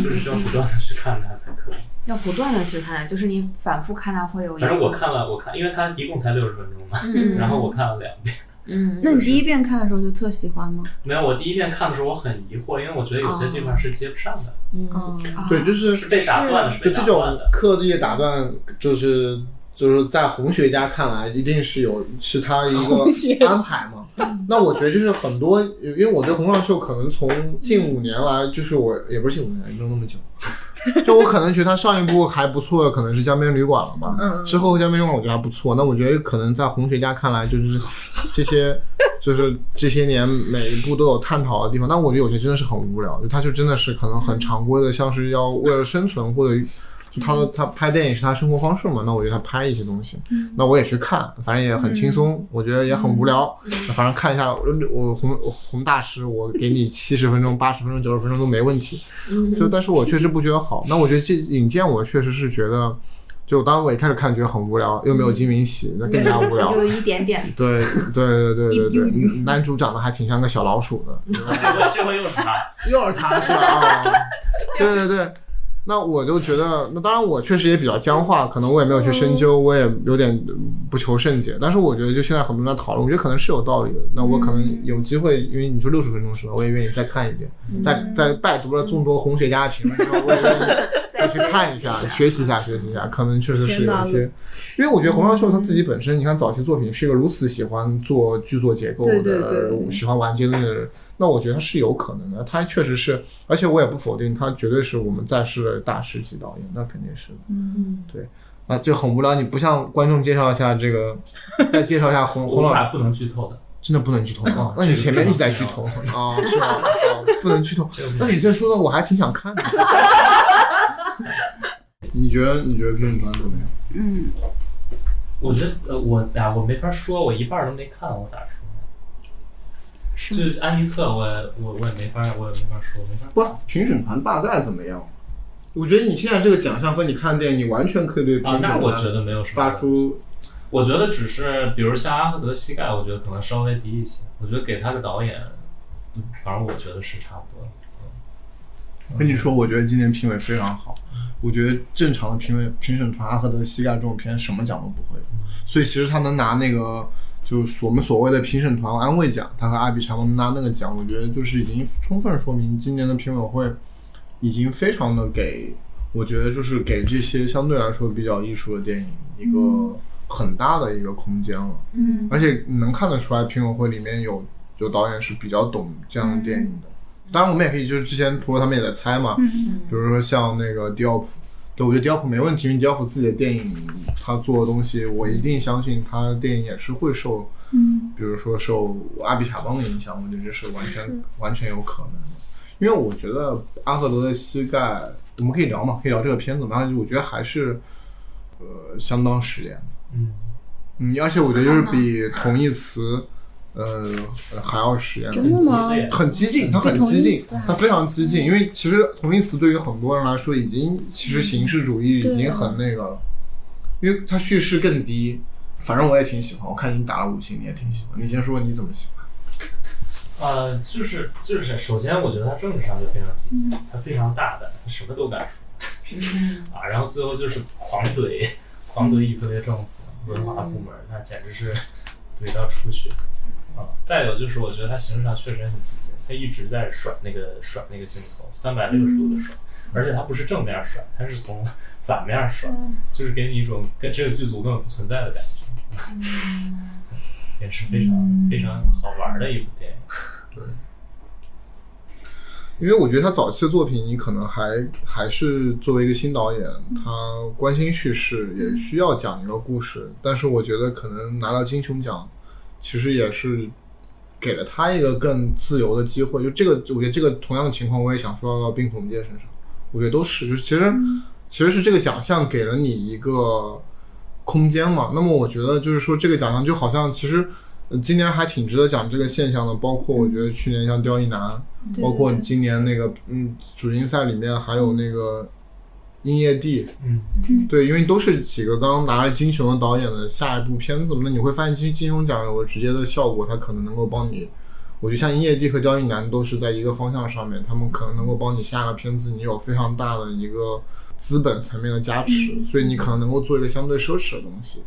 B: 就是需要不断的去看它才可以。
D: 要不断的去看，就是你反复看它会有一个。
B: 反正我看了，我看，因为它一共才六十分钟嘛，
D: 嗯，
B: 然后我看了两遍。
D: 嗯，
C: 那你第一遍看的时候就特喜欢吗？
B: 没有，我第一遍看的时候我很疑惑，因为我觉得有些地方是接不上的，
D: 嗯
C: 哦
D: 啊
A: 对，就是
B: 是被打断的，是
A: 就
B: 被
A: 这
B: 打
A: 种
B: 断
A: [laughs]
B: 的。
A: 刻意打断，就是就是在红学家看来，一定是有是他一个安排嘛。那我觉得就是很多，因为我对洪尚秀可能从近五年来，就是我也不是近五年，也没有那么久。就我可能觉得他上一部还不错，可能是《江边旅馆》了吧。
C: 嗯嗯
A: 之后《江边旅馆》我觉得还不错。那我觉得可能在红学家看来，就是这些，就是这些年每一部都有探讨的地方。但我觉得有些真的是很无聊，就他就真的是可能很常规的，像是要为了生存或者就他
C: 嗯
A: 的他拍电影是他生活方式嘛，那我觉得他拍一些东西，
C: 嗯
A: 那我也去看，反正也很轻松，我觉得也很无聊，
C: 嗯
A: 那反正看一下我我洪我洪大师，我给你七十分钟、八十分钟、九十分钟都没问题，
D: 嗯
C: 嗯
A: 就但是我确实不觉得好，那我觉得这引荐我确实是觉得。就当我一开始看觉得很无聊，又没
C: 嗯
A: 有金明喜，那更加无聊
C: [laughs]
D: 就。有一点点
A: 对对对对对
C: 一丢
A: 对，男主长得还挺像个小老鼠的，
B: 这回这回又是他，
A: [laughs] 又是他是吧？啊， [laughs] 对对对。那我就觉得，那当然我确实也比较僵化，可能我也没有去深究，我也有点不求甚解。但是我觉得，就现在很多人在讨论，我觉得可能是有道理的。那我可能有机会，因为你说六十分钟是吧？我也愿意再看一遍，在在拜读了众多红学家的评论之后，我也愿意 [laughs] 再去看一下，学习一下，学习一下，可能确实是有一些，因为我觉得洪尚秀他
C: 嗯
A: 自己本身，你看早期作品是一个如此喜欢做剧作结构的，
C: 对对对
A: 喜欢玩这类的人，那我觉得他是有可能的，他确实是，而且我也不否定他绝对是我们在世的大师级导演，那肯定是的，
D: 嗯，
A: 对。啊，就很无聊。你不向观众介绍一下这个，再介绍一下洪
B: 我
A: 洪
B: 无
A: 老
B: 法不能剧透的。
A: 真的不能剧透啊
B: 啊！
A: 那你前面一直在剧
B: 这个
A: 透啊，是吧？啊不能剧透
B: 这个不。能
A: 那你这说的我还挺想看的。
B: [laughs]
A: 你觉得你觉得评审团怎么样？
C: 嗯，
B: 我觉得呃，我呀，我没法说，我一半儿都没看，我咋说呢？
C: 是
B: 就是安妮特，我我我也没法，我也没法说，没法。
A: 不，评审团大概怎么样？我觉得你现在这个奖项和你看电影，你完全可以对评
B: 啊
A: 审，
B: 那
A: 团
B: 我觉得没有什么。
A: 发出
B: 我觉得只是，比如像阿赫德膝盖，我觉得可能稍微低一些。我觉得给他的导演，嗯反正我觉得是差不多的。
A: 跟你说，我觉得今年评委非常好。我觉得正常的评委评审团阿赫德膝盖这种片什么奖都不会，所以其实他能拿那个就是我们所谓的评审团和安慰奖，他和阿比查蒙拿那个奖，我觉得就是已经充分说明今年的评委会已经非常的给，我觉得就是给这些相对来说比较艺术的电影一个很大的一个空间了。
D: 嗯
A: 而且能看得出来，评委会里面有有导演是比较懂这样的电影的。当然，我们也可以就是之前图他们也在猜嘛，比如说像那个迪奥普，对我觉得迪奥普没问题，因为迪奥普自己的电影他做的东西，我一定相信他的电影也是会受，嗯，比如说受阿比查邦的影响，我觉得这是完全完全有可能的。因为我觉得阿赫德的膝盖，我们可以聊嘛，可以聊这个片子嘛，然后我觉得还是呃相当实验的。
B: 嗯，
A: 嗯，而且我觉得就是比同义词，呃，呃还要实验，
C: 真的吗
B: 很激烈
A: 很激进，它很
C: 嗯比同
A: 激
C: 义
A: 进
C: 词，还嗯
A: 它非常激进。因为其实同义词对于很多人来说，已经其实形式主义已
C: 对
A: 经
C: 啊
A: 很那个了，因为它叙事更低。反正我也挺喜欢，我看你打了五星，你也挺喜欢。你先说你怎么喜欢？
B: 呃，就是就是，首先我觉得他政治上就非常积极，他非常大胆，他什么都敢说 [laughs] 啊。然后最后就是狂怼，狂怼以色列政府文化部门，那简直是怼到出血啊。再有就是，我觉得他形式上确实很激进，他一直在甩那个甩那个镜头，三百六十度的甩，而且他不是正面甩，他是从反面甩，就是给你一种跟这个剧组根本不存在的感觉。 [laughs] 也是非常非常好玩的一部电影。
A: 因为我觉得他早期的作品，你可能还还是作为一个新导演，他关心叙事，也需要讲一个故事。但是我觉得可能拿到金熊奖，其实也是给了他一个更自由的机会。就这个，我觉得这个同样的情况，我也想说到冰桶界身上。我觉得都是，就是其实、其实是这个奖项给了你一个空间嘛。那么我觉得就是说，这个奖项就好像其实。呃今年还挺值得讲这个现象的，包括我觉得去年像刁亦男，
G: 对
A: 包括
G: 对
A: 今年那个嗯主竞赛里面还有那个音乐帝，
B: 嗯，
A: 对，因为都是几个刚拿了金熊的导演的下一部片子嘛，那你会发现金金熊奖有个直接的效果，它可能能够帮你，我觉得像音乐帝和刁亦男都是在一个方向上面，他们可能能够帮你下个片子，你有非常大的一个资本层面的加持，所以你可能能够做一个相对奢侈的东西。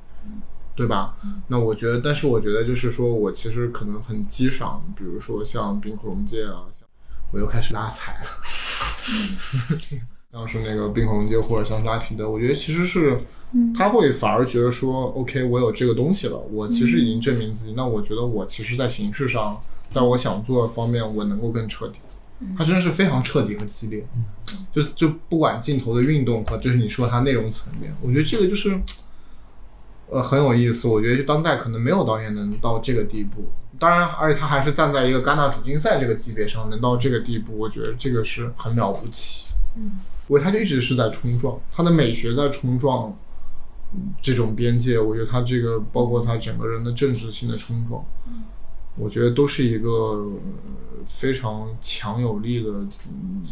A: 对吧？那我觉得，但是我觉得就是说我其实可能很激赏，比如说像冰恐龙界啊，像我又开始拉踩了，像是那个冰恐龙界或者像拉皮德，我觉得其实是他会反而觉得说、o k 我有这个东西了，我其实已经证明自己，那我觉得我其实在形式上，在我想做的方面，我能够更彻底。他真的是非常彻底和激烈，就就不管镜头的运动和就是你说它内容层面，我觉得这个就是。呃很有意思。我觉得当代可能没有导演能到这个地步。当然，而且他还是站在一个戛纳主竞赛这个级别上，能到这个地步，我觉得这个是很了不起。嗯，我他就一直是在冲撞，他的美学在冲撞嗯这种边界。我觉得他这个包括他整个人的政治性的冲撞，我觉得都是一个呃非常强有力的，嗯，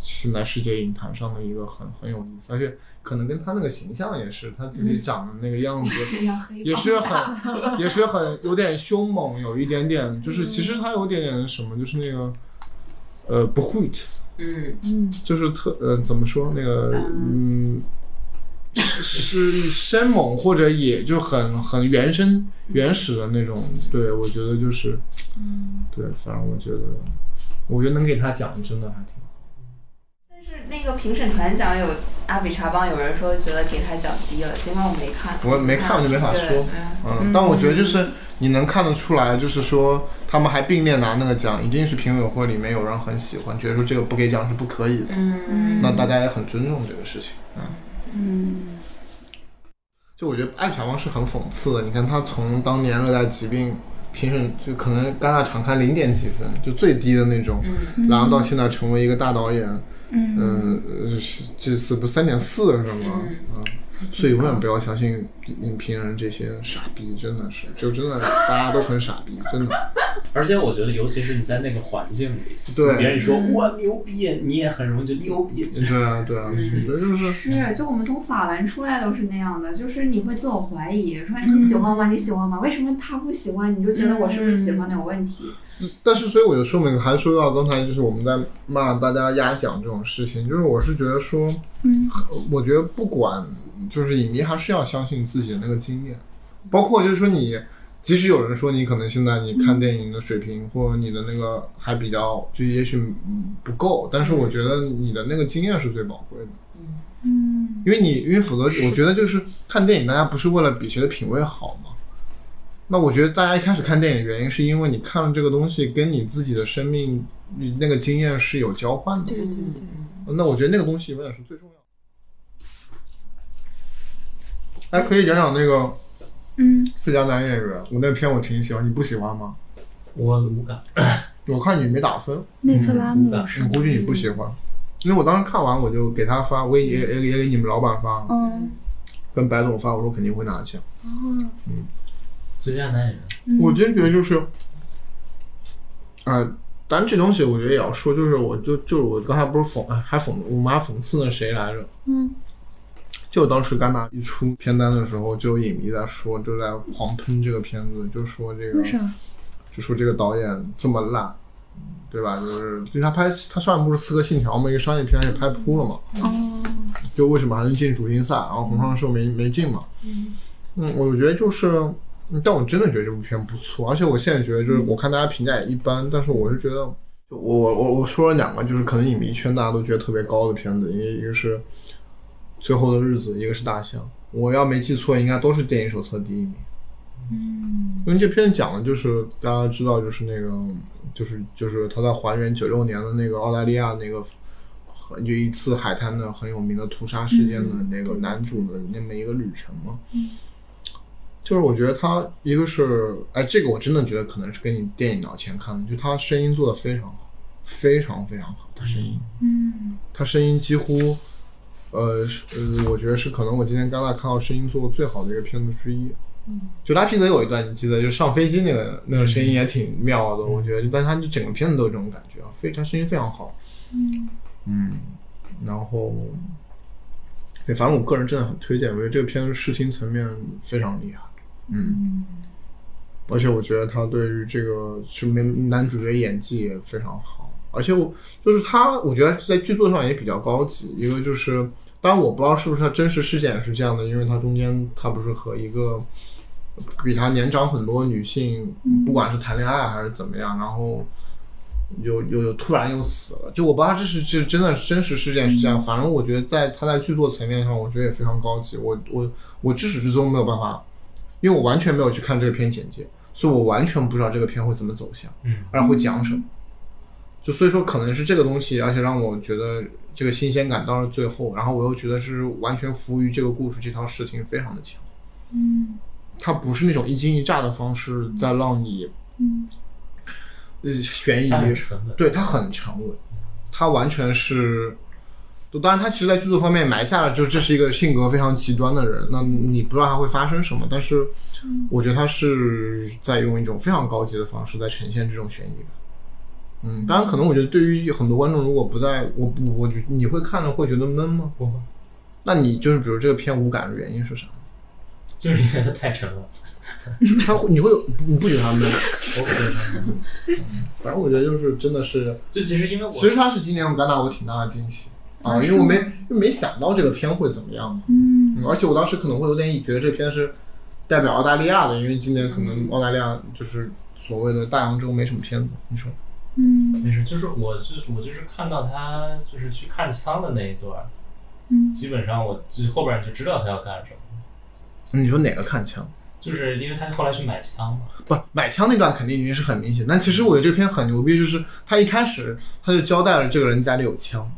A: 现在世界影坛上的一个很很有意思，而且可能跟他那个形象也是，他自己长的那个样子，也是很也是很有点凶猛，有一点点就是其实他有点点什么，就是那个呃不 h o t
D: 嗯
G: 嗯，
A: 就是特呃怎么说那个嗯，是生猛或者也就很很原生原始的那种。对，我觉得就是，对，反正我觉得，我觉得能给他讲真的还挺。
D: 但是那个评审团奖有阿比查邦，有人说觉得给他奖低了，尽管我没看，
A: 我没看我就没法
D: 对
A: 说
D: 嗯
A: 嗯，但我觉得就是你能看得出来，就是说他们还并列拿那个奖，一定是评委会里面有人很喜欢，觉得说这个不给奖是不可以的。
D: 嗯，
A: 那大家也很尊重这个事情。嗯嗯，就我觉得艾小汪是很讽刺的。你看他从当年热带疾病评审，就可能戛纳常开零点几分，就最低的那种，
D: 嗯
A: 然后到现在成为一个大导演。嗯，呃是这次不三点四是吗？嗯，所以永远不要相信影评人这些傻逼，真的是，就真的大家都很傻逼，真的。 [laughs]
B: 而且我觉得，尤其是你在那个环境里，
A: 对
B: 别人说我牛逼，你也很容易就牛逼。
A: 对啊，对啊，所以就是
D: 是，就我们从法兰出来都是那样的，就是你会自我怀疑，说
A: 嗯
D: 你喜欢吗？你喜欢吗？为什么他不喜欢？你就觉得我是不是喜
A: 嗯
D: 欢的有问题？
A: 但是，所以我就说明，还说到刚才就是我们在骂大家压奖这种事情，就是我是觉得说，嗯，我觉得不管就是影迷还是要相信自己的那个经验，包括就是说你，即使有人说你可能现在你看电影的水平、或者你的那个还比较，就也许嗯不够，但是我觉得你的那个经验是最宝贵的。
C: 嗯
A: 因为你因为否则我觉得就是看电影，大家不是为了比谁的品味好吗？那我觉得大家一开始看电影的原因是因为你看了这个东西，跟你自己的生命你那个经验是有交换的。
D: 对对对，
A: 那我觉得那个东西永远是最重要的。哎，可以讲讲那个
C: 嗯，
A: 最佳男演员，我那篇我挺喜欢，你不喜欢吗？
B: 我无感，
A: 我看你没打分，
C: 内特拉
B: 嗯
C: 姆
B: 嗯
C: 是
A: 我
C: 吧
A: 估计你不喜欢，因为我当时看完我就给他发，我也也也给你们老板发，
C: 嗯
A: 跟白总发，我说肯定会拿奖。
B: 最佳男演员，
C: 嗯
A: 我真觉得就是，啊、当然这东西我觉得也要说，就是我就就是我刚才不是讽还讽我妈讽刺那谁来着？
C: 嗯，
A: 就当时戛纳一出片单的时候，就有影迷在说，就在狂喷这个片子，就说这个
C: 为啥？
A: 就说这个导演这么烂，对吧？就是因为他拍他上一部是《刺客信条》嘛，一个商业片也拍扑了嘛，
C: 哦，
A: 就为什么还能进主竞赛，然后红双寿没没进嘛。嗯，我觉得就是，嗯但我真的觉得这部片不错，而且我现在觉得就是我看大家评价也一般，但是我是觉得，就我我我说了两个，就是可能影迷圈大家都觉得特别高的片子，一一个是《最后的日子》，一个是《大象》。我要没记错，应该都是电影手册第一名。嗯，因为这片讲的就是大家知道，就是那个，就是就是他在还原九六年的那个澳大利亚那个很有一次海滩的很有名的屠杀事件的那个男主的那么一个旅程嘛。嗯，就是我觉得他一个是哎，这个我真的觉得可能是跟你电影脑前看的，就他声音做的非常好，非常非常好，他声音，
C: 嗯
A: 他声音几乎。呃是呃，我觉得是可能我今天戛纳看到声音做的最好的一个片子之一。嗯，就拉皮德有一段你记得，就上飞机那个那个声音也挺妙的，我觉得，就但是他就整个片子都有这种感觉啊，非他声音非常好。嗯，然后，对，反正我个人真的很推荐，我觉得这个片子视听层面非常厉害。嗯，而且我觉得他对于这个什么男主角演技也非常好，而且我就是他，我觉得在剧作上也比较高级。一个就是，当然我不知道是不是他真实事件也是这样的，因为他中间他不是和一个比他年长很多的女性，不管是谈恋爱还是怎么样，然后。又又又突然又死了，就我不知道这是这真的是真实事件是这样，反正我觉得在他在剧作层面上，我觉得也非常高级。我我我至始至终没有办法，因为我完全没有去看这个片简介，所以我完全不知道这个片会怎么走向，
B: 嗯，
A: 而会讲什么。就所以说，可能是这个东西，而且让我觉得这个新鲜感到了最后，然后我又觉得是完全服务于这个故事这套事情非常的强。
C: 嗯
A: 它不是那种一惊一乍的方式在让你
C: 嗯
A: 呃悬疑
B: 大人沉稳，
A: 对，它很沉稳，它完全是，就当然他其实，在剧作方面埋下了，就这是一个性格非常极端的人，那你不知道他会发生什么，但是我觉得他是在用一种非常高级的方式在呈现这种悬疑感。嗯，当然，可能我觉得对于很多观众，如果不在我我觉你会看了会觉得闷吗？
B: 不会，
A: 那你就是比如这个片无感的原因是啥？
B: [laughs] 就是因为他太沉稳，
A: 他会你会有你不觉得他闷？
B: 我不觉得他沉稳。
A: 反正我觉得就是真的是
B: 就其实因为我
A: 其实他是今年我戛纳我挺大的惊喜啊，因为我没因为没想到这个片会怎么样嘛，
C: 嗯
A: 嗯而且我当时可能会有点觉得这片是代表澳大利亚的，因为今年可能澳大利亚就是所谓的大洋洲没什么片子，你说？
C: 嗯
B: 没事，就是我就是我就是看到他就是去看枪的那一段儿，
C: 嗯
B: 基本上我就后边儿就知道他要干什么，
A: 你说哪个看枪？
B: 就是因为他后来去买枪嘛，
A: 不，买枪那段肯定已经是很明显，但其实我觉得这片很牛逼，就是他一开始他就交代了这个人家里有枪，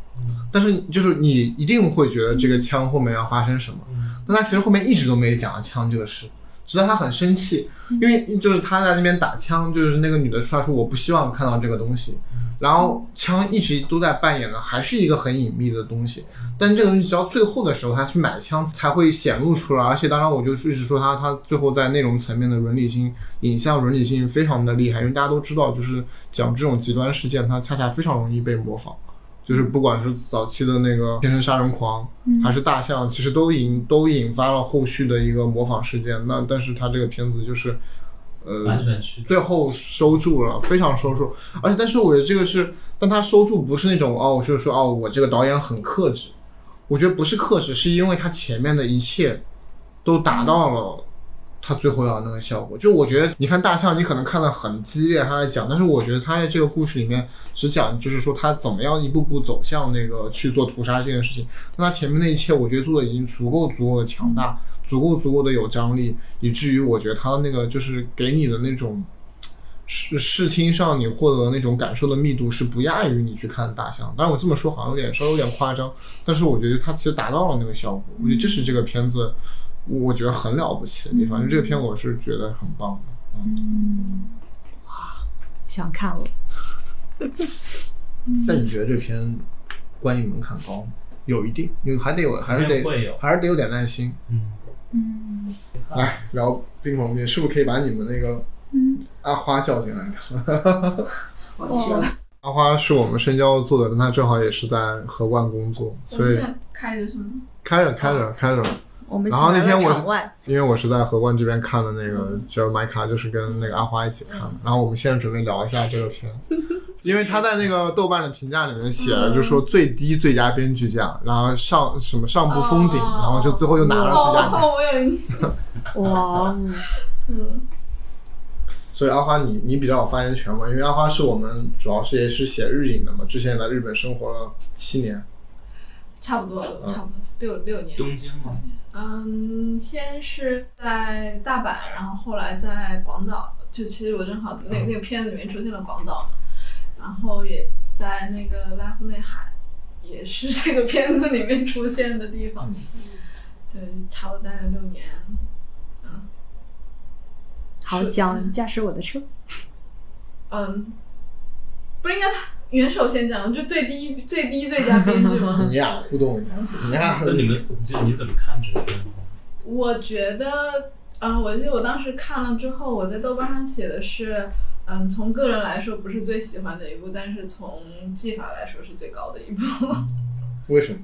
A: 但是就是你一定会觉得这个枪后面要发生什么，
B: 嗯，
A: 但他其实后面一直都没讲枪这个事，直到他很生气，因为就是他在那边打枪，就是那个女的出来说我不希望看到这个东西，然后枪一直都在扮演的还是一个很隐秘的东西，但这个东西直到最后的时候，他去买枪才会显露出来，而且当然我就一直说他他最后在内容层面的伦理性、影像伦理性非常的厉害，因为大家都知道，就是讲这种极端事件，它恰恰非常容易被模仿。就是不管是早期的那个《天生杀人狂》，还是大象，其实都引都引发了后续的一个模仿事件。那但是他这个片子就是，
B: 完
A: 呃，
B: 全去
A: 最后收住了，非常收住。而且，但是我觉得这个是，但他收住不是那种哦，就是说哦，我这个导演很克制。我觉得不是克制，是因为他前面的一切都达到了他最后要那个效果。就我觉得，你看大象，你可能看的很激烈，他在讲，但是我觉得他在这个故事里面只讲，就是说他怎么样一步步走向那个去做屠杀这件事情。但他前面那一切，我觉得做的已经足够足够的强大，足够足够的有张力，以至于我觉得他的那个就是给你的那种。视视听上你获得的那种感受的密度是不亚于你去看大象，当然我这么说好像有点稍微有点夸张，但是我觉得它其实达到了那个效果，我觉得这是这个片子我觉得很了不起的地方，就这个片我是觉得很棒的。
G: 嗯，哇，想看了。
A: 但你觉得这篇观影门槛高吗？有一定，有还得有，还是
B: 应该会有
A: 得还是得有点耐心。
B: 嗯，
G: 嗯，
A: 来聊冰桶你是不是可以把你们那个
H: 嗯
A: 阿花叫进来聊？
D: 我去了，
A: 阿花是我们深交做的，但她正好也是在荷冠工作，所以
H: 开的是吗？哦
A: 开着开着开着，
C: 我们
A: 然后那
C: 请来
A: 天
C: 了
A: 我
C: 场
A: [laughs]
C: 外，
A: 因为我是在荷冠这边看的那个
H: 嗯
A: 《杰麦卡》，就是跟那个阿花一起看的。然后我们现在准备聊一下这个
H: [laughs]
A: 片，因为他在那个豆瓣的评价里面写
H: 嗯
A: 了，就说最低最佳编剧奖，然后上什么上部封顶，
H: 哦
A: 然后就最后又拿了最佳奖。
H: 哦，我有印象。
G: 哇，
C: 哦
H: 嗯，
A: 所以阿花你你比较有发言权嘛，因为阿花是我们主要是也是写日影的嘛，之前也在日本生活了七年，
H: 差不多，差不
A: 嗯
H: 多六六年。
B: 东京嘛，
H: 嗯，先是在大阪，然后后来在广岛，就其实我正好
A: 嗯
H: 那那个片子里面出现了广岛嘛，然后也在那个濑户内海，也是这个片子里面出现的地方，
A: 嗯
H: 对，差不多待了六年。
G: 好
H: 是的
G: 讲驾驶我的
A: [laughs]
G: 车。
H: 嗯，不是应该元首先讲，就最低最低最佳编
A: [laughs]
H: 剧吗？
A: 你俩互动一下，你俩
B: 那你们就你怎么看这个片子？
H: 我觉得，啊、我记得我当时看了之后，我在豆瓣上写的是，嗯，从个人来说不是最喜欢的一部，但是从技法来说是最高的一部。
A: 为什么？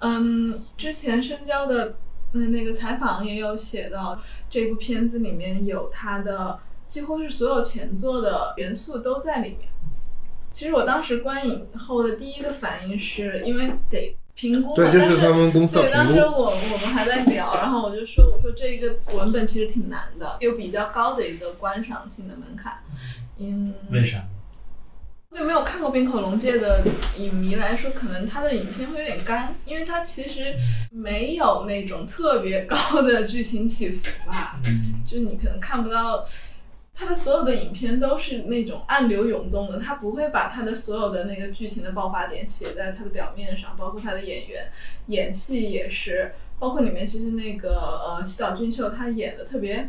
H: 嗯，之前深交的嗯那个采访也有写到，这部片子里面有他的几乎是所有前作的元素都在里面。其实我当时观影后的第一个反应是因为得评估嘛，
A: 对，就是
H: 但
A: 他们公司的
H: 对，
A: 评
H: 当时
A: 估。
H: 我我们还在聊，然后我就说，我说这个文本其实挺难的，有比较高的一个观赏性的门槛。嗯，
B: 为啥？
H: 对没有看过《冰口龙界》的影迷来说，可能他的影片会有点干，因为它其实没有那种特别高的剧情起伏吧， [laughs]
B: 嗯，
H: 就是你可能看不到。他的所有的影片都是那种暗流涌动的，他不会把他的所有的那个剧情的爆发点写在他的表面上，包括他的演员演戏也是，包括里面其实那个呃西岛俊秀他演的特别，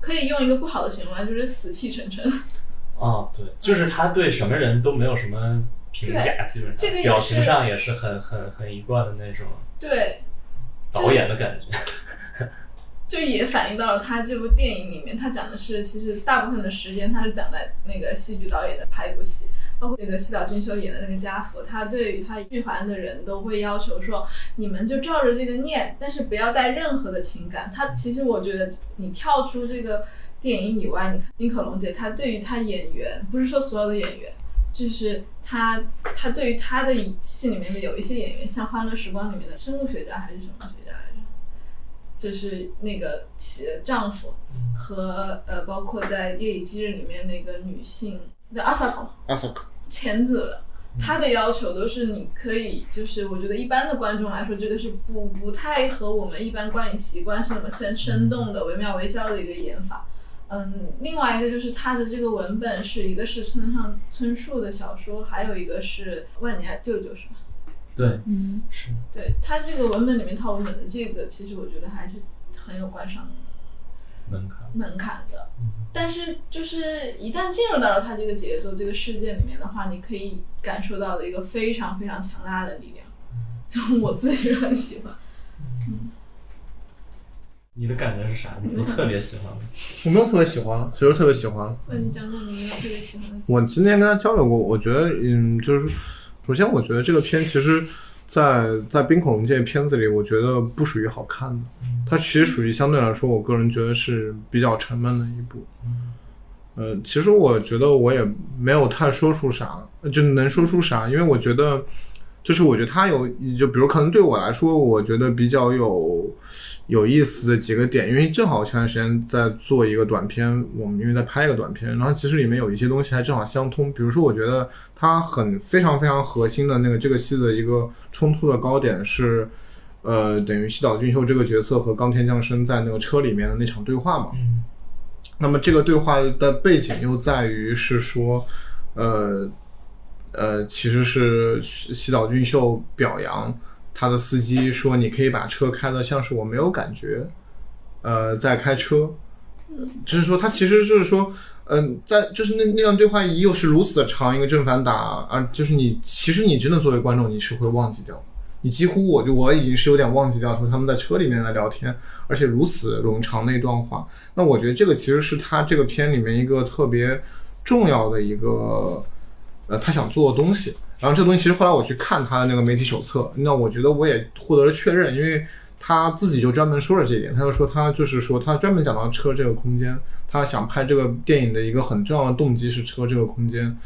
H: 可以用一个不好的形容来，就是死气沉沉。
B: 哦，对，就是他对什么人都没有什么评价，基本
H: 这个
B: 上
H: 也
B: 表情
H: 是
B: 上也是很很很一贯的那种
H: 对，
B: 导演的感觉。
H: 就也反映到了他这部电影里面，他讲的是其实大部分的时间他是讲在那个戏剧导演在拍一部戏，包括那个西岛俊秀演的那个家福，他对于他剧团的人都会要求说，你们就照着这个念，但是不要带任何的情感。他其实我觉得你跳出这个电影以外，你看林可龙姐，她对于她演员，不是说所有的演员。就是她，她对于她的戏里面的有一些演员，像《欢乐时光》里面的生物学家还是什么学家来着，就是那个其丈夫和呃，包括在《夜以继日》里面那个女性的阿萨孔
A: 阿萨克，
H: 前子，她的要求都是你可以，就是我觉得一般的观众来说，这个是不不太和我们一般观影习惯是什么生生动的、惟妙惟肖的一个演法。嗯，另外一个就是它的这个文本是一个是村上春树的小说，还有一个是万年舅舅是吧？
B: 对，
G: 嗯，
B: 是。
H: 对，它这个文本里面套文本的这个，其实我觉得还是很有观赏
B: 门槛。
H: 门槛的
B: 嗯。
H: 但是就是一旦进入到了它这个节奏、这个世界里面的话，你可以感受到的一个非常非常强大的力量，就我自己是很喜欢。
B: 你的感觉是啥？你不特别喜欢吗？
A: 我没有特别喜欢，谁说特别喜欢？
H: 那你讲讲你没有特别喜欢的？
A: 我今天跟他交流过，我觉得，嗯，就是首先，我觉得这个片其实在，在冰恐龙界片子里，我觉得不属于好看的，它其实属于相对来说，我个人觉得是比较沉闷的一部。呃，其实我觉得我也没有太说出啥，就能说出啥，因为我觉得就是我觉得他有，就比如可能对我来说，我觉得比较有有意思的几个点，因为正好前段时间在做一个短片，我们因为在拍一个短片，然后其实里面有一些东西还正好相通，比如说我觉得它很非常非常核心的那个这个戏的一个冲突的高点是，呃，等于西岛俊秀这个角色和冈田将生在那个车里面的那场对话嘛，
B: 嗯
A: 那么这个对话的背景又在于是说，呃呃，其实是西西岛俊秀表扬他的司机说，你可以把车开的像是我没有感觉，呃，在开车，就是说他其实就是说，嗯、在就是那那段对话又是如此的长一个正反打，啊，就是你其实你真的作为观众你是会忘记掉的。你几乎我就我已经是有点忘记掉说他们在车里面在聊天，而且如此冗长的一段话，那我觉得这个其实是他这个片里面一个特别重要的一个呃他想做的东西。然后这个东西其实后来我去看他的那个媒体手册，那我觉得我也获得了确认，因为他自己就专门说了这一点，他就说他就是说他专门讲到车这个空间，他想拍这个电影的一个很重要的动机是车这个空间。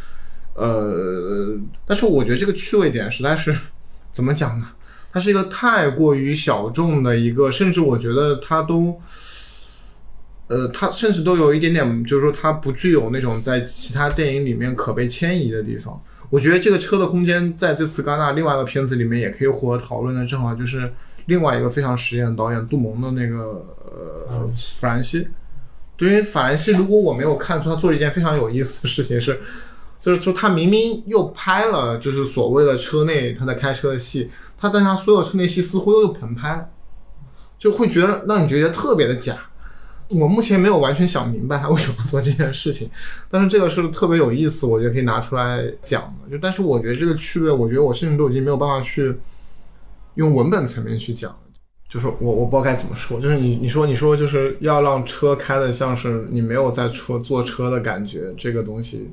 A: 呃，但是我觉得这个趣味点实在是怎么讲呢？它是一个太过于小众的一个，甚至我觉得它都。呃，它甚至都有一点点，就是说它不具有那种在其他电影里面可被迁移的地方。我觉得这个车的空间在这次戛纳另外一个片子里面也可以获得讨论的，正好就是另外一个非常实验的导演杜蒙的那个呃
B: 嗯
A: 法兰西。对于法兰西，如果我没有看错，他做了一件非常有意思的事情是， [laughs] 就是说他明明又拍了就是所谓的车内他在开车的戏，他但他所有车内戏似乎又又重拍了，就会觉得让你觉得特别的假。我目前没有完全想明白他为什么要做这件事情，但是这个是特别有意思，我觉得可以拿出来讲的。就但是我觉得这个趣味，我觉得我甚至都已经没有办法去用文本层面去讲了。就是我我不知道该怎么说，就是你你说你说就是要让车开的像是你没有在车坐车的感觉，这个东西，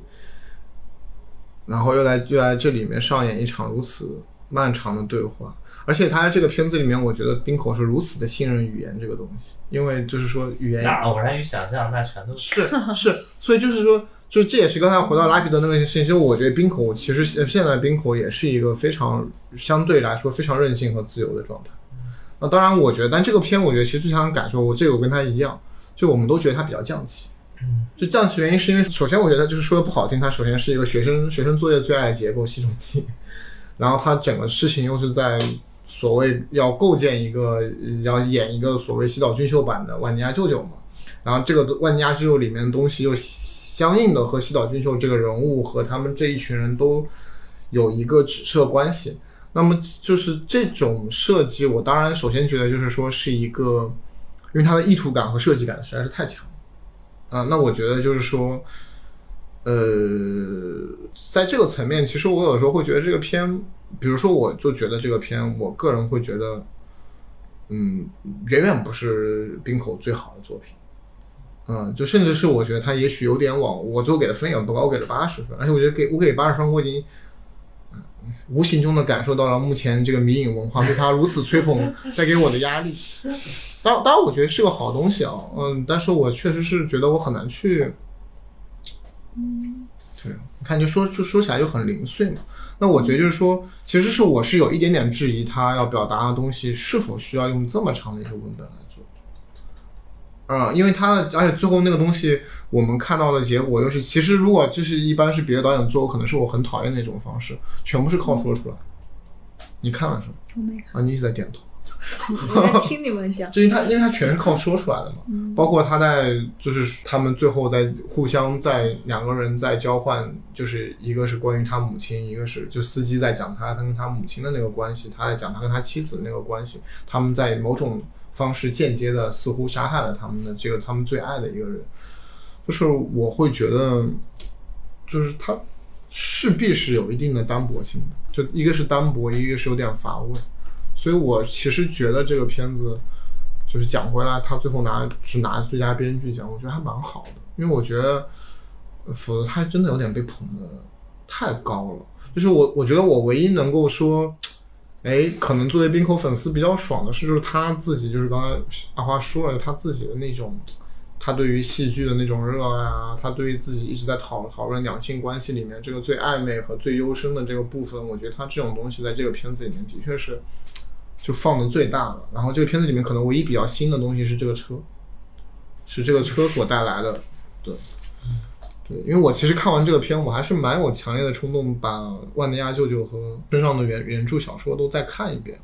A: 然后又来又来这里面上演一场如此漫长的对话，而且他在这个片子里面，我觉得冰口是如此的信任语言这个东西，因为就是说语言
B: 那偶然与想象，那全都是
A: 是是，所以就是说，就这也是刚才回到拉皮德那个事情，就我觉得冰口其实呃现在冰口也是一个非常相对来说非常任性和自由的状态。那当然，我觉得，但这个片我觉得其实最强的感受，我这个我跟他一样，就我们都觉得他比较降气。
B: 嗯，
A: 就降气原因是因为，首先我觉得就是说的不好听，他首先是一个学生学生作业最爱的结构系统器， [laughs] 然后他整个事情又是在所谓要构建一个呃要演一个所谓西岛俊秀版的万尼亚舅舅嘛，然后这个万家之友里面的东西又相应的和西岛俊秀这个人物和他们这一群人都有一个指涉关系。那么就是这种设计，我当然首先觉得就是说是一个，因为它的意图感和设计感实在是太强了。啊、那我觉得就是说，呃，在这个层面，其实我有时候会觉得这个片，比如说我就觉得这个片，我个人会觉得，嗯，远远不是冰口最好的作品。嗯，就甚至是我觉得他也许有点往，我最后给的分也不高，我给了八十分，而且我觉得给我给八十分，我已经嗯无形中的感受到了目前这个迷影文化对他如此吹捧带给我的压力。当然，当然，我觉得是个好东西啊，嗯，但是我确实是觉得我很难去，对，你看就说就说起来就很零碎嘛。那我觉得就是说，其实是我是有一点点质疑他要表达的东西是否需要用这么长的一个文本来做。啊、因为他的，而且最后那个东西，我们看到的结果就是，其实如果就是一般是别的导演做，可能是我很讨厌的一种方式，全部是靠说出来。你看了是吗？
G: 我没看，
A: 啊，你一直在点头。
G: 我在听你们讲。
A: 就因为他，因为他全是靠说出来的嘛，包括他在就是他们最后在互相在两个人在交换，就是一个是关于他母亲，一个是就司机在讲他他跟他母亲的那个关系，他在讲他跟他妻子的那个关系，他们在某种方式间接的似乎杀害了他们的这个他们最爱的一个人，就是我会觉得，就是他势必是有一定的单薄性的，就一个是单薄，一个是有点乏味。所以我其实觉得这个片子，就是讲回来，他最后拿只拿最佳编剧奖，我觉得还蛮好的，因为我觉得，呃否则他真的有点被捧的太高了。就是我，我觉得我唯一能够说，哎，可能作为冰口粉丝比较爽的是，就是他自己，就是刚才阿花说了，他自己的那种他对于戏剧的那种热爱啊，他对于自己一直在讨讨论两性关系里面这个最暧昧和最幽深的这个部分，我觉得他这种东西在这个片子里面的确是就放的最大了。然后这个片子里面可能唯一比较新的东西是这个车，是这个车所带来的，对。对，因为我其实看完这个片，我还是蛮有强烈的冲动，把《万能鸭舅舅》和身上的原原著小说都再看一遍。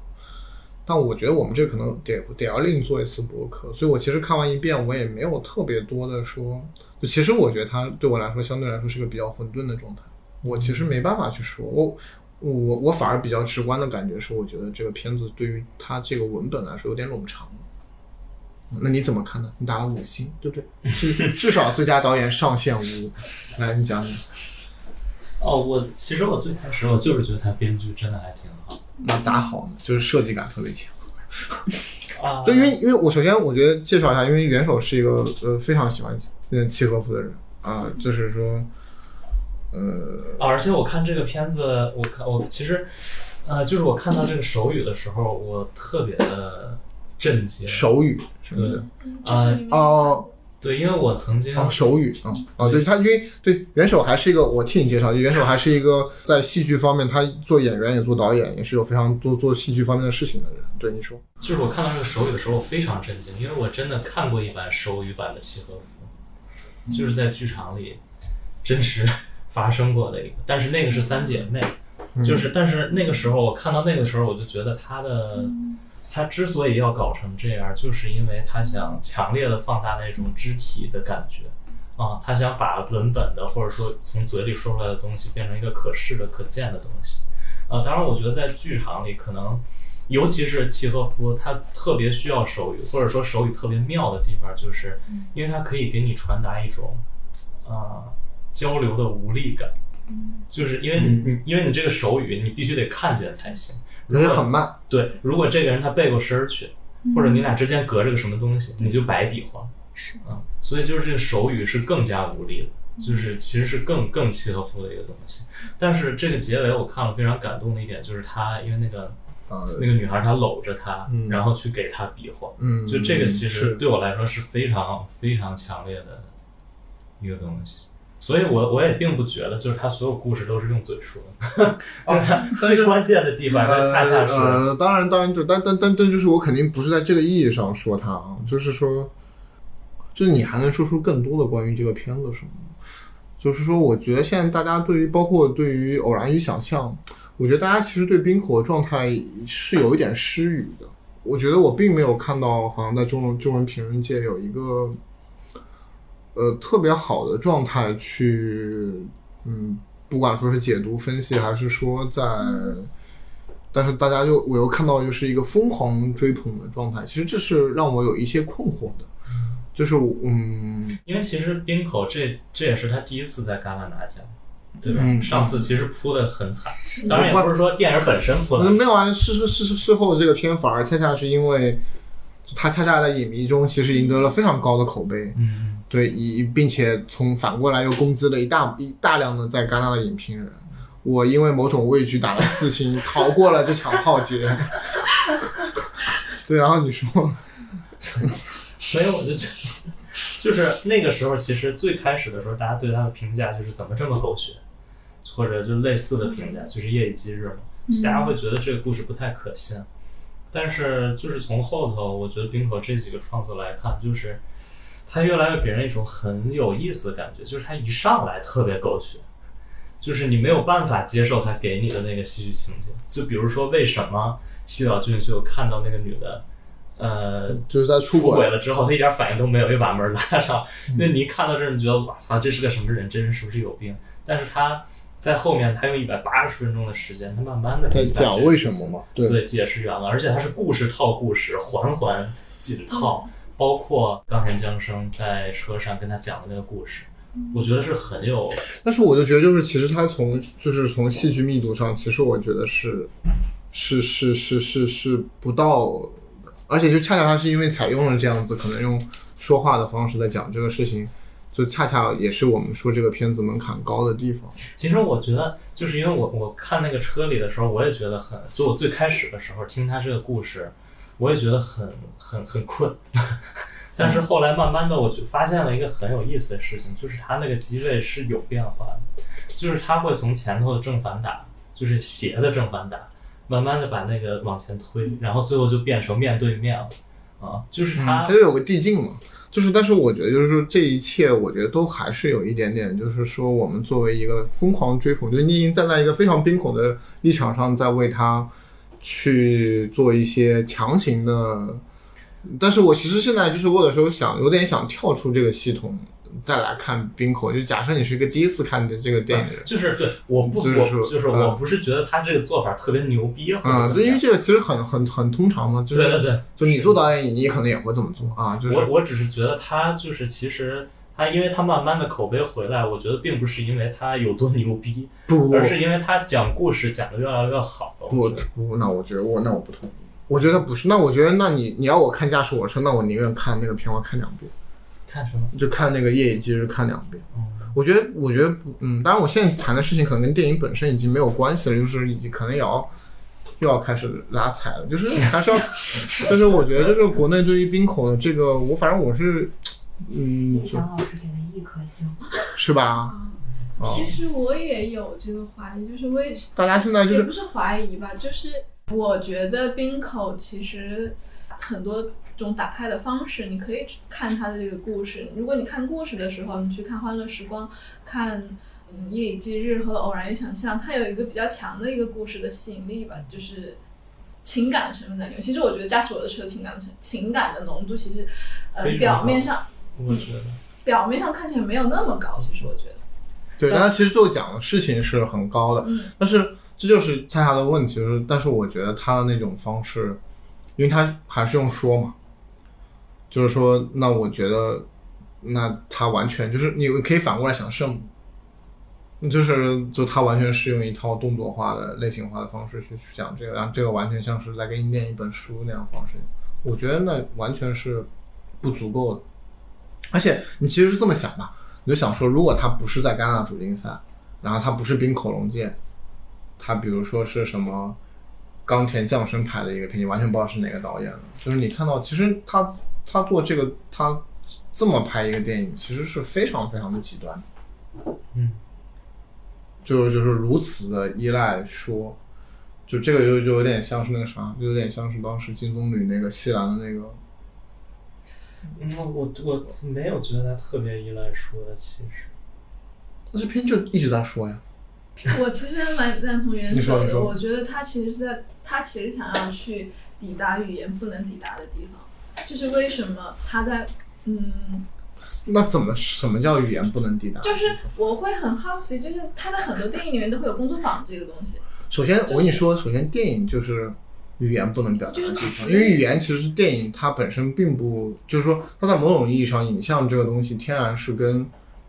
A: 但我觉得我们这可能得得要另做一次博客，所以我其实看完一遍，我也没有特别多的说。就其实我觉得它对我来说相对来说是个比较混沌的状态，我其实没办法去说。我我我反而比较直观的感觉是，我觉得这个片子对于它这个文本来说有点冗长。那你怎么看呢？你打了五星，对不对？至至少最佳导演上限五。来，你讲讲。
B: 哦，我其实我最开始我就是觉得他编剧真的还挺好
A: 那咋好呢？就是设计感特别强。
B: 啊，
A: 就因为因为我首先我觉得介绍一下，因为元首是一个呃非常喜欢嗯契诃夫的人啊、就是说，呃，
B: 啊而且我看这个片子，我看我其实，呃，就是我看到这个手语的时候，我特别的震惊。
A: 手语什么
B: 对
A: 的
H: 就是里面
A: 哦
B: 对，因为我曾经
A: 哦手语啊哦对他因为对元首还是一个我替你介绍，就元首还是一个在戏剧方面他做演员也做导演，也是有非常多做戏剧方面的事情的人。对你说，
B: 就是我看到这个手语的时候，我非常震惊，因为我真的看过一版手语版的契诃夫，就是在剧场里真实发生过的一个，但是那个是三姐妹，就是但是那个时候我看到那个时候，我就觉得他的他之所以要搞成这样，就是因为他想强烈的放大那种肢体的感觉。啊、他想把文本的或者说从嘴里说出来的东西变成一个可视的、可见的东西。啊，当然，我觉得在剧场里，可能尤其是契诃夫，他特别需要手语，或者说手语特别妙的地方，就是因为它可以给你传达一种啊、交流的无力感，就是因为你、你因为你这个手语，你必须得看见才行。
A: 人也很慢，
B: 对，如果这个人他背过身儿去，或者你俩之间隔着个什么东
A: 嗯
B: 西，你就白比划。是啊，所以就是这个手语是更加无力的，就是其实是更更契诃夫的一个东西。但是这个结尾我看了非常感动的一点就是他，因为那个
A: 呃
B: 那个女孩她搂着他，
A: 嗯
B: 然后去给他比划，
A: 嗯，
B: 就这个其
A: 是
B: 实对我来说是非常非常强烈的一个东西。所以我我也并不觉得，就是他所有故事都是用嘴说的，
A: 哦
B: 就是 [laughs] 他
A: 但是
B: 最关键的地方，那恰恰是、
A: 呃呃，当然，当然，就但但但但就是我肯定不是在这个意义上说它啊，就是说，就是你还能说出更多的关于这个片子什么？就是说，我觉得现在大家对于包括对于偶然与想象，我觉得大家其实对冰火的状态是有一点失语的。我觉得我并没有看到，好像在中文中文评论界有一个呃特别好的状态去，嗯，不管说是解读分析，还是说在。但是大家又我又看到就是一个疯狂追捧的状态，其实这是让我有一些困惑的，就是我嗯
B: 因为其实冰口这这也是他第一次在戛纳拿奖，对吧？
A: 嗯
B: 上次其实扑的很惨，当然也不是说电影本身扑的
A: 那，没有啊，事事事事事后这个片反而恰恰是因为他恰恰在影迷中其实赢得了非常高的口碑，
B: 嗯，
A: 对，以并且从反过来又攻击了一大一大量的在戛纳的影评人。我因为某种畏惧打了四星，逃过了这场浩劫。 [laughs] 对，然后你说，
B: [laughs] 所以我就觉得，就是那个时候其实最开始的时候，大家对他的评价就是怎么这么狗血，或者就类似的评价，就是夜以继日嘛，大家会觉得这个故事不太可信。但是就是从后头，我觉得冰口这几个创作来看，就是他越来越给人一种很有意思的感觉，就是他一上来特别狗血，就是你没有办法接受他给你的那个戏剧情节。就比如说，为什么西岛俊秀看到那个女的，呃，
A: 就是在出
B: 出
A: 轨
B: 轨了之后，他一点反应都没有，就把门拉上。
A: 嗯
B: 那你一看到这儿，你觉得哇操，这是个什么人？这人是不是有病？但是他在后面，他用一百八十分钟的时间，他慢慢的
A: 在讲为什么嘛？对
B: 对，解释圆了，而且它是故事套故事，环环紧套，
A: 嗯
B: 包括冈田将生在车上跟他讲的那个故事，我觉得是很有
A: 但是我就觉得，就是其实它从就是从戏剧密度上，其实我觉得是是是是是是不到，而且就恰恰它是因为采用了这样子，可能用说话的方式在讲这个事情，就恰恰也是我们说这个片子门槛高的地方。
B: 其实我觉得，就是因为我我看那个车里的时候，我也觉得很，就我最开始的时候听他这个故事，我也觉得很很很困， [laughs] 但是后来慢慢的，我就发现了一个很有意思的事情，就是它那个机位是有变化的，就是它会从前头的正反打，就是斜的正反打，慢慢的把那个往前推，然后最后就变成面对面了，啊，就是它
A: 它就有个递进嘛。就是，但是我觉得，就是说这一切，我觉得都还是有一点点，就是说我们作为一个疯狂追捧，就是你已经站在一个非常冰恐的立场上，在为他去做一些强行的。但是我其实现在就是我有的时候想，有点想跳出这个系统，再来看冰口。就假设你是一个第一次看这个电影的人，
B: 就是对，我不
A: 就是
B: 我
A: 说
B: 就是
A: 嗯
B: 我不是觉得他这个做法特别牛逼或者
A: 嗯，
B: 怎
A: 就
B: 么
A: 因
B: 样
A: 为，这个其实很很很通常嘛，就
B: 对对
A: 是
B: 对，
A: 就你做导演，你可能也会这么做啊，就是
B: 我我只是觉得他就是其实他因为他慢慢的口碑回来，我觉得并不是因为他有多牛逼，
A: 不不
B: 而是因为他讲故事讲的越来越好了。
A: 我
B: 我觉得
A: 我那我觉得我那我不同意，我觉得不是。那我觉得那你你要我看《驾驶我的车》，那我宁愿看那个片花看两遍，
B: 看什么？
A: 就看那个《夜以继日》看两遍。
B: 嗯
A: 我觉得我觉得不嗯，当然我现在谈的事情可能跟电影本身已经没有关系了，就是已经可能也要又要开始拉踩了，就是还是要，就是我觉得就是国内对于冰口的这个，我反正我是嗯，就
D: 老师给了一颗星，
A: 是吧？哦
H: 其实我也有这个怀疑，就是为
A: 大家现在就
H: 也
A: 是
H: 不是怀疑吧，就是我觉得冰口其实很多种打开的方式，你可以看他的这个故事。如果你看故事的时候，你去看《欢乐时光》，看。嗯，夜以继日和偶然与想象，它有一个比较强的一个故事的吸引力吧，就是情感成分在里面。其实我觉得《驾驶我的车》情感的情感的浓度，其实呃
B: 非常
H: 表
B: 高
H: 面上
B: 我觉得
H: 表面上看起来没有那么高，其实我觉得，
A: 对，但他其实最后讲的事情是很高的，
H: 嗯
A: 但是这就是恰恰的问题，就是但是我觉得他的那种方式，因为他还是用说嘛，就是说，那我觉得，那他完全就是你可以反过来想圣母，就是就他完全是用一套动作化的类型化的方式去去讲这个，然后这个完全像是在给你念一本书那样的方式，我觉得那完全是不足够的，而且你其实是这么想吧，你就想说，如果他不是在戛纳主竞赛。然后它不是冰口龙界，它比如说是什么冈田将生拍的一个片，你完全不知道是哪个导演的。就是你看到，其实他他做这个，他这么拍一个电影，其实是非常非常的极端的。
B: 嗯，
A: 就就是如此的依赖说，就这个就就有点像是那个啥，就有点像是当时金棕榈那个西兰的那个，
B: 嗯，我我没有觉得他特别依赖说的，其实
A: 但是片就一直在说呀。
H: [laughs] 我其实蛮赞同袁
A: 你说
H: 手
A: 你
H: 的，
A: 说
H: 我觉得他其实是在他其实想要去抵达语言不能抵达的地方，就是为什么他在嗯，
A: 那怎么什么叫语言不能抵达？
H: 就是我会很好奇，就是他的很多电影里面都会有工作坊这个东西，
A: 首先，我跟你说，首先电影就是语言不能表达的地方，因为语言其实是电影它本身并不，就是说它在某种意义上，影像这个东西天然是跟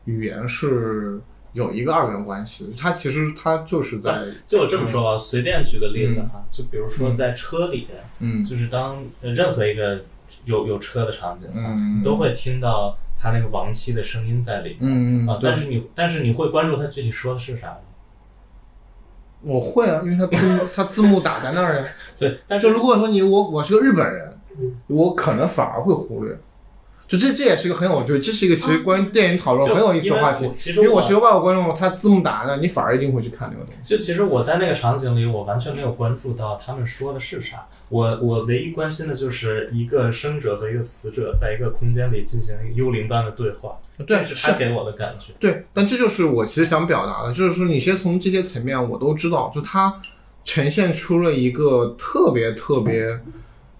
A: 语言是有一个二元关系的，它其实它就是在
B: 就我这么说吧，随便举个例子哈，就比如说在车里，
A: 嗯
B: 就是当呃任何一个有有车的场景，
A: 嗯
B: 你都会听到他那个亡妻的声音在里面。
A: 嗯
B: 啊
A: 嗯，，
B: 但
A: 对，
B: 是你但是你会关注他具体说的是啥吗？
A: 我会啊，因为它字
B: [laughs]
A: 幕它字幕打在那儿呀。
B: 对，但是
A: 就如果说你我我是个日本人，我可能反而会忽略。就这这也是一个很有，就这是一个其实关于电影讨论
B: 啊就
A: 哦很有意思的话题
B: 因为我。其实
A: 因为我
B: 我
A: 是个外国观众，他字幕打在那，你反而一定会去看这个东西。
B: 就其实我在那个场景里，我完全没有关注到他们说的是啥。我我唯一关心的就是一个生者和一个死者在一个空间里进行幽灵般的对话，
A: 对，
B: 这是他给我的感觉。
A: 对，但这就是我其实想表达的，就是说你先从这些层面我都知道，就它呈现出了一个特别特别，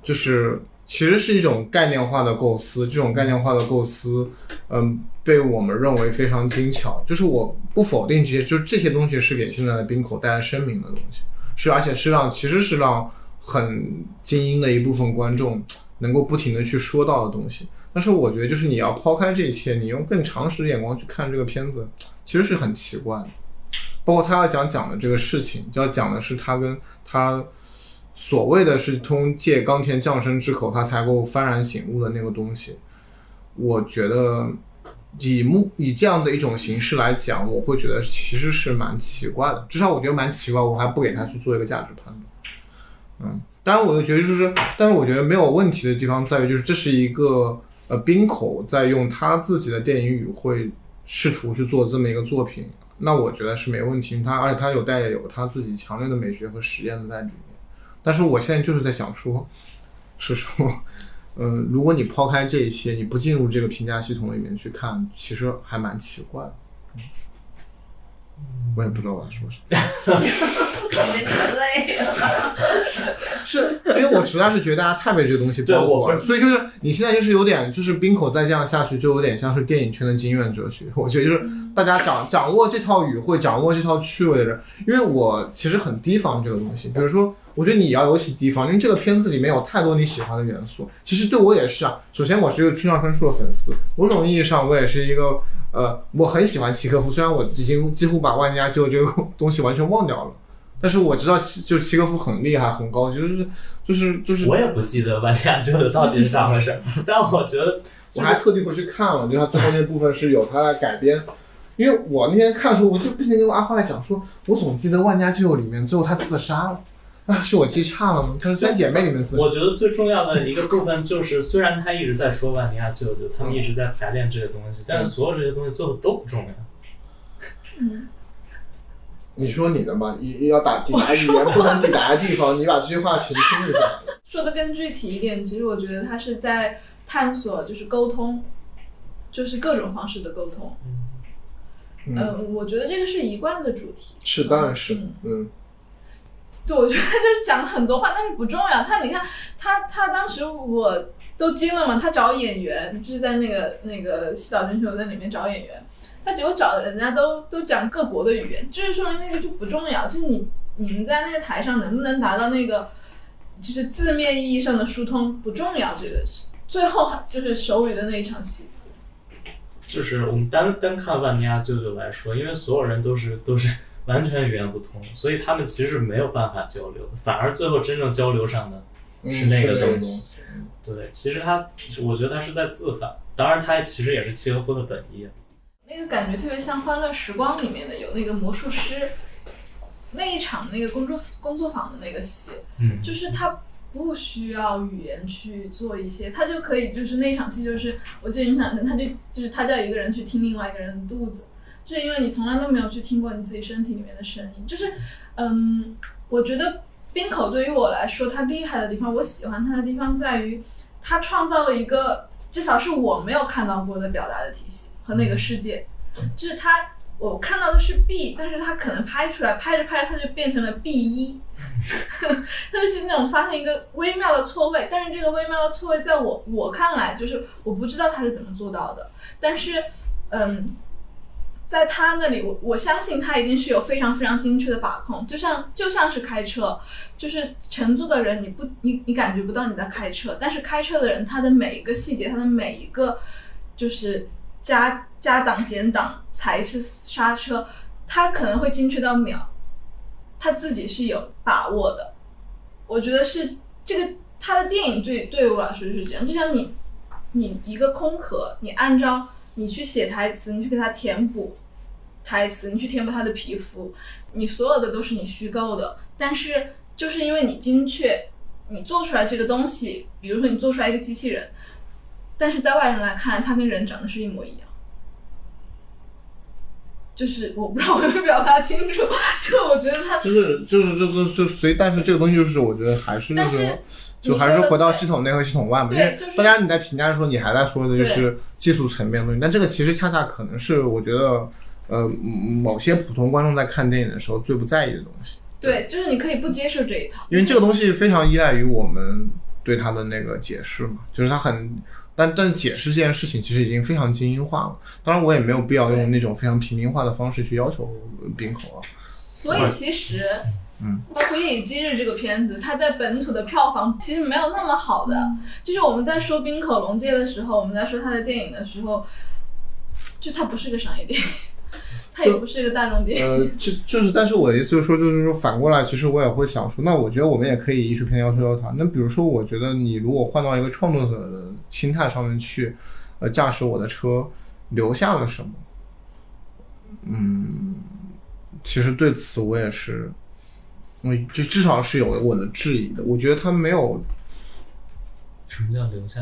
A: 就是其实是一种概念化的构思，这种概念化的构思，嗯，被我们认为非常精巧。就是我不否定这些，就是这些东西是给现在的冰口带来声明的东西，是而且是让其实是让很精英的一部分观众能够不停的去说到的东西。但是我觉得，就是你要抛开这一切，你用更常识的眼光去看这个片子，其实是很奇怪的。包括他要讲讲的这个事情，要讲的是他跟他所谓的是通借冈田将生之口，他才够幡然醒悟的那个东西。我觉得以目以这样的一种形式来讲，我会觉得其实是蛮奇怪的，至少我觉得蛮奇怪，我还不给他去做一个价值判断。嗯，当然，我就觉得就是，但是我觉得没有问题的地方在于，就是这是一个呃冰口在用他自己的电影语汇试图去做这么一个作品，那我觉得是没问题。他而且他有带有他自己强烈的美学和实验的在里面。但是我现在就是在想说，是说，嗯、如果你抛开这一些，你不进入这个评价系统里面去看，其实还蛮奇怪的。嗯我也不知道我要说什么。
C: 累
A: [laughs] 是因为我实在是觉得大家太被这个东西包
B: 对我
A: 裹
B: 不
A: 了，所以就是你现在就是有点，就是冰口再这样下去，就有点像是电影圈的经验哲学。我觉得就是大家掌掌握这套语汇、掌握这套趣味的人，因为我其实很提防这个东西。比如说，我觉得你要尤其提防，因为这个片子里面有太多你喜欢的元素。其实对我也是啊，首先我是一个村上春树的粉丝，某种意义上我也是一个呃，我很喜欢契诃夫，虽然我已经几乎把万家就这个 [laughs] 东西完全忘掉了。但是我知道契，就契诃夫很厉害，很高级，就是就是就是，
B: 我也不记得万家舅的到底是咋回事，但我觉
A: [laughs]
B: 得
A: 我还特地回去看了，就他最后那部分是有他的改编。因为我那天看的时候，我就不停地跟阿花讲说，我总记得《万家之友》里面最后他自杀了，啊，是我记差了吗？她是三姐妹里面自杀，
B: 我觉得最重要的一个部分就是，虽然他一直在说万尼亚舅舅，他
A: 嗯
B: 们一直在排练这些东西，但是所有这些东西最后都不重要。
A: 你说你的吧，也也要打抵达语言不能抵达的地方，你把这句话澄清一下。
H: [laughs]
B: [laughs]
H: 说的更具体一点，其实我觉得他是在探索，就是沟通，就是各种方式的沟通。嗯、
A: 嗯，
H: 我觉得这个是一贯的主题。
A: 是，当然是，嗯，
H: 对，我觉得他就是讲了很多话，但是不重要。他你看，他他当时我都惊了嘛，他找演员就是在那个那个西岛真秀在里面找演员，他结果找的人家都都讲各国的语言，就是说明那个就不重要，就是你你们在那个台上能不能达到那个就是字面意义上的疏通不重要，这个是最后就是手语的那一场戏。
B: 就是我们单单看万尼亚舅舅来说，因为所有人都是都是 [laughs] 完全语言不通，所以他们其实没有办法交流，反而最后真正交流上的，
A: 嗯
B: 是那
A: 那
B: 个
A: 个
B: 东西
A: 西。
B: 对，其实他我觉得他是在自反，当然他其实也是契诃夫的本意。
H: 那个感觉特别像《欢乐时光》里面的有那个魔术师那一场那个工作工作坊的那个戏，
B: 嗯
H: 就是他不需要语言去做一些，他就可以就是那场戏就是我记得印象很深，他就就是他叫一个人去听另外一个人的肚子，就是因为你从来都没有去听过你自己身体里面的声音，就是嗯，我觉得冰口对于我来说，他厉害的地方，我喜欢他的地方在于他创造了一个至少是我没有看到过的表达的体系和那个世界，就是他。我看到的是 B，但是他可能拍出来，拍着拍着他就变成了 B 一，他就是那种发现一个微妙的错位，但是这个微妙的错位在我我看来，就是我不知道他是怎么做到的，但是，嗯，在他那里，我我相信他一定是有非常非常精确的把控，就像就像是开车，就是乘坐的人你不你你感觉不到你在开车，但是开车的人他的每一个细节，他的每一个就是加加档减档踩是刹车，他可能会精确到秒，他自己是有把握的。我觉得是这个他的电影对对我来说就是这样，就像你你一个空壳，你按照你去写台词，你去给他填补台词，你去填补他的皮肤，你所有的都是你虚构的，但是就是因为你精确，你做出来这个东西，比如说你做出来一个机器人，但是在外人来看，它跟人长得是一模一样。就是我不知道我有没有表达清楚，就我觉得 [laughs] 他
A: 就是就是就就就随，但是这个东西就是我觉得还是就
H: 但
A: 是
H: 是
A: 就
H: 你
A: 还
H: 说
A: 是
H: 的
A: 回到
H: 对
A: 系统内和系统外嘛，因
H: 对
A: 为
H: 就是
A: 大家你在评价的时候，你还在说的就
H: 对
A: 是技术层面的东西，但这个其实恰恰可能是我觉得呃嗯某些普通观众在看电影的时候最不在意的东西，
H: 对，就是你可以不接受这一套，
A: 因为这个东西非常依赖于我们对它的那个解释嘛，就是它很。但但解释这件事情其实已经非常精英化了，当然我也没有必要用那种非常平民化的方式去要求冰口啊。
H: 所以其实，
A: 嗯，
H: 包括《夜以继日》这个片子，它在本土的票房其实没有那么好的。就是我们在说冰口龙介的时候，我们在说他的电影的时候，就它不是个商业电影， [laughs] 它也不是一个大众电影。
A: 呃，就就是，但是我的意思就是说，就是说反过来，其实我也会想说，那我觉得我们也可以艺术片要求要它。那比如说，我觉得你如果换到一个创作者的心态上面去，呃，驾驶我的车，留下了什么？嗯，其实对此我也是，嗯，就至少是有我的质疑的。我觉得他没有
B: 什么叫留下？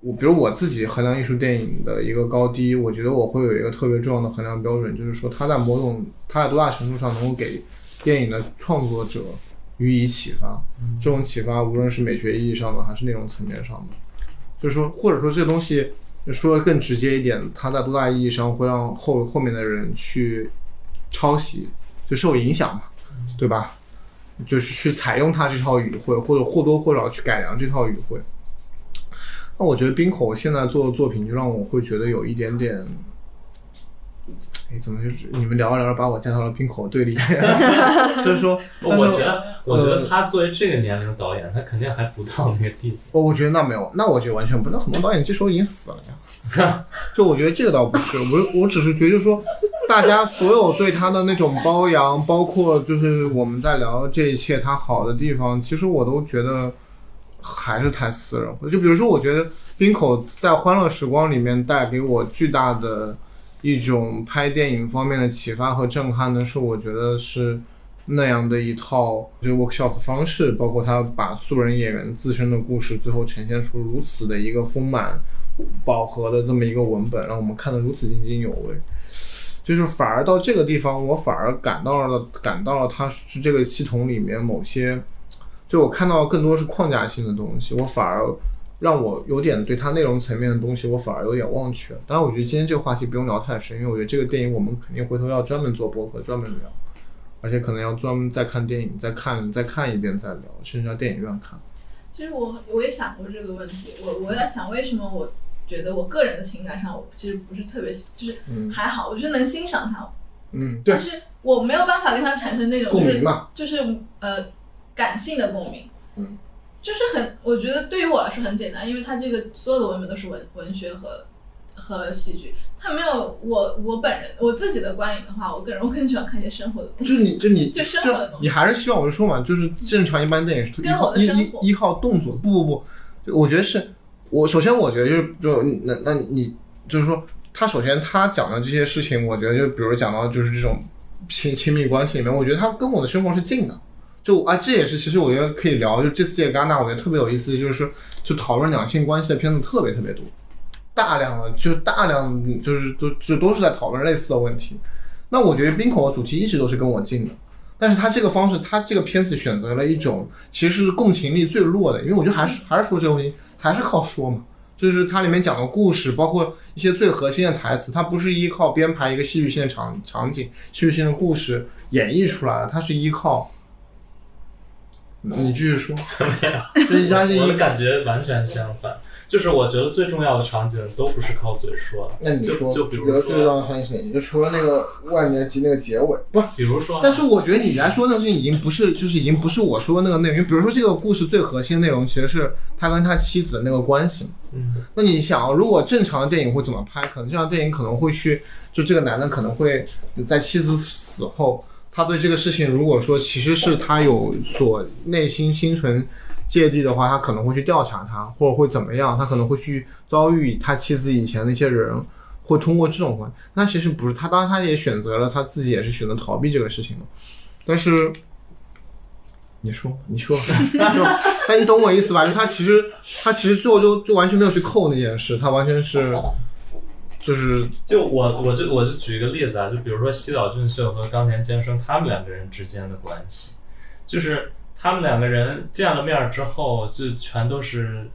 A: 我比如我自己衡量艺术电影的一个高低，我觉得我会有一个特别重要的衡量标准，就是说它在某种它在多大程度上能够给电影的创作者予以启发。这种启发，无论是美学意义上的，还是内容层面上的，就是说，或者说这东西说的更直接一点，它在多大意义上会让后后面的人去抄袭，就受影响嘛，对吧？就是去采用它这套语汇，或者或多或少去改良这套语汇。那我觉得冰口现在做的作品，就让我会觉得有一点点，哎，怎么就是你们聊着聊着把我带到了冰口对立 [laughs] 面，就是说，但是呃
B: 我觉得，我觉得他作为这个年龄的导演，他肯定还不到那个地步。
A: 我我觉得那没有，那我觉得完全不。那很多导演这时候已经死了呀。 [laughs] 就我觉得这个倒不是，我我只是觉得说，大家所有对他的那种褒扬，包括就是我们在聊这一切他好的地方，其实我都觉得还是太私人化。就比如说，我觉得冰口在《欢乐时光》里面带给我巨大的一种拍电影方面的启发和震撼的是，我觉得是。那样的一套就是 workshop 的方式，包括他把素人演员自身的故事，最后呈现出如此的一个丰满、饱和的这么一个文本，让我们看得如此津津有味。就是反而到这个地方，我反而感到了感到了它是这个系统里面某些，就我看到更多是框架性的东西，我反而让我有点对它内容层面的东西，我反而有点忘却。当然，我觉得今天这个话题不用聊太深，因为我觉得这个电影我们肯定回头要专门做播客，专门聊。而且可能要专门再看电影，再看再看一遍再聊，甚至要电影院看。
H: 其实我我也想过这个问题，我我在想为什么我觉得我个人的情感上，我其实不是特别喜，就是
A: 嗯
H: 还好，我觉得能欣赏他，
A: 嗯，对
H: 但，是我没有办法跟他产生那种
A: 共
H: 就
A: 鸣
H: 是
A: 嘛，
H: 就是呃感性的共鸣，
A: 嗯，
H: 就是很我觉得对于我来说很简单，因为他这个所有的文本都是文文学和和戏剧，他没有我我本人我自己的观影的话，我个人我更喜欢看一些生活的东
A: 就
H: 西，
A: 是你就你
H: 就生活的东西
A: 你还是希望我就说嘛，就是正常一般电影是依
H: 跟
A: 靠
H: 我的
A: 依
H: 生
A: 依
H: 活
A: 依靠动作，不不不，就我觉得是我首先我觉得就是就那那你就是说他首先他讲的这些事情，我觉得就比如讲到就是这种亲亲密关系里面，我觉得他跟我的生活是近的。就啊，这也是其实我觉得可以聊，就这次届戛纳，我觉得特别有意思，就是就讨论两性关系的片子特别特别多，大量的就大量地就是就就都是在讨论类似的问题。那我觉得冰口的主题一直都是跟我近的，但是他这个方式，他这个片子选择了一种其实是共情力最弱的，因为我觉得还是还是说这个问题，还是靠说嘛，就是它里面讲的故事，包括一些最核心的台词，它不是依靠编排一个戏剧性的场场景、戏剧性的故事演绎出来的，它是依靠。你继续说，就是它是
B: 我的
A: 依，
B: 感觉完全相反，就是我觉得最重要的场景都不是靠嘴说的，
A: 那你
B: 就
A: 说，
B: 就比
A: 比
B: 如
A: 如最重
B: 说
A: 要的场景是哪些，就除了那个万年级那个结尾，不是
B: 比如说，
A: 但是我觉得你来说那个事情已经不是，就是已经不是我说的那个内容。因为比如说这个故事最核心的内容其实是他跟他妻子的那个关系嘛。
B: 嗯，
A: 那你想，如果正常的电影会怎么拍？可能这样的电影可能会去，就这个男的可能会在妻子死后，他对这个事情如果说其实是他有所内心心存芥蒂的话，他可能会去调查他，或者会怎么样，他可能会去遭遇他妻子以前的一些人。会通过这种环，那其实不是他，当然他也选择了他自己也是选择逃避这个事情嘛。但是你说，你说，你说，但你懂我意思吧？就他其实，他其实最后就就完全没有去扣那件事，他完全是，就是
B: 就我我就我就举一个例子啊，就比如说西岛俊秀和冈田将生他们两个人之间的关系，就是他们两个人见了面儿之后，就全都是，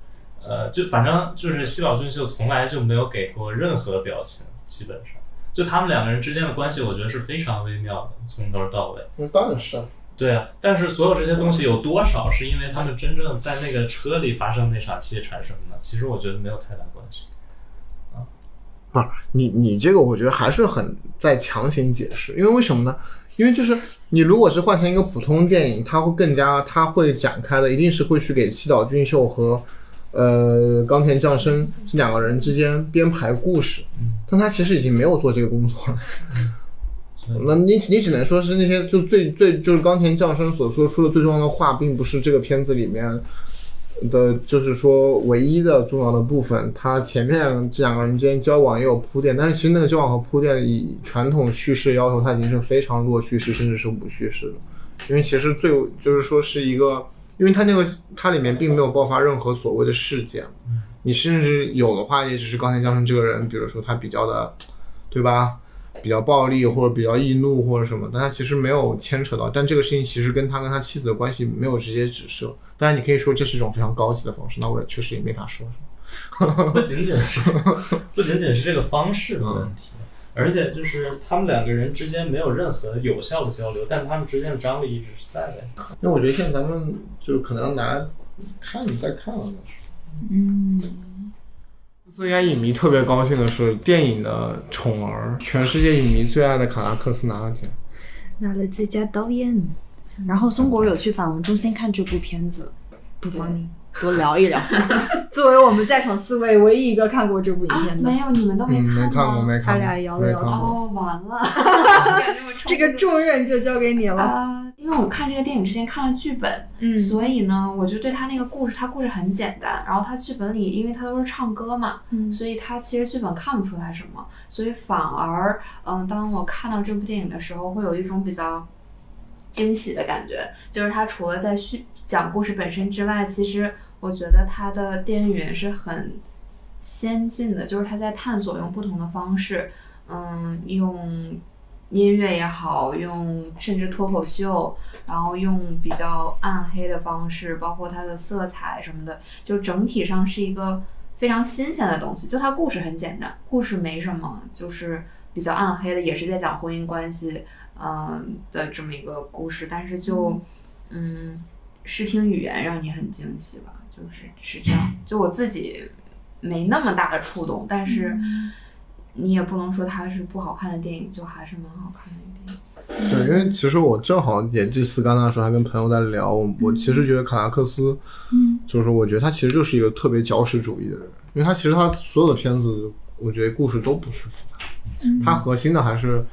B: 呃，就反正就是西岛俊秀从来就没有给过任何表情，基本上。就他们两个人之间的关系，我觉得是非常微妙的，从头到尾。
A: 那当然是，
B: 对啊，但是所有这些东西有多少是因为他们真正在那个车里发生那场戏产生的？其实我觉得没有太大关系。
A: 你你这个我觉得还是很在强行解释，因为为什么呢？因为就是你如果是换成一个普通电影，它会更加，它会展开的一定是会去给西岛俊秀和呃冈田将生这两个人之间编排故事，但他其实已经没有做这个工作了。 [laughs] 那你你只能说是那些就最最就是冈田将生所说出的最重要的话，并不是这个片子里面的，就是说唯一的重要的部分。他前面这两个人之间交往也有铺垫，但是其实那个交往和铺垫以传统叙事要求，它已经是非常弱叙事，甚至是无叙事了。因为其实最就是说是一个，因为它那个它里面并没有爆发任何所谓的事件，你甚至有的话，也只是钢铁将军这个人，比如说他比较的，对吧？比较暴力或者比较易怒或者什么，但他其实没有牵扯到。但这个事情其实跟他跟他妻子的关系没有直接指涉。当然，你可以说这是一种非常高级的方式，那我也确实也没法说什么。
B: 不仅仅是不仅仅是这个方式的问题，而且就是他们两个人之间没有任何有效的交流，但他们之间的张力一直是在的。
A: 因为我觉得现在咱们就可能要拿看再看了再说。
C: 嗯，
A: 这次应该影迷特别高兴的是，电影的宠儿，全世界影迷最爱的卡拉克斯拿了奖。
C: 拿了最佳导演。
D: 嗯
G: 然后松果有去访问中心看这部片子，不妨你多聊一聊。
C: [laughs] 作为我们在场四位唯一一个看过这部影
D: 啊，
C: 片的，
D: 没有，你们都
A: 嗯，没
D: 看
A: 看过，
D: 吗？
A: 没看过，
C: 他俩摇了
A: 没
C: 摇
A: 看过。
D: 哦，完了，感觉我冲
C: 这个
D: 不
C: 重任就交给你了。
D: 啊、因为我看这个电影之前看了剧本，
C: 嗯
D: 所以呢，我就对他那个故事，他故事很简单，然后他剧本里，因为他都是唱歌嘛，
C: 嗯
D: 所以他其实剧本看不出来什么，所以反而，嗯，当我看到这部电影的时候，会有一种比较惊喜的感觉，就是他除了在叙讲故事本身之外，其实我觉得他的电影语言是很先进的，就是他在探索用不同的方式，嗯，用音乐也好，用甚至脱口秀，然后用比较暗黑的方式，包括它的色彩什么的，就整体上是一个非常新鲜的东西。就它故事很简单，故事没什么，就是比较暗黑的，也是在讲婚姻关系，嗯、的这么一个故事，但是就嗯，视听语言让你很惊喜吧，就是是这样。就我自己没那么大的触动，但是你也不能说它是不好看的电影，就还是蛮好看的一个电影。
A: 对，因为其实我正好也这次戛纳的时候还跟朋友在聊，我我其实觉得卡拉克斯，嗯，就是我觉得他其实就是一个特别矫饰主义的人，因为他其实他所有的片子，我觉得故事都不是复杂，他核心的还是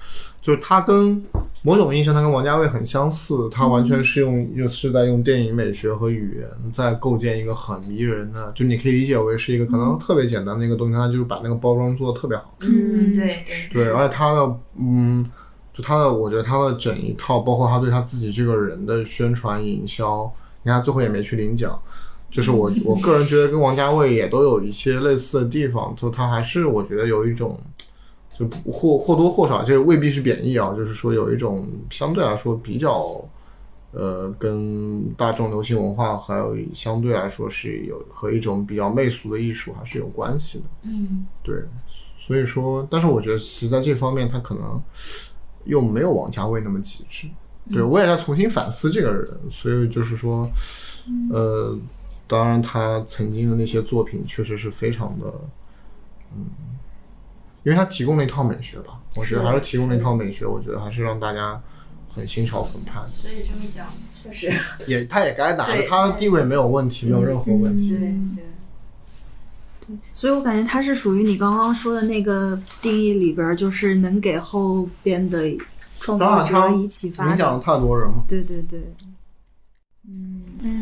A: 就是他跟某种意义上他跟王家卫很相似，他完全是用又是在用电影美学和语言在构建一个很迷人的，就你可以理解为是一个可能特别简单的一个东西，他就是把那个包装做的特别好。
D: 嗯，对对。
A: 对，而且他的嗯，就他的，我觉得他的整一套，包括他对他自己这个人的宣传营销，你看他最后也没去领奖，就是我我个人觉得跟王家卫也都有一些类似的地方，就他还是我觉得有一种。就或或多或少，这个未必是贬义啊，就是说有一种相对来说比较，呃，跟大众流行文化还有相对来说是有和一种比较媚俗的艺术还是有关系的。
D: 嗯
A: 对，所以说，但是我觉得其实在这方面他可能又没有王家卫那么极致。对我也在重新反思这个人，所以就是说，呃，当然他曾经的那些作品确实是非常的，嗯，因为他提供了一套美学吧，我觉得还是提供了一套美学，我觉得还是让大家很心潮澎湃，
D: 所以这么讲，确实，
A: 也他也该拿的，
D: 对
A: 他的地位没有问题，没有任何问题。
D: 嗯对
C: 嗯
D: 对，
G: 所以我感觉它是属于你刚刚说的那个定义里边儿，就是能给后边的创
A: 当
G: 作
A: 然他
G: 者以启
C: 嗯
G: 发
A: 影响
G: 的。
A: 了太多人嘛。
G: 对对对，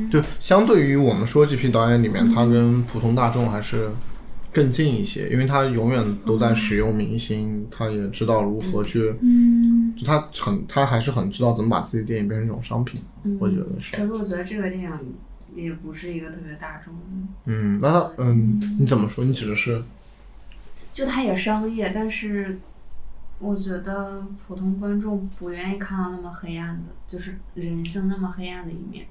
A: 就相对于我们说这批导演里面，他跟普通大众还是更近一些，因为他永远都在使用明星，他也知道如何去，就他很他还是很知道怎么把自己的电影变成一种商品，我觉得是
D: 可。是我觉得这个电影也不是一个特别大众的，
A: 嗯，那他嗯，你怎么说？你指的是
D: 就它也商业，但是我觉得普通观众不愿意看到那么黑暗的，就是人性那么黑暗的一面。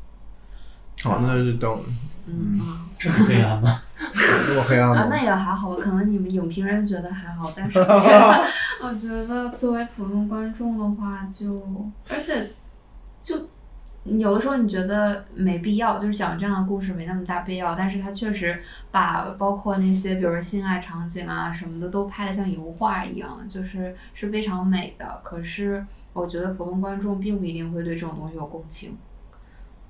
A: 好，那就等
D: 嗯啊
B: 这么黑暗吗？
A: 那么黑
D: 啊，
A: 暗吗？
D: 那也还好吧，可能你们影评人觉得还好， [laughs] 但是我觉得
A: 嗯
D: 我觉得作为普通观众的话就，而且就有的时候你觉得没必要，就是讲这样的故事没那么大必要，但是它确实把包括那些比如说性爱场景啊什么的都拍得像油画一样，就是是非常美的。可是我觉得普通观众并不一定会对这种东西有共情，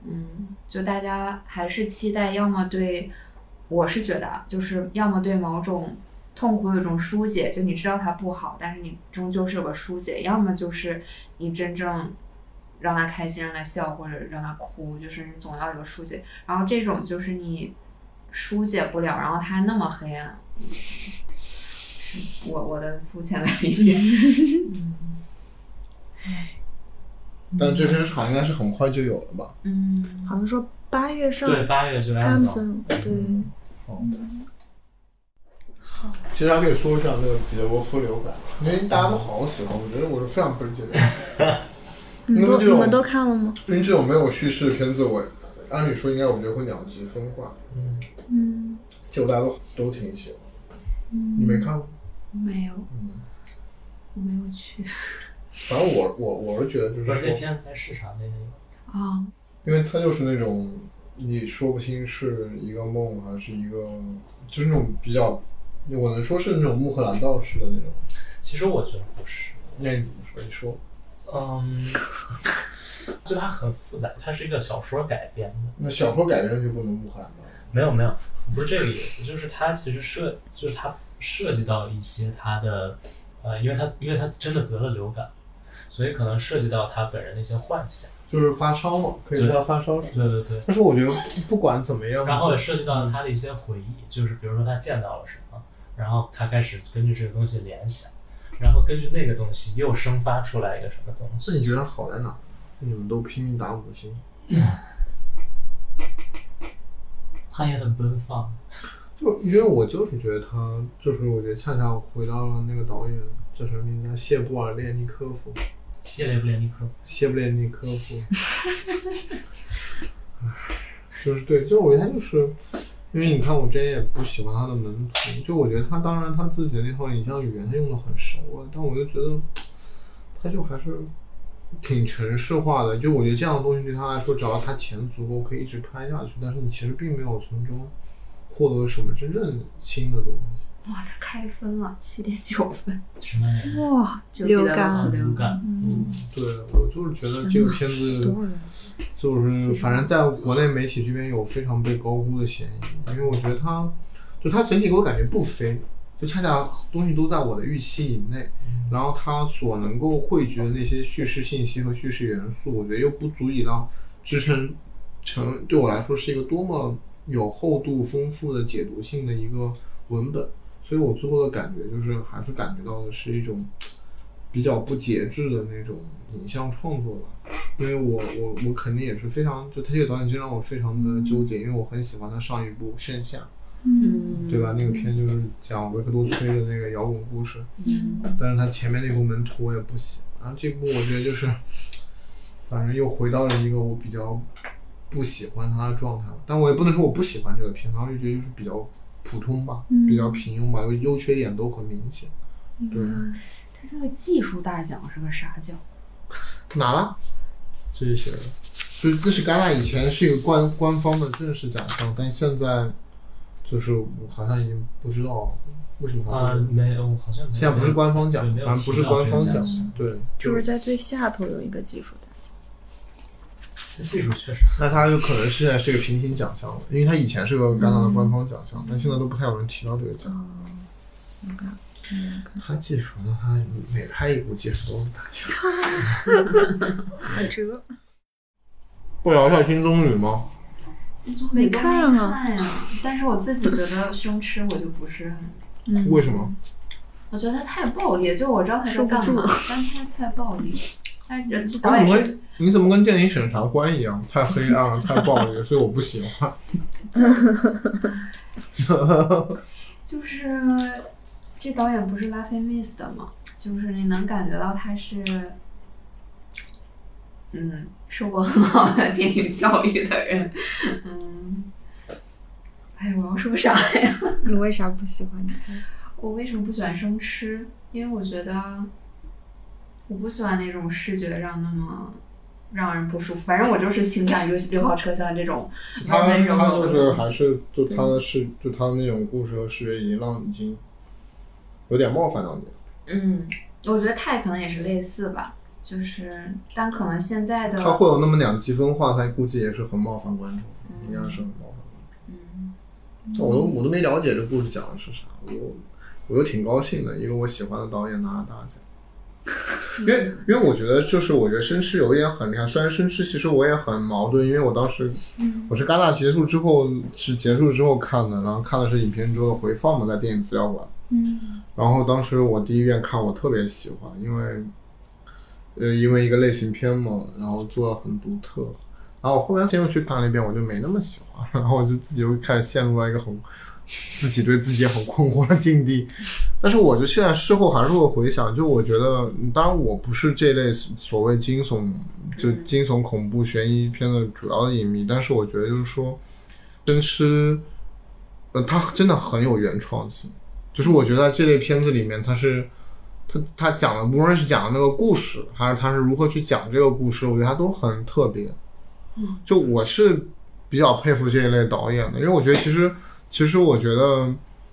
D: 嗯，就大家还是期待要么对，我是觉得啊就是要么对某种。痛苦有一种疏解，就你知道它不好，但是你终究是有个疏解，要么就是你真正让他开心，让他笑，或者让他哭，就是你总要有个疏解。然后这种就是你疏解不了，然后它还那么黑暗，是我我的肤浅的理解。
A: 但这片场应该是很快就有了吧？
D: 嗯，
G: 好像说八月上
B: 对，八月就来
C: 嗯
G: Amazon 对，
A: 哦，其实还可以说一下那个彼得罗夫流感，因为大家都好喜欢，我觉得我是非常不理解的。
C: 你
A: 因为
C: 都
A: 这
C: 你们都
A: 种
C: 看了吗？
A: 因为这种没有叙事的片子，我按理说应该我觉得会鸟击分化，
C: 嗯，
A: 就大家都都挺喜欢。你没看过？
D: 没 [laughs] 有，
A: 嗯，
D: 我没有去
A: 反正我我我是觉得就是
B: 不是那
A: 说，
B: 片子在市场那边有，
D: 啊。
A: 因为它就是那种你说不清是一个梦还是一个，就是那种比较，我能说是那种穆赫兰道式的那种。
B: 其实我觉得不是，
A: 那你怎么说？你说，
B: 嗯， [laughs] 就它很复杂，它是一个小说改编的。
A: 那小说改编的就不能穆赫兰道？
B: 没有没有，不是这个意思，就是它其实涉，就是它涉及到一些他的，呃，因为他因为他真的得了流感，所以可能涉及到他本人的一些幻想。
A: 就是发烧嘛，可以
B: 对
A: 叫他发烧是吧
B: 对对对，
A: 但是我觉得不管怎么样，
B: 然后也涉及到他的一些回忆，就是比如说他见到了什么，然后他开始根据这个东西联想，然后根据那个东西又生发出来一个什么东
A: 那你
B: 西。
A: 觉得好在哪？你们都拼命打五星，
B: 他也很奔放，
A: 就因为我就是觉得他，就是我觉得恰恰回到了那个导演叫什么名字啊？谢布尔列尼科夫，
B: 谢雷布列尼科夫，
A: 谢布列尼科夫， [laughs] 就是对，就是我觉得他就是，因为你看我之前也不喜欢他的门徒，就我觉得他当然他自己的那套影像语言他用的很熟了，但我就觉得他就还是挺城市化的，就我觉得这样的东西对他来说，只要他钱足够，可以一直拍下去，但是你其实并没有从中获得什么真正新的东西。
D: 哇，它开分了，七点九分，
B: 什么啊那个
C: 哇，
D: 就
C: 流
D: 比较
C: 感
D: 好的
B: 流感，
A: 对我就是觉得这个片子
C: 多人
A: 就是反正在国内媒体这边有非常被高估的嫌疑，因为我觉得它，就它整体给我感觉不飞，就恰恰东西都在我的预期以内，然后它所能够汇聚的那些叙事信息和叙事元素，我觉得又不足以让支撑成对我来说是一个多么有厚度、丰富的解读性的一个文本，所以我最后的感觉就是还是感觉到的是一种比较不节制的那种影像创作吧。因为我我我肯定也是非常，就他这个导演就让我非常的纠结，因为我很喜欢他上一部《盛夏》，
D: 嗯，
A: 对吧？那个片就是讲维克多崔的那个摇滚故事，
D: 嗯
A: 但是他前面那部《门徒》我也不喜欢，然后这部我觉得就是，反正又回到了一个我比较不喜欢他的状态了，但我也不能说我不喜欢这个片，然后就觉得就是比较普通吧，比较平庸吧，优缺点都很明显，对，
D: 它这个技术大奖是个啥奖？
A: 拿了，这是写的，就是这是戛纳以前是一个官官方的正式奖项，但现在就是我好像已经不知道为什么还
B: 啊，
A: 会
B: 没有，好像没有
A: 现在不是官方奖
B: 对，没有
A: 反正不是官方奖
B: 提到这个奖，
A: 对，
C: 就是在最下头有一个技术大奖，
B: 技术确实
A: 那它有可能现在是个平行奖项了，因为它以前是个戛纳的官方奖项，但现在都不太有人提到这个奖。
C: 行吧？
A: 他技术呢，他每拍一部技术都能打奖。
C: 打折，
A: 不聊一下金棕榈吗？
D: 金棕
C: 没
D: 榈都
C: 看
D: 没
C: 啊
D: 看呀，但是我自己觉得胸吃我就不是很，
C: 嗯，
A: 为什么？
D: 我觉得它太暴力了，就我知道它在
C: 受不
D: 干嘛
C: 住，
D: 但是它太暴力。但是这
A: 你
D: 导
A: 怎么
D: 演是
A: 跟你怎么跟电影审查官一样？太黑暗了，太暴力了，所以我不喜欢。
D: 就是这导演不是拉菲米斯的吗？就是你能感觉到他是，嗯，受过很好的电影教育的人，嗯。哎，我要说啥呀？
C: 你为啥不喜欢看？
D: 我为什么不喜欢生吃？因为我觉得我不喜欢那种视觉上那么让人不舒服。反正我就是情感六六号车厢这种
A: 他
D: 温柔
A: 他就
D: 柔的
A: 是
D: 东
A: 还
D: 西。
A: 是就他的视就他的那种故事和视觉已经让已经有点冒犯到你了。
D: 嗯，我觉得泰可能也是类似吧，就是但可能现在的
A: 他会有那么两极分化，他估计也是很冒犯观众，应该是很冒犯。
D: 嗯
A: 但我都我都没了解这故事讲的是啥，我又我又挺高兴的，因为我喜欢的导演拿了大奖。因为因为我觉得就是我觉得绅士有一点很厉害，虽然绅士其实我也很矛盾，因为我当时我是戛纳结束之后是结束之后看的，然后看的是影片之后的回放嘛，在电影资料馆。嗯。然后当时我第一遍看我特别喜欢，因为呃因为一个类型片嘛，然后做的很独特。然后我后来又去看了一遍，我就没那么喜欢，然后我就自己又开始陷入到一个很自己对自己很困惑的境地。但是我就现在事后还是会回想，就我觉得，当然我不是这类所谓惊悚就惊悚、恐怖、悬疑片的主要的影迷，但是我觉得就是说，真是，呃，它真的很有原创性。就是我觉得这类片子里面，它是。他他讲的，无论是讲的那个故事，还是他是如何去讲这个故事，我觉得他都很特别。
I: 嗯，
A: 就我是比较佩服这一类导演的，因为我觉得其实其实我觉得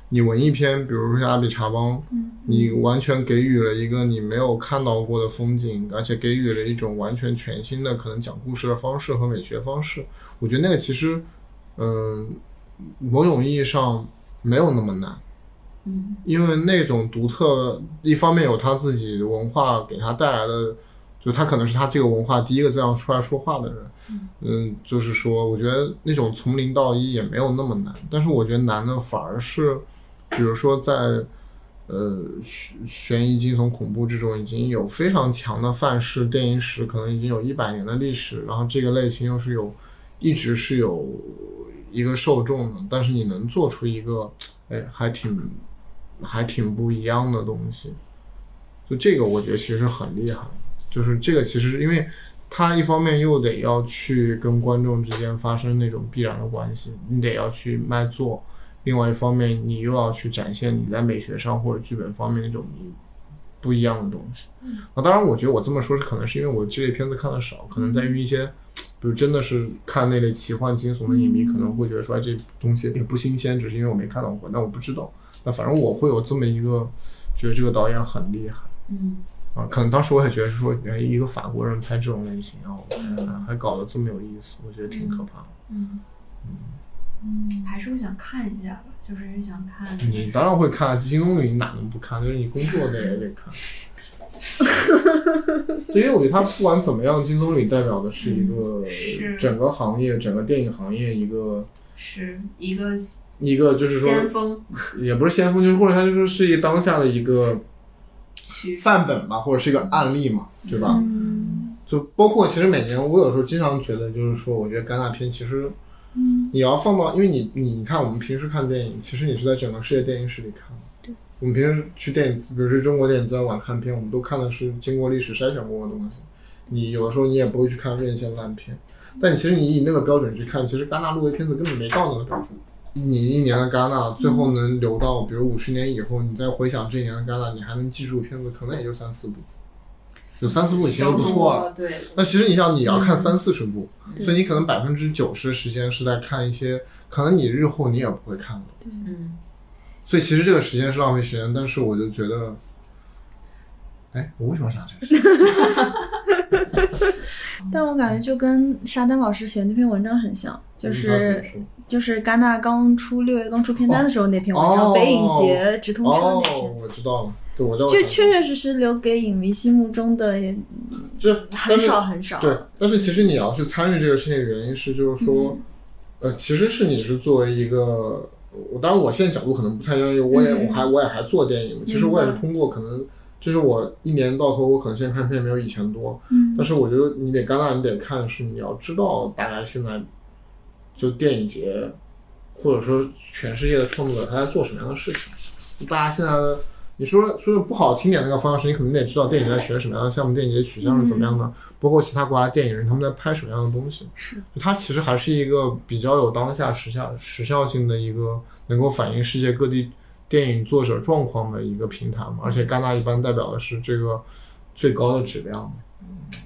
A: 你文艺片，比如说像《阿比查邦》，你完全给予了一个你没有看到过的风景，而且给予了一种完全全新的可能讲故事的方式和美学方式。我觉得那个其实，嗯、某种意义上没有那么难。因为那种独特，一方面有他自己文化给他带来的，就他可能是他这个文化第一个这样出来说话的人，嗯，就是说，我觉得那种从零到一也没有那么难，但是我觉得难的反而是，比如说在呃悬悬疑、惊悚、恐怖这种已经有非常强的范式电影史，可能已经有一百年的历史，然后这个类型又是有一直是有一个受众的，但是你能做出一个，哎，还挺。还挺不一样的东西。就这个，我觉得其实很厉害。就是这个，其实因为他一方面又得要去跟观众之间发生那种必然的关系，你得要去卖座；另外一方面，你又要去展现你在美学上或者剧本方面那种你不一样的东西。啊，当然，我觉得我这么说是可能是因为我这类片子看的少，可能在于一些，比如真的是看那类奇幻惊悚的影迷可能会觉得说，哎，这东西也不新鲜，只是因为我没看到过，那我不知道。那反正我会有这么一个，觉得这个导演很厉害
I: 嗯，
A: 啊。可能当时我也觉得说，原来一个法国人拍这种类型啊，我还还搞得这么有意思，我觉得挺可怕的。
D: 还是会想看一下吧，就是想看。
A: 嗯你当然会看，金庸你哪能不看？就是你工作的也得看。对，因为我觉得他不管怎么样，金棕榈代表的是一个
D: 是
A: 整个行业、整个电影行业一个
D: 是一个
A: 一个，就是说
D: 先锋
A: 也不是先锋，就是或者他就说是一当下的一个
D: 区，
A: 范本吧，或者是一个案例嘛，对
C: 嗯
A: 吧？就包括其实每年我有时候经常觉得，就是说，我觉得戛纳片其实，
H: 嗯
A: 你要放到，因为你你看我们平时看电影，其实你是在整个世界电影史里看的。我们平时去电影，比如说中国电影资料馆看片，我们都看的是经过历史筛选过的东西。你有的时候你也不会去看院线烂片，但其实你以那个标准去看，其实戛纳入围片子根本没到那个标准。你一年的戛纳，最后能留到比如五十年以后，你再回想这一年的戛纳，你还能记住片子，可能也就三四部，有三四部已经不错了。
D: 对，
A: 那其实你想，你要
C: 嗯
A: 看三四十部，所以你可能百分之九十的时间是在看一些可能你日后你也不会看的。
D: 嗯，
A: 所以其实这个时间是浪费时间，但是我就觉得，哎，我为什么要讲这个事？
C: 但我感觉就跟沙丹老师写那篇文章很像，就
A: 你刚才怎
C: 是
A: 么说
C: 就是戛纳刚出六月刚出片单的时候那篇文章，
A: 哦
C: 北影节直通车那篇。
A: 哦，我知道了，对，我知道。
C: 就确确实实留给影迷心目中的也
A: 这
C: 很少很少。
A: 对，但是其实你要去参与这个事情的原因是，就是说，
C: 嗯
A: 呃，其实是你是作为一个，我当然我现在角度可能不太专业，我
C: 嗯
A: 也、我还我也还做电影，其实我也是通过可能。就是我一年到头，我可能现在看片没有以前多，
C: 嗯
A: 但是我觉得你得戛纳，你得看是你要知道大家现在就电影节，或者说全世界的创作者他在做什么样的事情，大家现在的你说说的不好听点那个方式，你肯定得知道电影在选什么样的项目，电影节取向是怎么样的，包括其他国家电影人他们在拍什么样的东西。
C: 是，
A: 就它其实还是一个比较有当下时效时效性的一个能够反映世界各地电影作者状况的一个平台嘛。而且戛纳一般代表的是这个最高的质量嘛。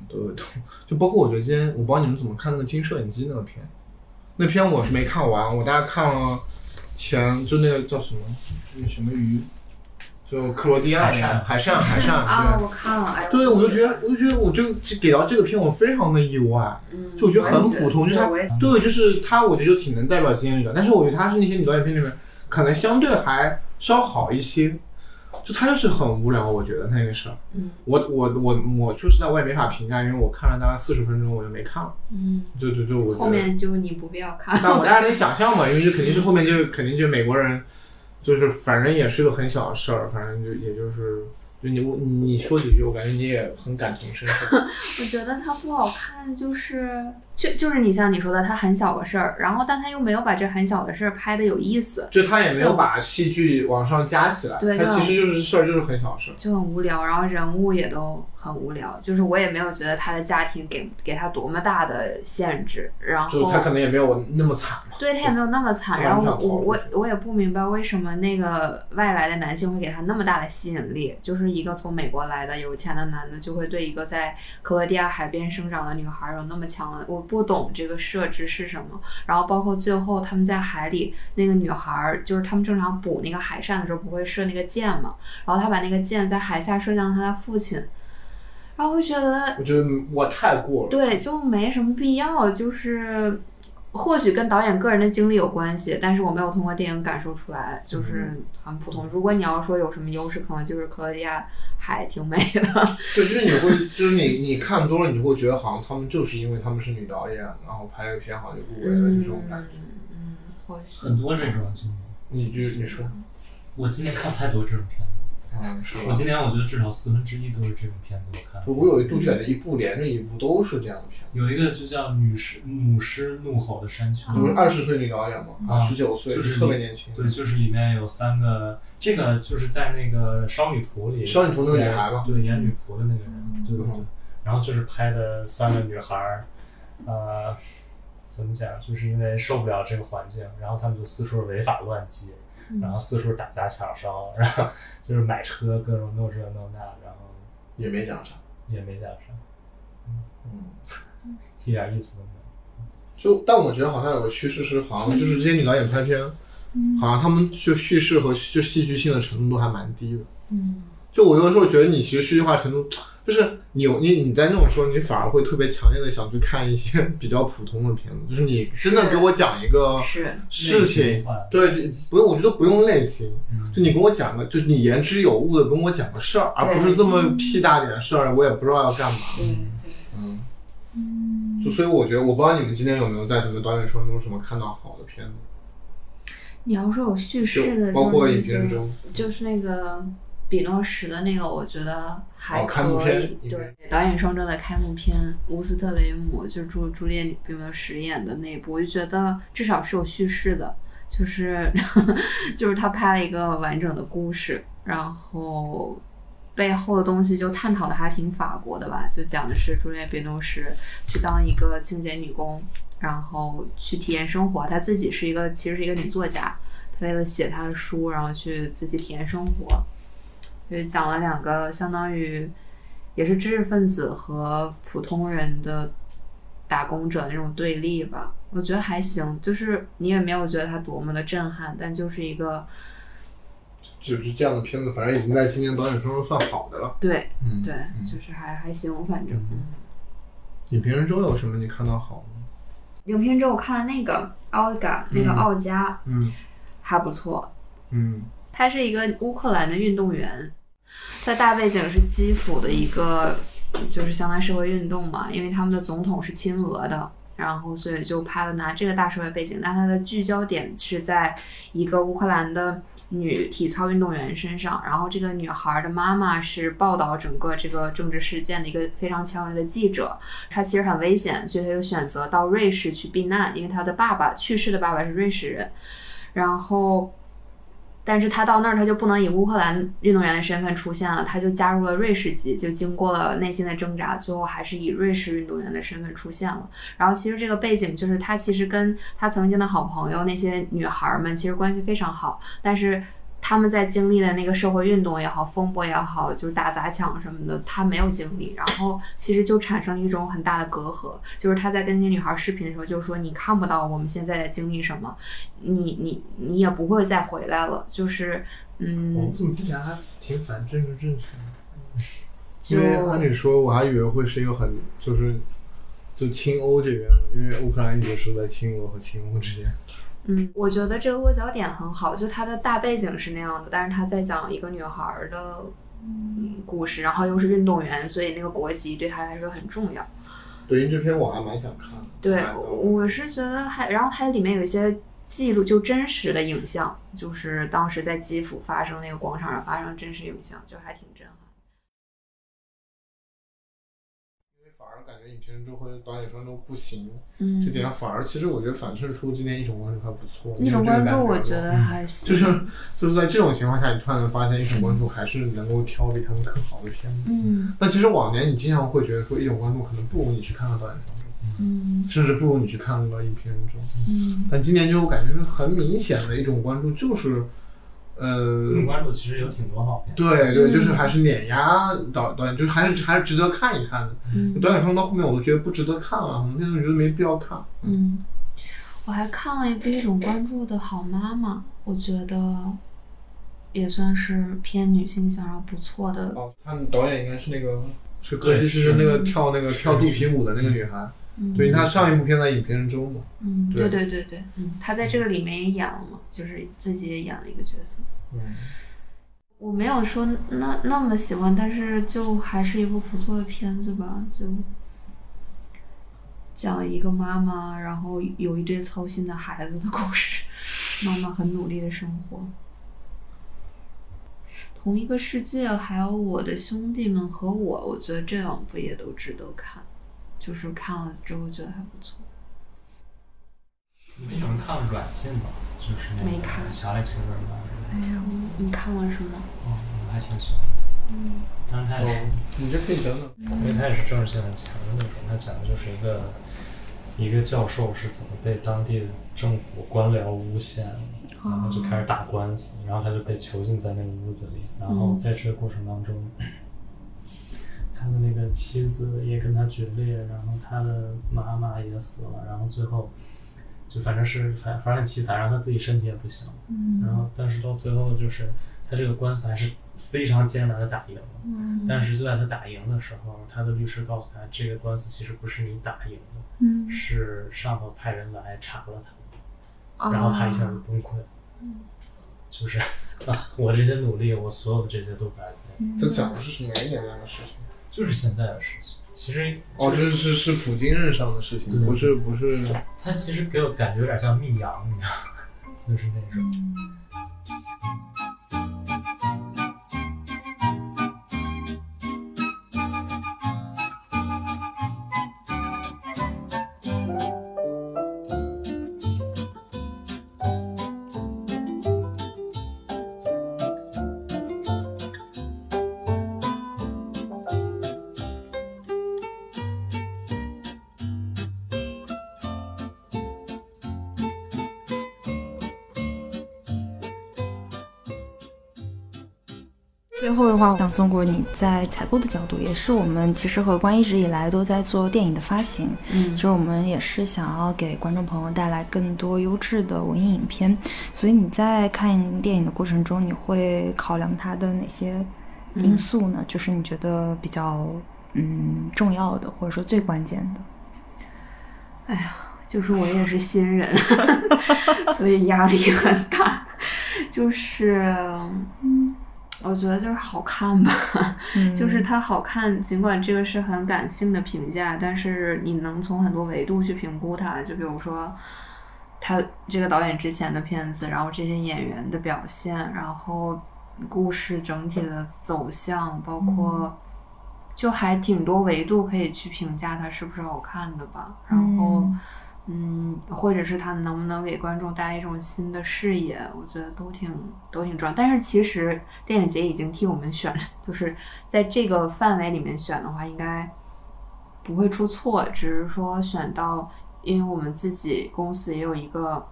A: 对对，就包括我觉得今天我不知道你们怎么看那个《金摄影机》那个片，那片我是没看完，我大概看了前就那个叫什么那个什么鱼，就克罗地亚那个海扇海扇
D: 啊， [laughs]
A: 对。
D: 我看了，哎，
A: 对，我就觉得，我就觉得，我就给到这个片，我非常的意外。
D: 嗯
A: 就我觉得很普通，就是他
D: 我也，
A: 对，就是他，我觉得就挺能代表今天女的，但是我觉得他是那些女导演片里面可能相对还稍好一些，就他就是很无聊，我觉得那个事儿。
D: 嗯，
A: 我我我我说实在我也没法评价，因为我看了大概四十分钟我就没看了，
D: 嗯，
A: 就就就我觉
D: 后
A: 得，
D: 面就你不必要看，
A: 但我大家能想象嘛，因为就肯定是后面就肯定就美国人，就是反正也是个很小的事儿，反正就也就是。就你我你说几句，我感觉你也很感同身受。
D: 我觉得它不好看，就是就就是你像你说的，它很小个事儿，然后但他又没有把这很小的事儿拍的有意思，
A: 就他也没有把戏剧往上加起来，
D: 对
A: 他
D: 对
A: 其实就是事儿就是很小事儿。
D: 就很无聊，然后人物也都很无聊，就是我也没有觉得他的家庭给给他多么大的限制，然
A: 就
D: 后
A: 他可能也没有那么惨嘛，
D: 对他也没有那么惨，
A: 对
D: 然后
A: 他想逃
D: 我我
A: 出去
D: 我也不明白为什么那个外来的男性会给他那么大的吸引力，就是一个从美国来的有钱的男的就会对一个在克罗地亚海边生长的女孩有那么强的，我不懂这个设置是什么。然后包括最后他们在海里，那个女孩就是他们正常捕那个海扇的时候不会射那个箭嘛，然后他把那个箭在海下射向他的父亲，然后我觉得
A: 我觉得我太过了。
D: 对，就没什么必要。就是或许跟导演个人的经历有关系，但是我没有通过电影感受出来，就是
A: 嗯
D: 很普通。如果你要说有什么优势，可能就是克罗地亚海挺美的。
A: 对，就是你会，就是你你看多了，你会觉得好像他们就是因为他们是女导演，然后拍了个片好像就入围了，就这种感觉。
D: 嗯，或许
B: 很多这种经历。
A: 你就你说，
B: 我今年看太多这种片子，
A: 嗯，是
B: 我
A: 吧？
B: 今年我觉得至少四分之一都是这种片子我看
A: 就
B: 了。
A: 我有一度选的一部连着一部都是这样的片，
B: 有一个就叫《女狮母狮怒吼的山丘》，
A: 就是二十岁女导演嘛，啊，
B: 啊
A: 十九岁
B: 就是
A: 特别年轻。
B: 对，就是里面有三个，这个就是在那个《少女图》里，
A: 少女图那个女孩嘛
B: 对，演女仆的那个人，对对对
A: 嗯。
B: 然后就是拍的三个女孩儿，呃，怎么讲，就是因为受不了这个环境，然后他们就四处违法乱纪，
D: 嗯
B: 然后四处打砸抢烧，然后 [laughs] 就是买车各种弄这弄那，然后
A: 也没讲啥。
B: 也没讲啥，
A: 嗯，
B: 一点意思都没有。
A: 就但我觉得好像有个趋势是，好像就是这些女导演拍片，好像他们就叙事和就戏剧性的程度都还蛮低的。
D: 嗯，
A: 就我有的时候觉得你其实戏剧化程度，就是你有你你在那种时候，你反而会特别强烈的想去看一些比较普通的片子，就是你真的给我讲一个
D: 是
A: 事
B: 类
A: 情
B: 型化，
A: 对，不用，我觉得不用类型，
B: 嗯
A: 就你跟我讲个，就是你言之有物的跟我讲个事儿，而不是这么屁大点事儿，我也不知道要干嘛。嗯，就所以我觉得，我不知道你们今天有没有在什么导演说中什么看到好的片子，
D: 你要说有叙事
A: 就
D: 的，
A: 包括
D: 就是
A: 影评
D: 那
A: 人
D: 个
A: 中，
D: 就是那个比诺什的那个，我觉得还
A: 哦
D: 可
A: 开幕片
D: 以。
A: 应该
D: 对，导演双周的开幕片《乌斯特雷姆》，就是朱朱丽叶·比诺什演的那一部，我就觉得至少是有叙事的，就是 [laughs] 就是他拍了一个完整的故事，然后。背后的东西就探讨的还挺法国的吧，就讲的是朱丽叶·比诺什去当一个清洁女工，然后去体验生活。她自己是一个其实是一个女作家，她为了写她的书，然后去自己体验生活，就是讲了两个相当于也是知识分子和普通人的打工者那种对立吧。我觉得还行，就是你也没有觉得它多么的震撼，但就是一个
A: 就是这样的片子，反正已经在今年导演说中算好的了。
D: 对
A: 嗯，
D: 对，就是还还行，反正。
A: 嗯影评人中有什么你看到好的？
D: 影片之后我看了那个奥嘎，那个
A: 嗯
D: 奥加、
A: 嗯
D: 还不错，
A: 嗯
D: 他是一个乌克兰的运动员，他大背景是基辅的一个，就是相当于社会运动嘛，因为他们的总统是亲俄的，然后所以就拍了拿这个大社会背景，但他的聚焦点是在一个乌克兰的女体操运动员身上，然后这个女孩的妈妈是报道整个这个政治事件的一个非常强烈的记者，她其实很危险，所以她就选择到瑞士去避难，因为她的爸爸去世的爸爸是瑞士人，然后。但是他到那儿，他就不能以乌克兰运动员的身份出现了，他就加入了瑞士籍，就经过了内心的挣扎，最后还是以瑞士运动员的身份出现了。然后其实这个背景就是他其实跟他曾经的好朋友那些女孩儿们其实关系非常好，但是他们在经历的那个社会运动也好，风波也好，就是打砸抢什么的，他没有经历，然后其实就产生了一种很大的隔阂，就是他在跟那些女孩儿视频的时候就说你看不到我们现在在经历什么，你你你也不会再回来了，就是
A: 我
D: 嗯
A: 们，怎么之前还挺反政治正确的？
D: 就
A: 因为按理说我还以为会是一个很就是就亲欧这边的，因为乌克兰一直是在亲俄和亲乌之间。
D: 嗯，我觉得这个落脚点很好，就它的大背景是那样的，但是它在讲一个女孩儿的嗯故事，然后又是运动员，所以那个国籍对她来说很重要。
A: 对，因为这篇我还蛮想看的。
D: 对
A: 蛮，高
D: 我是觉得还，然后它里面有一些记录，就真实的影像，就是当时在基辅发生那个广场上发生真实影像，就还挺震撼。
A: 反而感觉影评人就会导演说都不行，
H: 嗯
A: 这点反而其实我觉得反衬出今年一种关注还不错。你
D: 一种
A: 有这
D: 关
A: 个感
D: 注
A: 吗
D: 我觉得还
A: 嗯
D: 行，
A: 就是就是在这种情况下，你突然能发现一种关注还是能够挑比他们更好的片子。
H: 嗯
A: 但其实往年你经常会觉得说一种关注可能不如你去看看导演双周，
H: 嗯
A: 甚至不如你去看个影评人周。
H: 嗯
A: 但今年就感觉是很明显的一种关注，就是呃
B: 这，种关注其实有挺多好片，
A: 对对，
D: 嗯
A: 就是还是碾压导导演，就是还是还是值得看一看的。
H: 嗯
A: 导演双到后面我都觉得不值得看了，很多片子我觉得没必要看。
H: 嗯，
D: 我还看了一部一种关注的好妈妈，我觉得也算是偏女性向然后不错的。
A: 哦，他们导演应该是那个是
B: 对
A: 格西是
B: 是
A: 那个跳那个
B: 是
A: 跳肚
B: 是
A: 皮舞的那个女孩，
D: 嗯
A: 对，她上一部片在影评人周嘛。
D: 嗯，
A: 对
D: 对对对对，嗯，她在这个里面也演了嘛，就是自己也演了一个角色。
A: 嗯
D: 我没有说那那么喜欢，但是就还是一部不错的片子吧，就讲一个妈妈，然后有一堆操心的孩子的故事，妈妈很努力的生活。同一个世界，还有我的兄弟们和我，我觉得这两部也都值得看，就是看了之后觉得还不错。
B: 你们有人看了《软禁》吗？就是那
D: 没看
B: 个小爱情人吧？
D: 你看了是吗？
B: 哦，我还挺喜欢的。
D: 嗯
B: 当然，他也是
A: 哦，你这可以讲讲。
B: 因为它也是政治性很强的那种，它讲的就是一个一个教授是怎么被当地政府官僚诬陷，然后就开始打官司，然后他就被囚禁在那个屋子里，然后在这个过程当中，他的那个妻子也跟他决裂，然后他的妈妈也死了，然后最后就反正是反反正很凄惨，然后他自己身体也不行，然后但是到最后就是他这个官司还是非常艰难的打赢了。但是就在他打赢的时候，他的律师告诉他，这个官司其实不是你打赢的，
H: 嗯
B: 是上头派人来查了他，然后他一下子崩溃了。就是啊，我这些努力，我所有的这些都白费，
A: 这讲的是什么一点那个事情？
B: 就是现在的事情。其实
A: 哦，这是是普京任上的事情，
B: 对
A: 不是不是。
B: 他其实给我感觉有点像密阳，你知道吗，就是那种。
C: 最后的话，想送过你在采购的角度，也是我们其实和官一直以来都在做电影的发行，
D: 嗯
C: 其实我们也是想要给观众朋友带来更多优质的文艺影片，所以你在看电影的过程中，你会考量它的哪些因素呢？就是你觉得比较嗯重要的，或者说最关键的。
D: 就是我也是新人，所以压力很大。就是，我觉得就是好看吧，
C: 嗯
D: 就是它好看。尽管这个是很感性的评价，但是你能从很多维度去评估它。就比如说，他这个导演之前的片子，然后这些演员的表现，然后故事整体的走向，包括就还挺多维度可以去评价它是不是好看的吧。然后。嗯，或者是他能不能给观众带来一种新的视野，我觉得都挺都挺重要。但是其实电影节已经替我们选， [laughs] 就是在这个范围里面选的话，应该不会出错，只是说选到，因为我们自己公司也有一个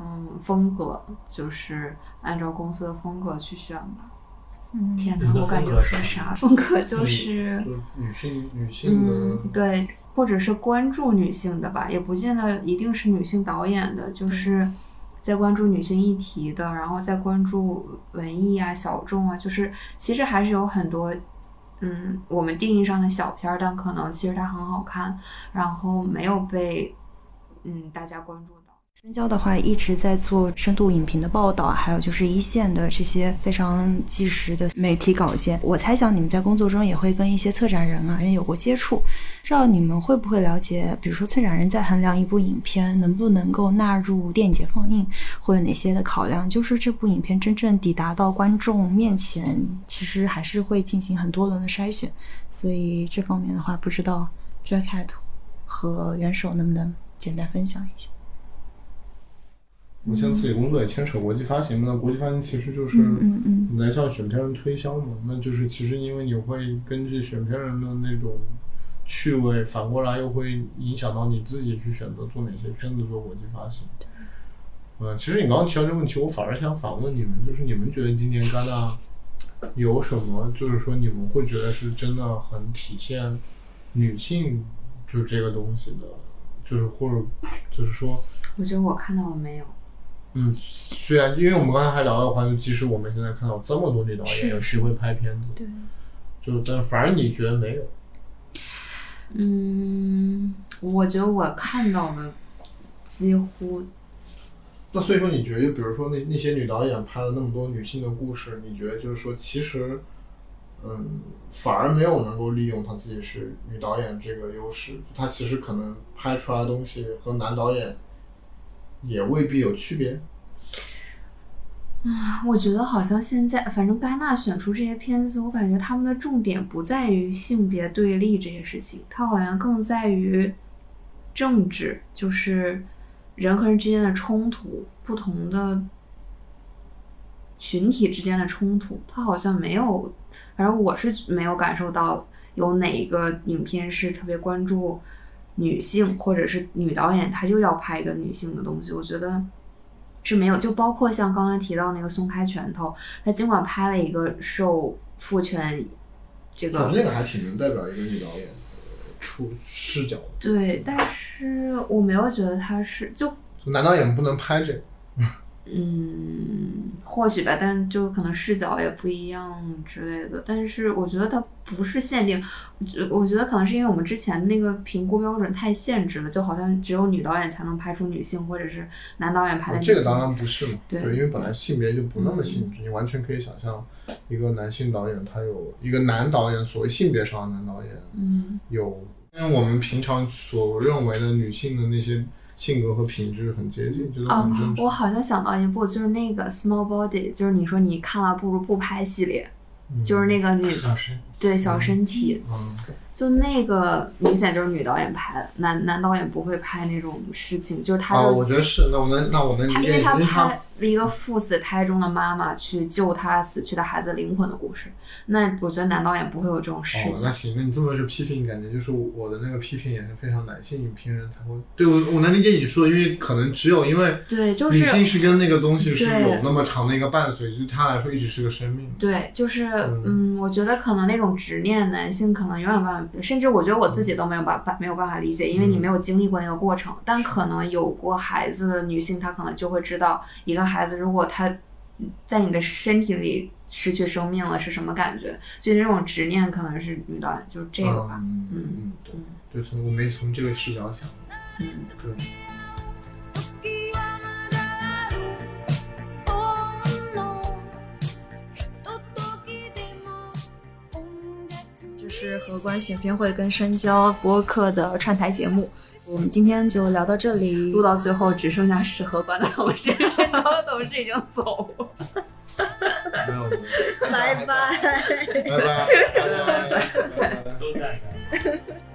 D: 嗯风格，就是按照公司的风格去选吧。
C: 嗯
D: 天
B: 你
D: 哪，
B: 的
D: 我感觉
B: 风格是
D: 说
B: 什么
D: 啥风格
A: 就
D: 就是。
A: 是女性女性的
D: 嗯，对，或者是关注女性的吧，也不见得一定是女性导演的，就是在关注女性议题的，然后在关注文艺啊、小众啊，就是其实还是有很多。嗯，我们定义上的小片儿，但可能其实它很好看，然后没有被嗯大家关注到。
C: 深交的话一直在做深度影评的报道，还有就是一线的这些非常及时的媒体稿件。我猜想你们在工作中也会跟一些策展人啊人有过接触，不知道你们会不会了解，比如说策展人在衡量一部影片能不能够纳入电影节放映，会有哪些的考量？就是这部影片真正抵达到观众面前，其实还是会进行很多轮的筛选，所以这方面的话，不知道 Jacket 和元首能不能简单分享一下？
A: 我像自己工作也牵扯国际发行嘛，那国际发行其实就是
C: 嗯嗯
A: 你来向选片人推销嘛，那就是其实因为你会根据选片人的那种趣味，反过来又会影响到你自己去选择做哪些片子做国际发行。嗯，其实你刚刚提到这个问题，我反而想反问你们，就是你们觉得今年戛纳有什么，就是说你们会觉得是真的很体现女性就这个东西的，就是或者就是说。
D: 我觉得我看到了没有？
A: 嗯，虽然因为我们刚才还聊到的话，就即使我们现在看到这么多女导演有机会拍片子，对，就但反而你觉得没有，
D: 嗯，我觉得我看到了几乎
A: 那所以说你觉得，就比如说那那些女导演拍了那么多女性的故事，你觉得就是说其实，嗯，反而没有能够利用她自己是女导演这个优势，她其实可能拍出来的东西和男导演也未必有区别。
D: 我觉得好像现在，反正戛纳选出这些片子，我感觉他们的重点不在于性别对立这些事情，它好像更在于政治，就是人和人之间的冲突，不同的群体之间的冲突。它好像没有，反正我是没有感受到有哪一个影片是特别关注女性，或者是女导演，她就要拍一个女性的东西。我觉得。是没有，就包括像刚才提到那个松开拳头，他尽管拍了一个受父权这
A: 我觉得
D: 个
A: 那个还挺能代表一个女导演呃出视角的，
D: 对，但是我没有觉得他是就
A: 就男导演不能拍这个。
D: 嗯，或许吧，但是就可能视角也不一样之类的。但是我觉得它不是限定，呃我觉得可能是因为我们之前那个评估标准太限制了，就好像只有女导演才能拍出女性，或者是男导演拍的
A: 哦
D: 女性。
A: 这个当然不是嘛，
D: 对嗯
A: 因为本来性别就不那么性质，你完全可以想象一个男性导演，他有一个男导演，所谓性别上的男导演
D: 嗯
A: 有跟我们平常所认为的女性的那些性格和品质很接近，觉得
D: 啊
A: 很正，常。
D: 我好像想到一部，就是那个 Small Body，就是你说你看了不如不拍系列，
A: 嗯
D: 就是啊那个女
B: 身
D: 对小身体，
A: 嗯，
D: 就那个明显就是女导演拍的，男男导演不会拍那种事情，就是他
A: 啊，
D: 就
A: 我觉得是，那我能，那我能理
D: 他因
A: 解
D: 为
A: 你，
D: 他
A: 因为他
D: 拍了一个赴死胎中的妈妈去救他死去的孩子灵魂的故事，那我觉得男导演不会有这种事
A: 哦，
D: 情。
A: 那行，那你这么是批评，感觉就是我的那个批评也是非常男性影评人才会。对我，我能理解你说的，因为可能只有因为
D: 对，就
A: 女性是
D: 是
A: 跟那个东西是
D: 对
A: 有那么长的一个伴随，就对她来说一直是个生命。
D: 对，就是
A: 嗯
D: 嗯，我觉得可能那种执念，男性可能永远办法，甚至我觉得我自己
A: 嗯
D: 都没有办法没有办法理解，因为你没有经历过那个过程。但可能有过孩子的女性，她可能就会知道，一个孩子如果他在你的身体里失去生命了是什么感觉，所以那种执念可能是女导演，就是这个吧。
A: 嗯
D: 嗯
A: 嗯，对，对，从我没从这个视角想，
D: 嗯
A: 对，
C: 就是荷官选片会跟深交播客的串台节目。我们今天就聊到这里，
D: 录到最后只剩下是荷官的同事， [laughs] 深交的同事已经走了。
A: 没有，
D: [laughs]
A: 没有拜拜，拜拜，拜拜。
B: 都在那儿。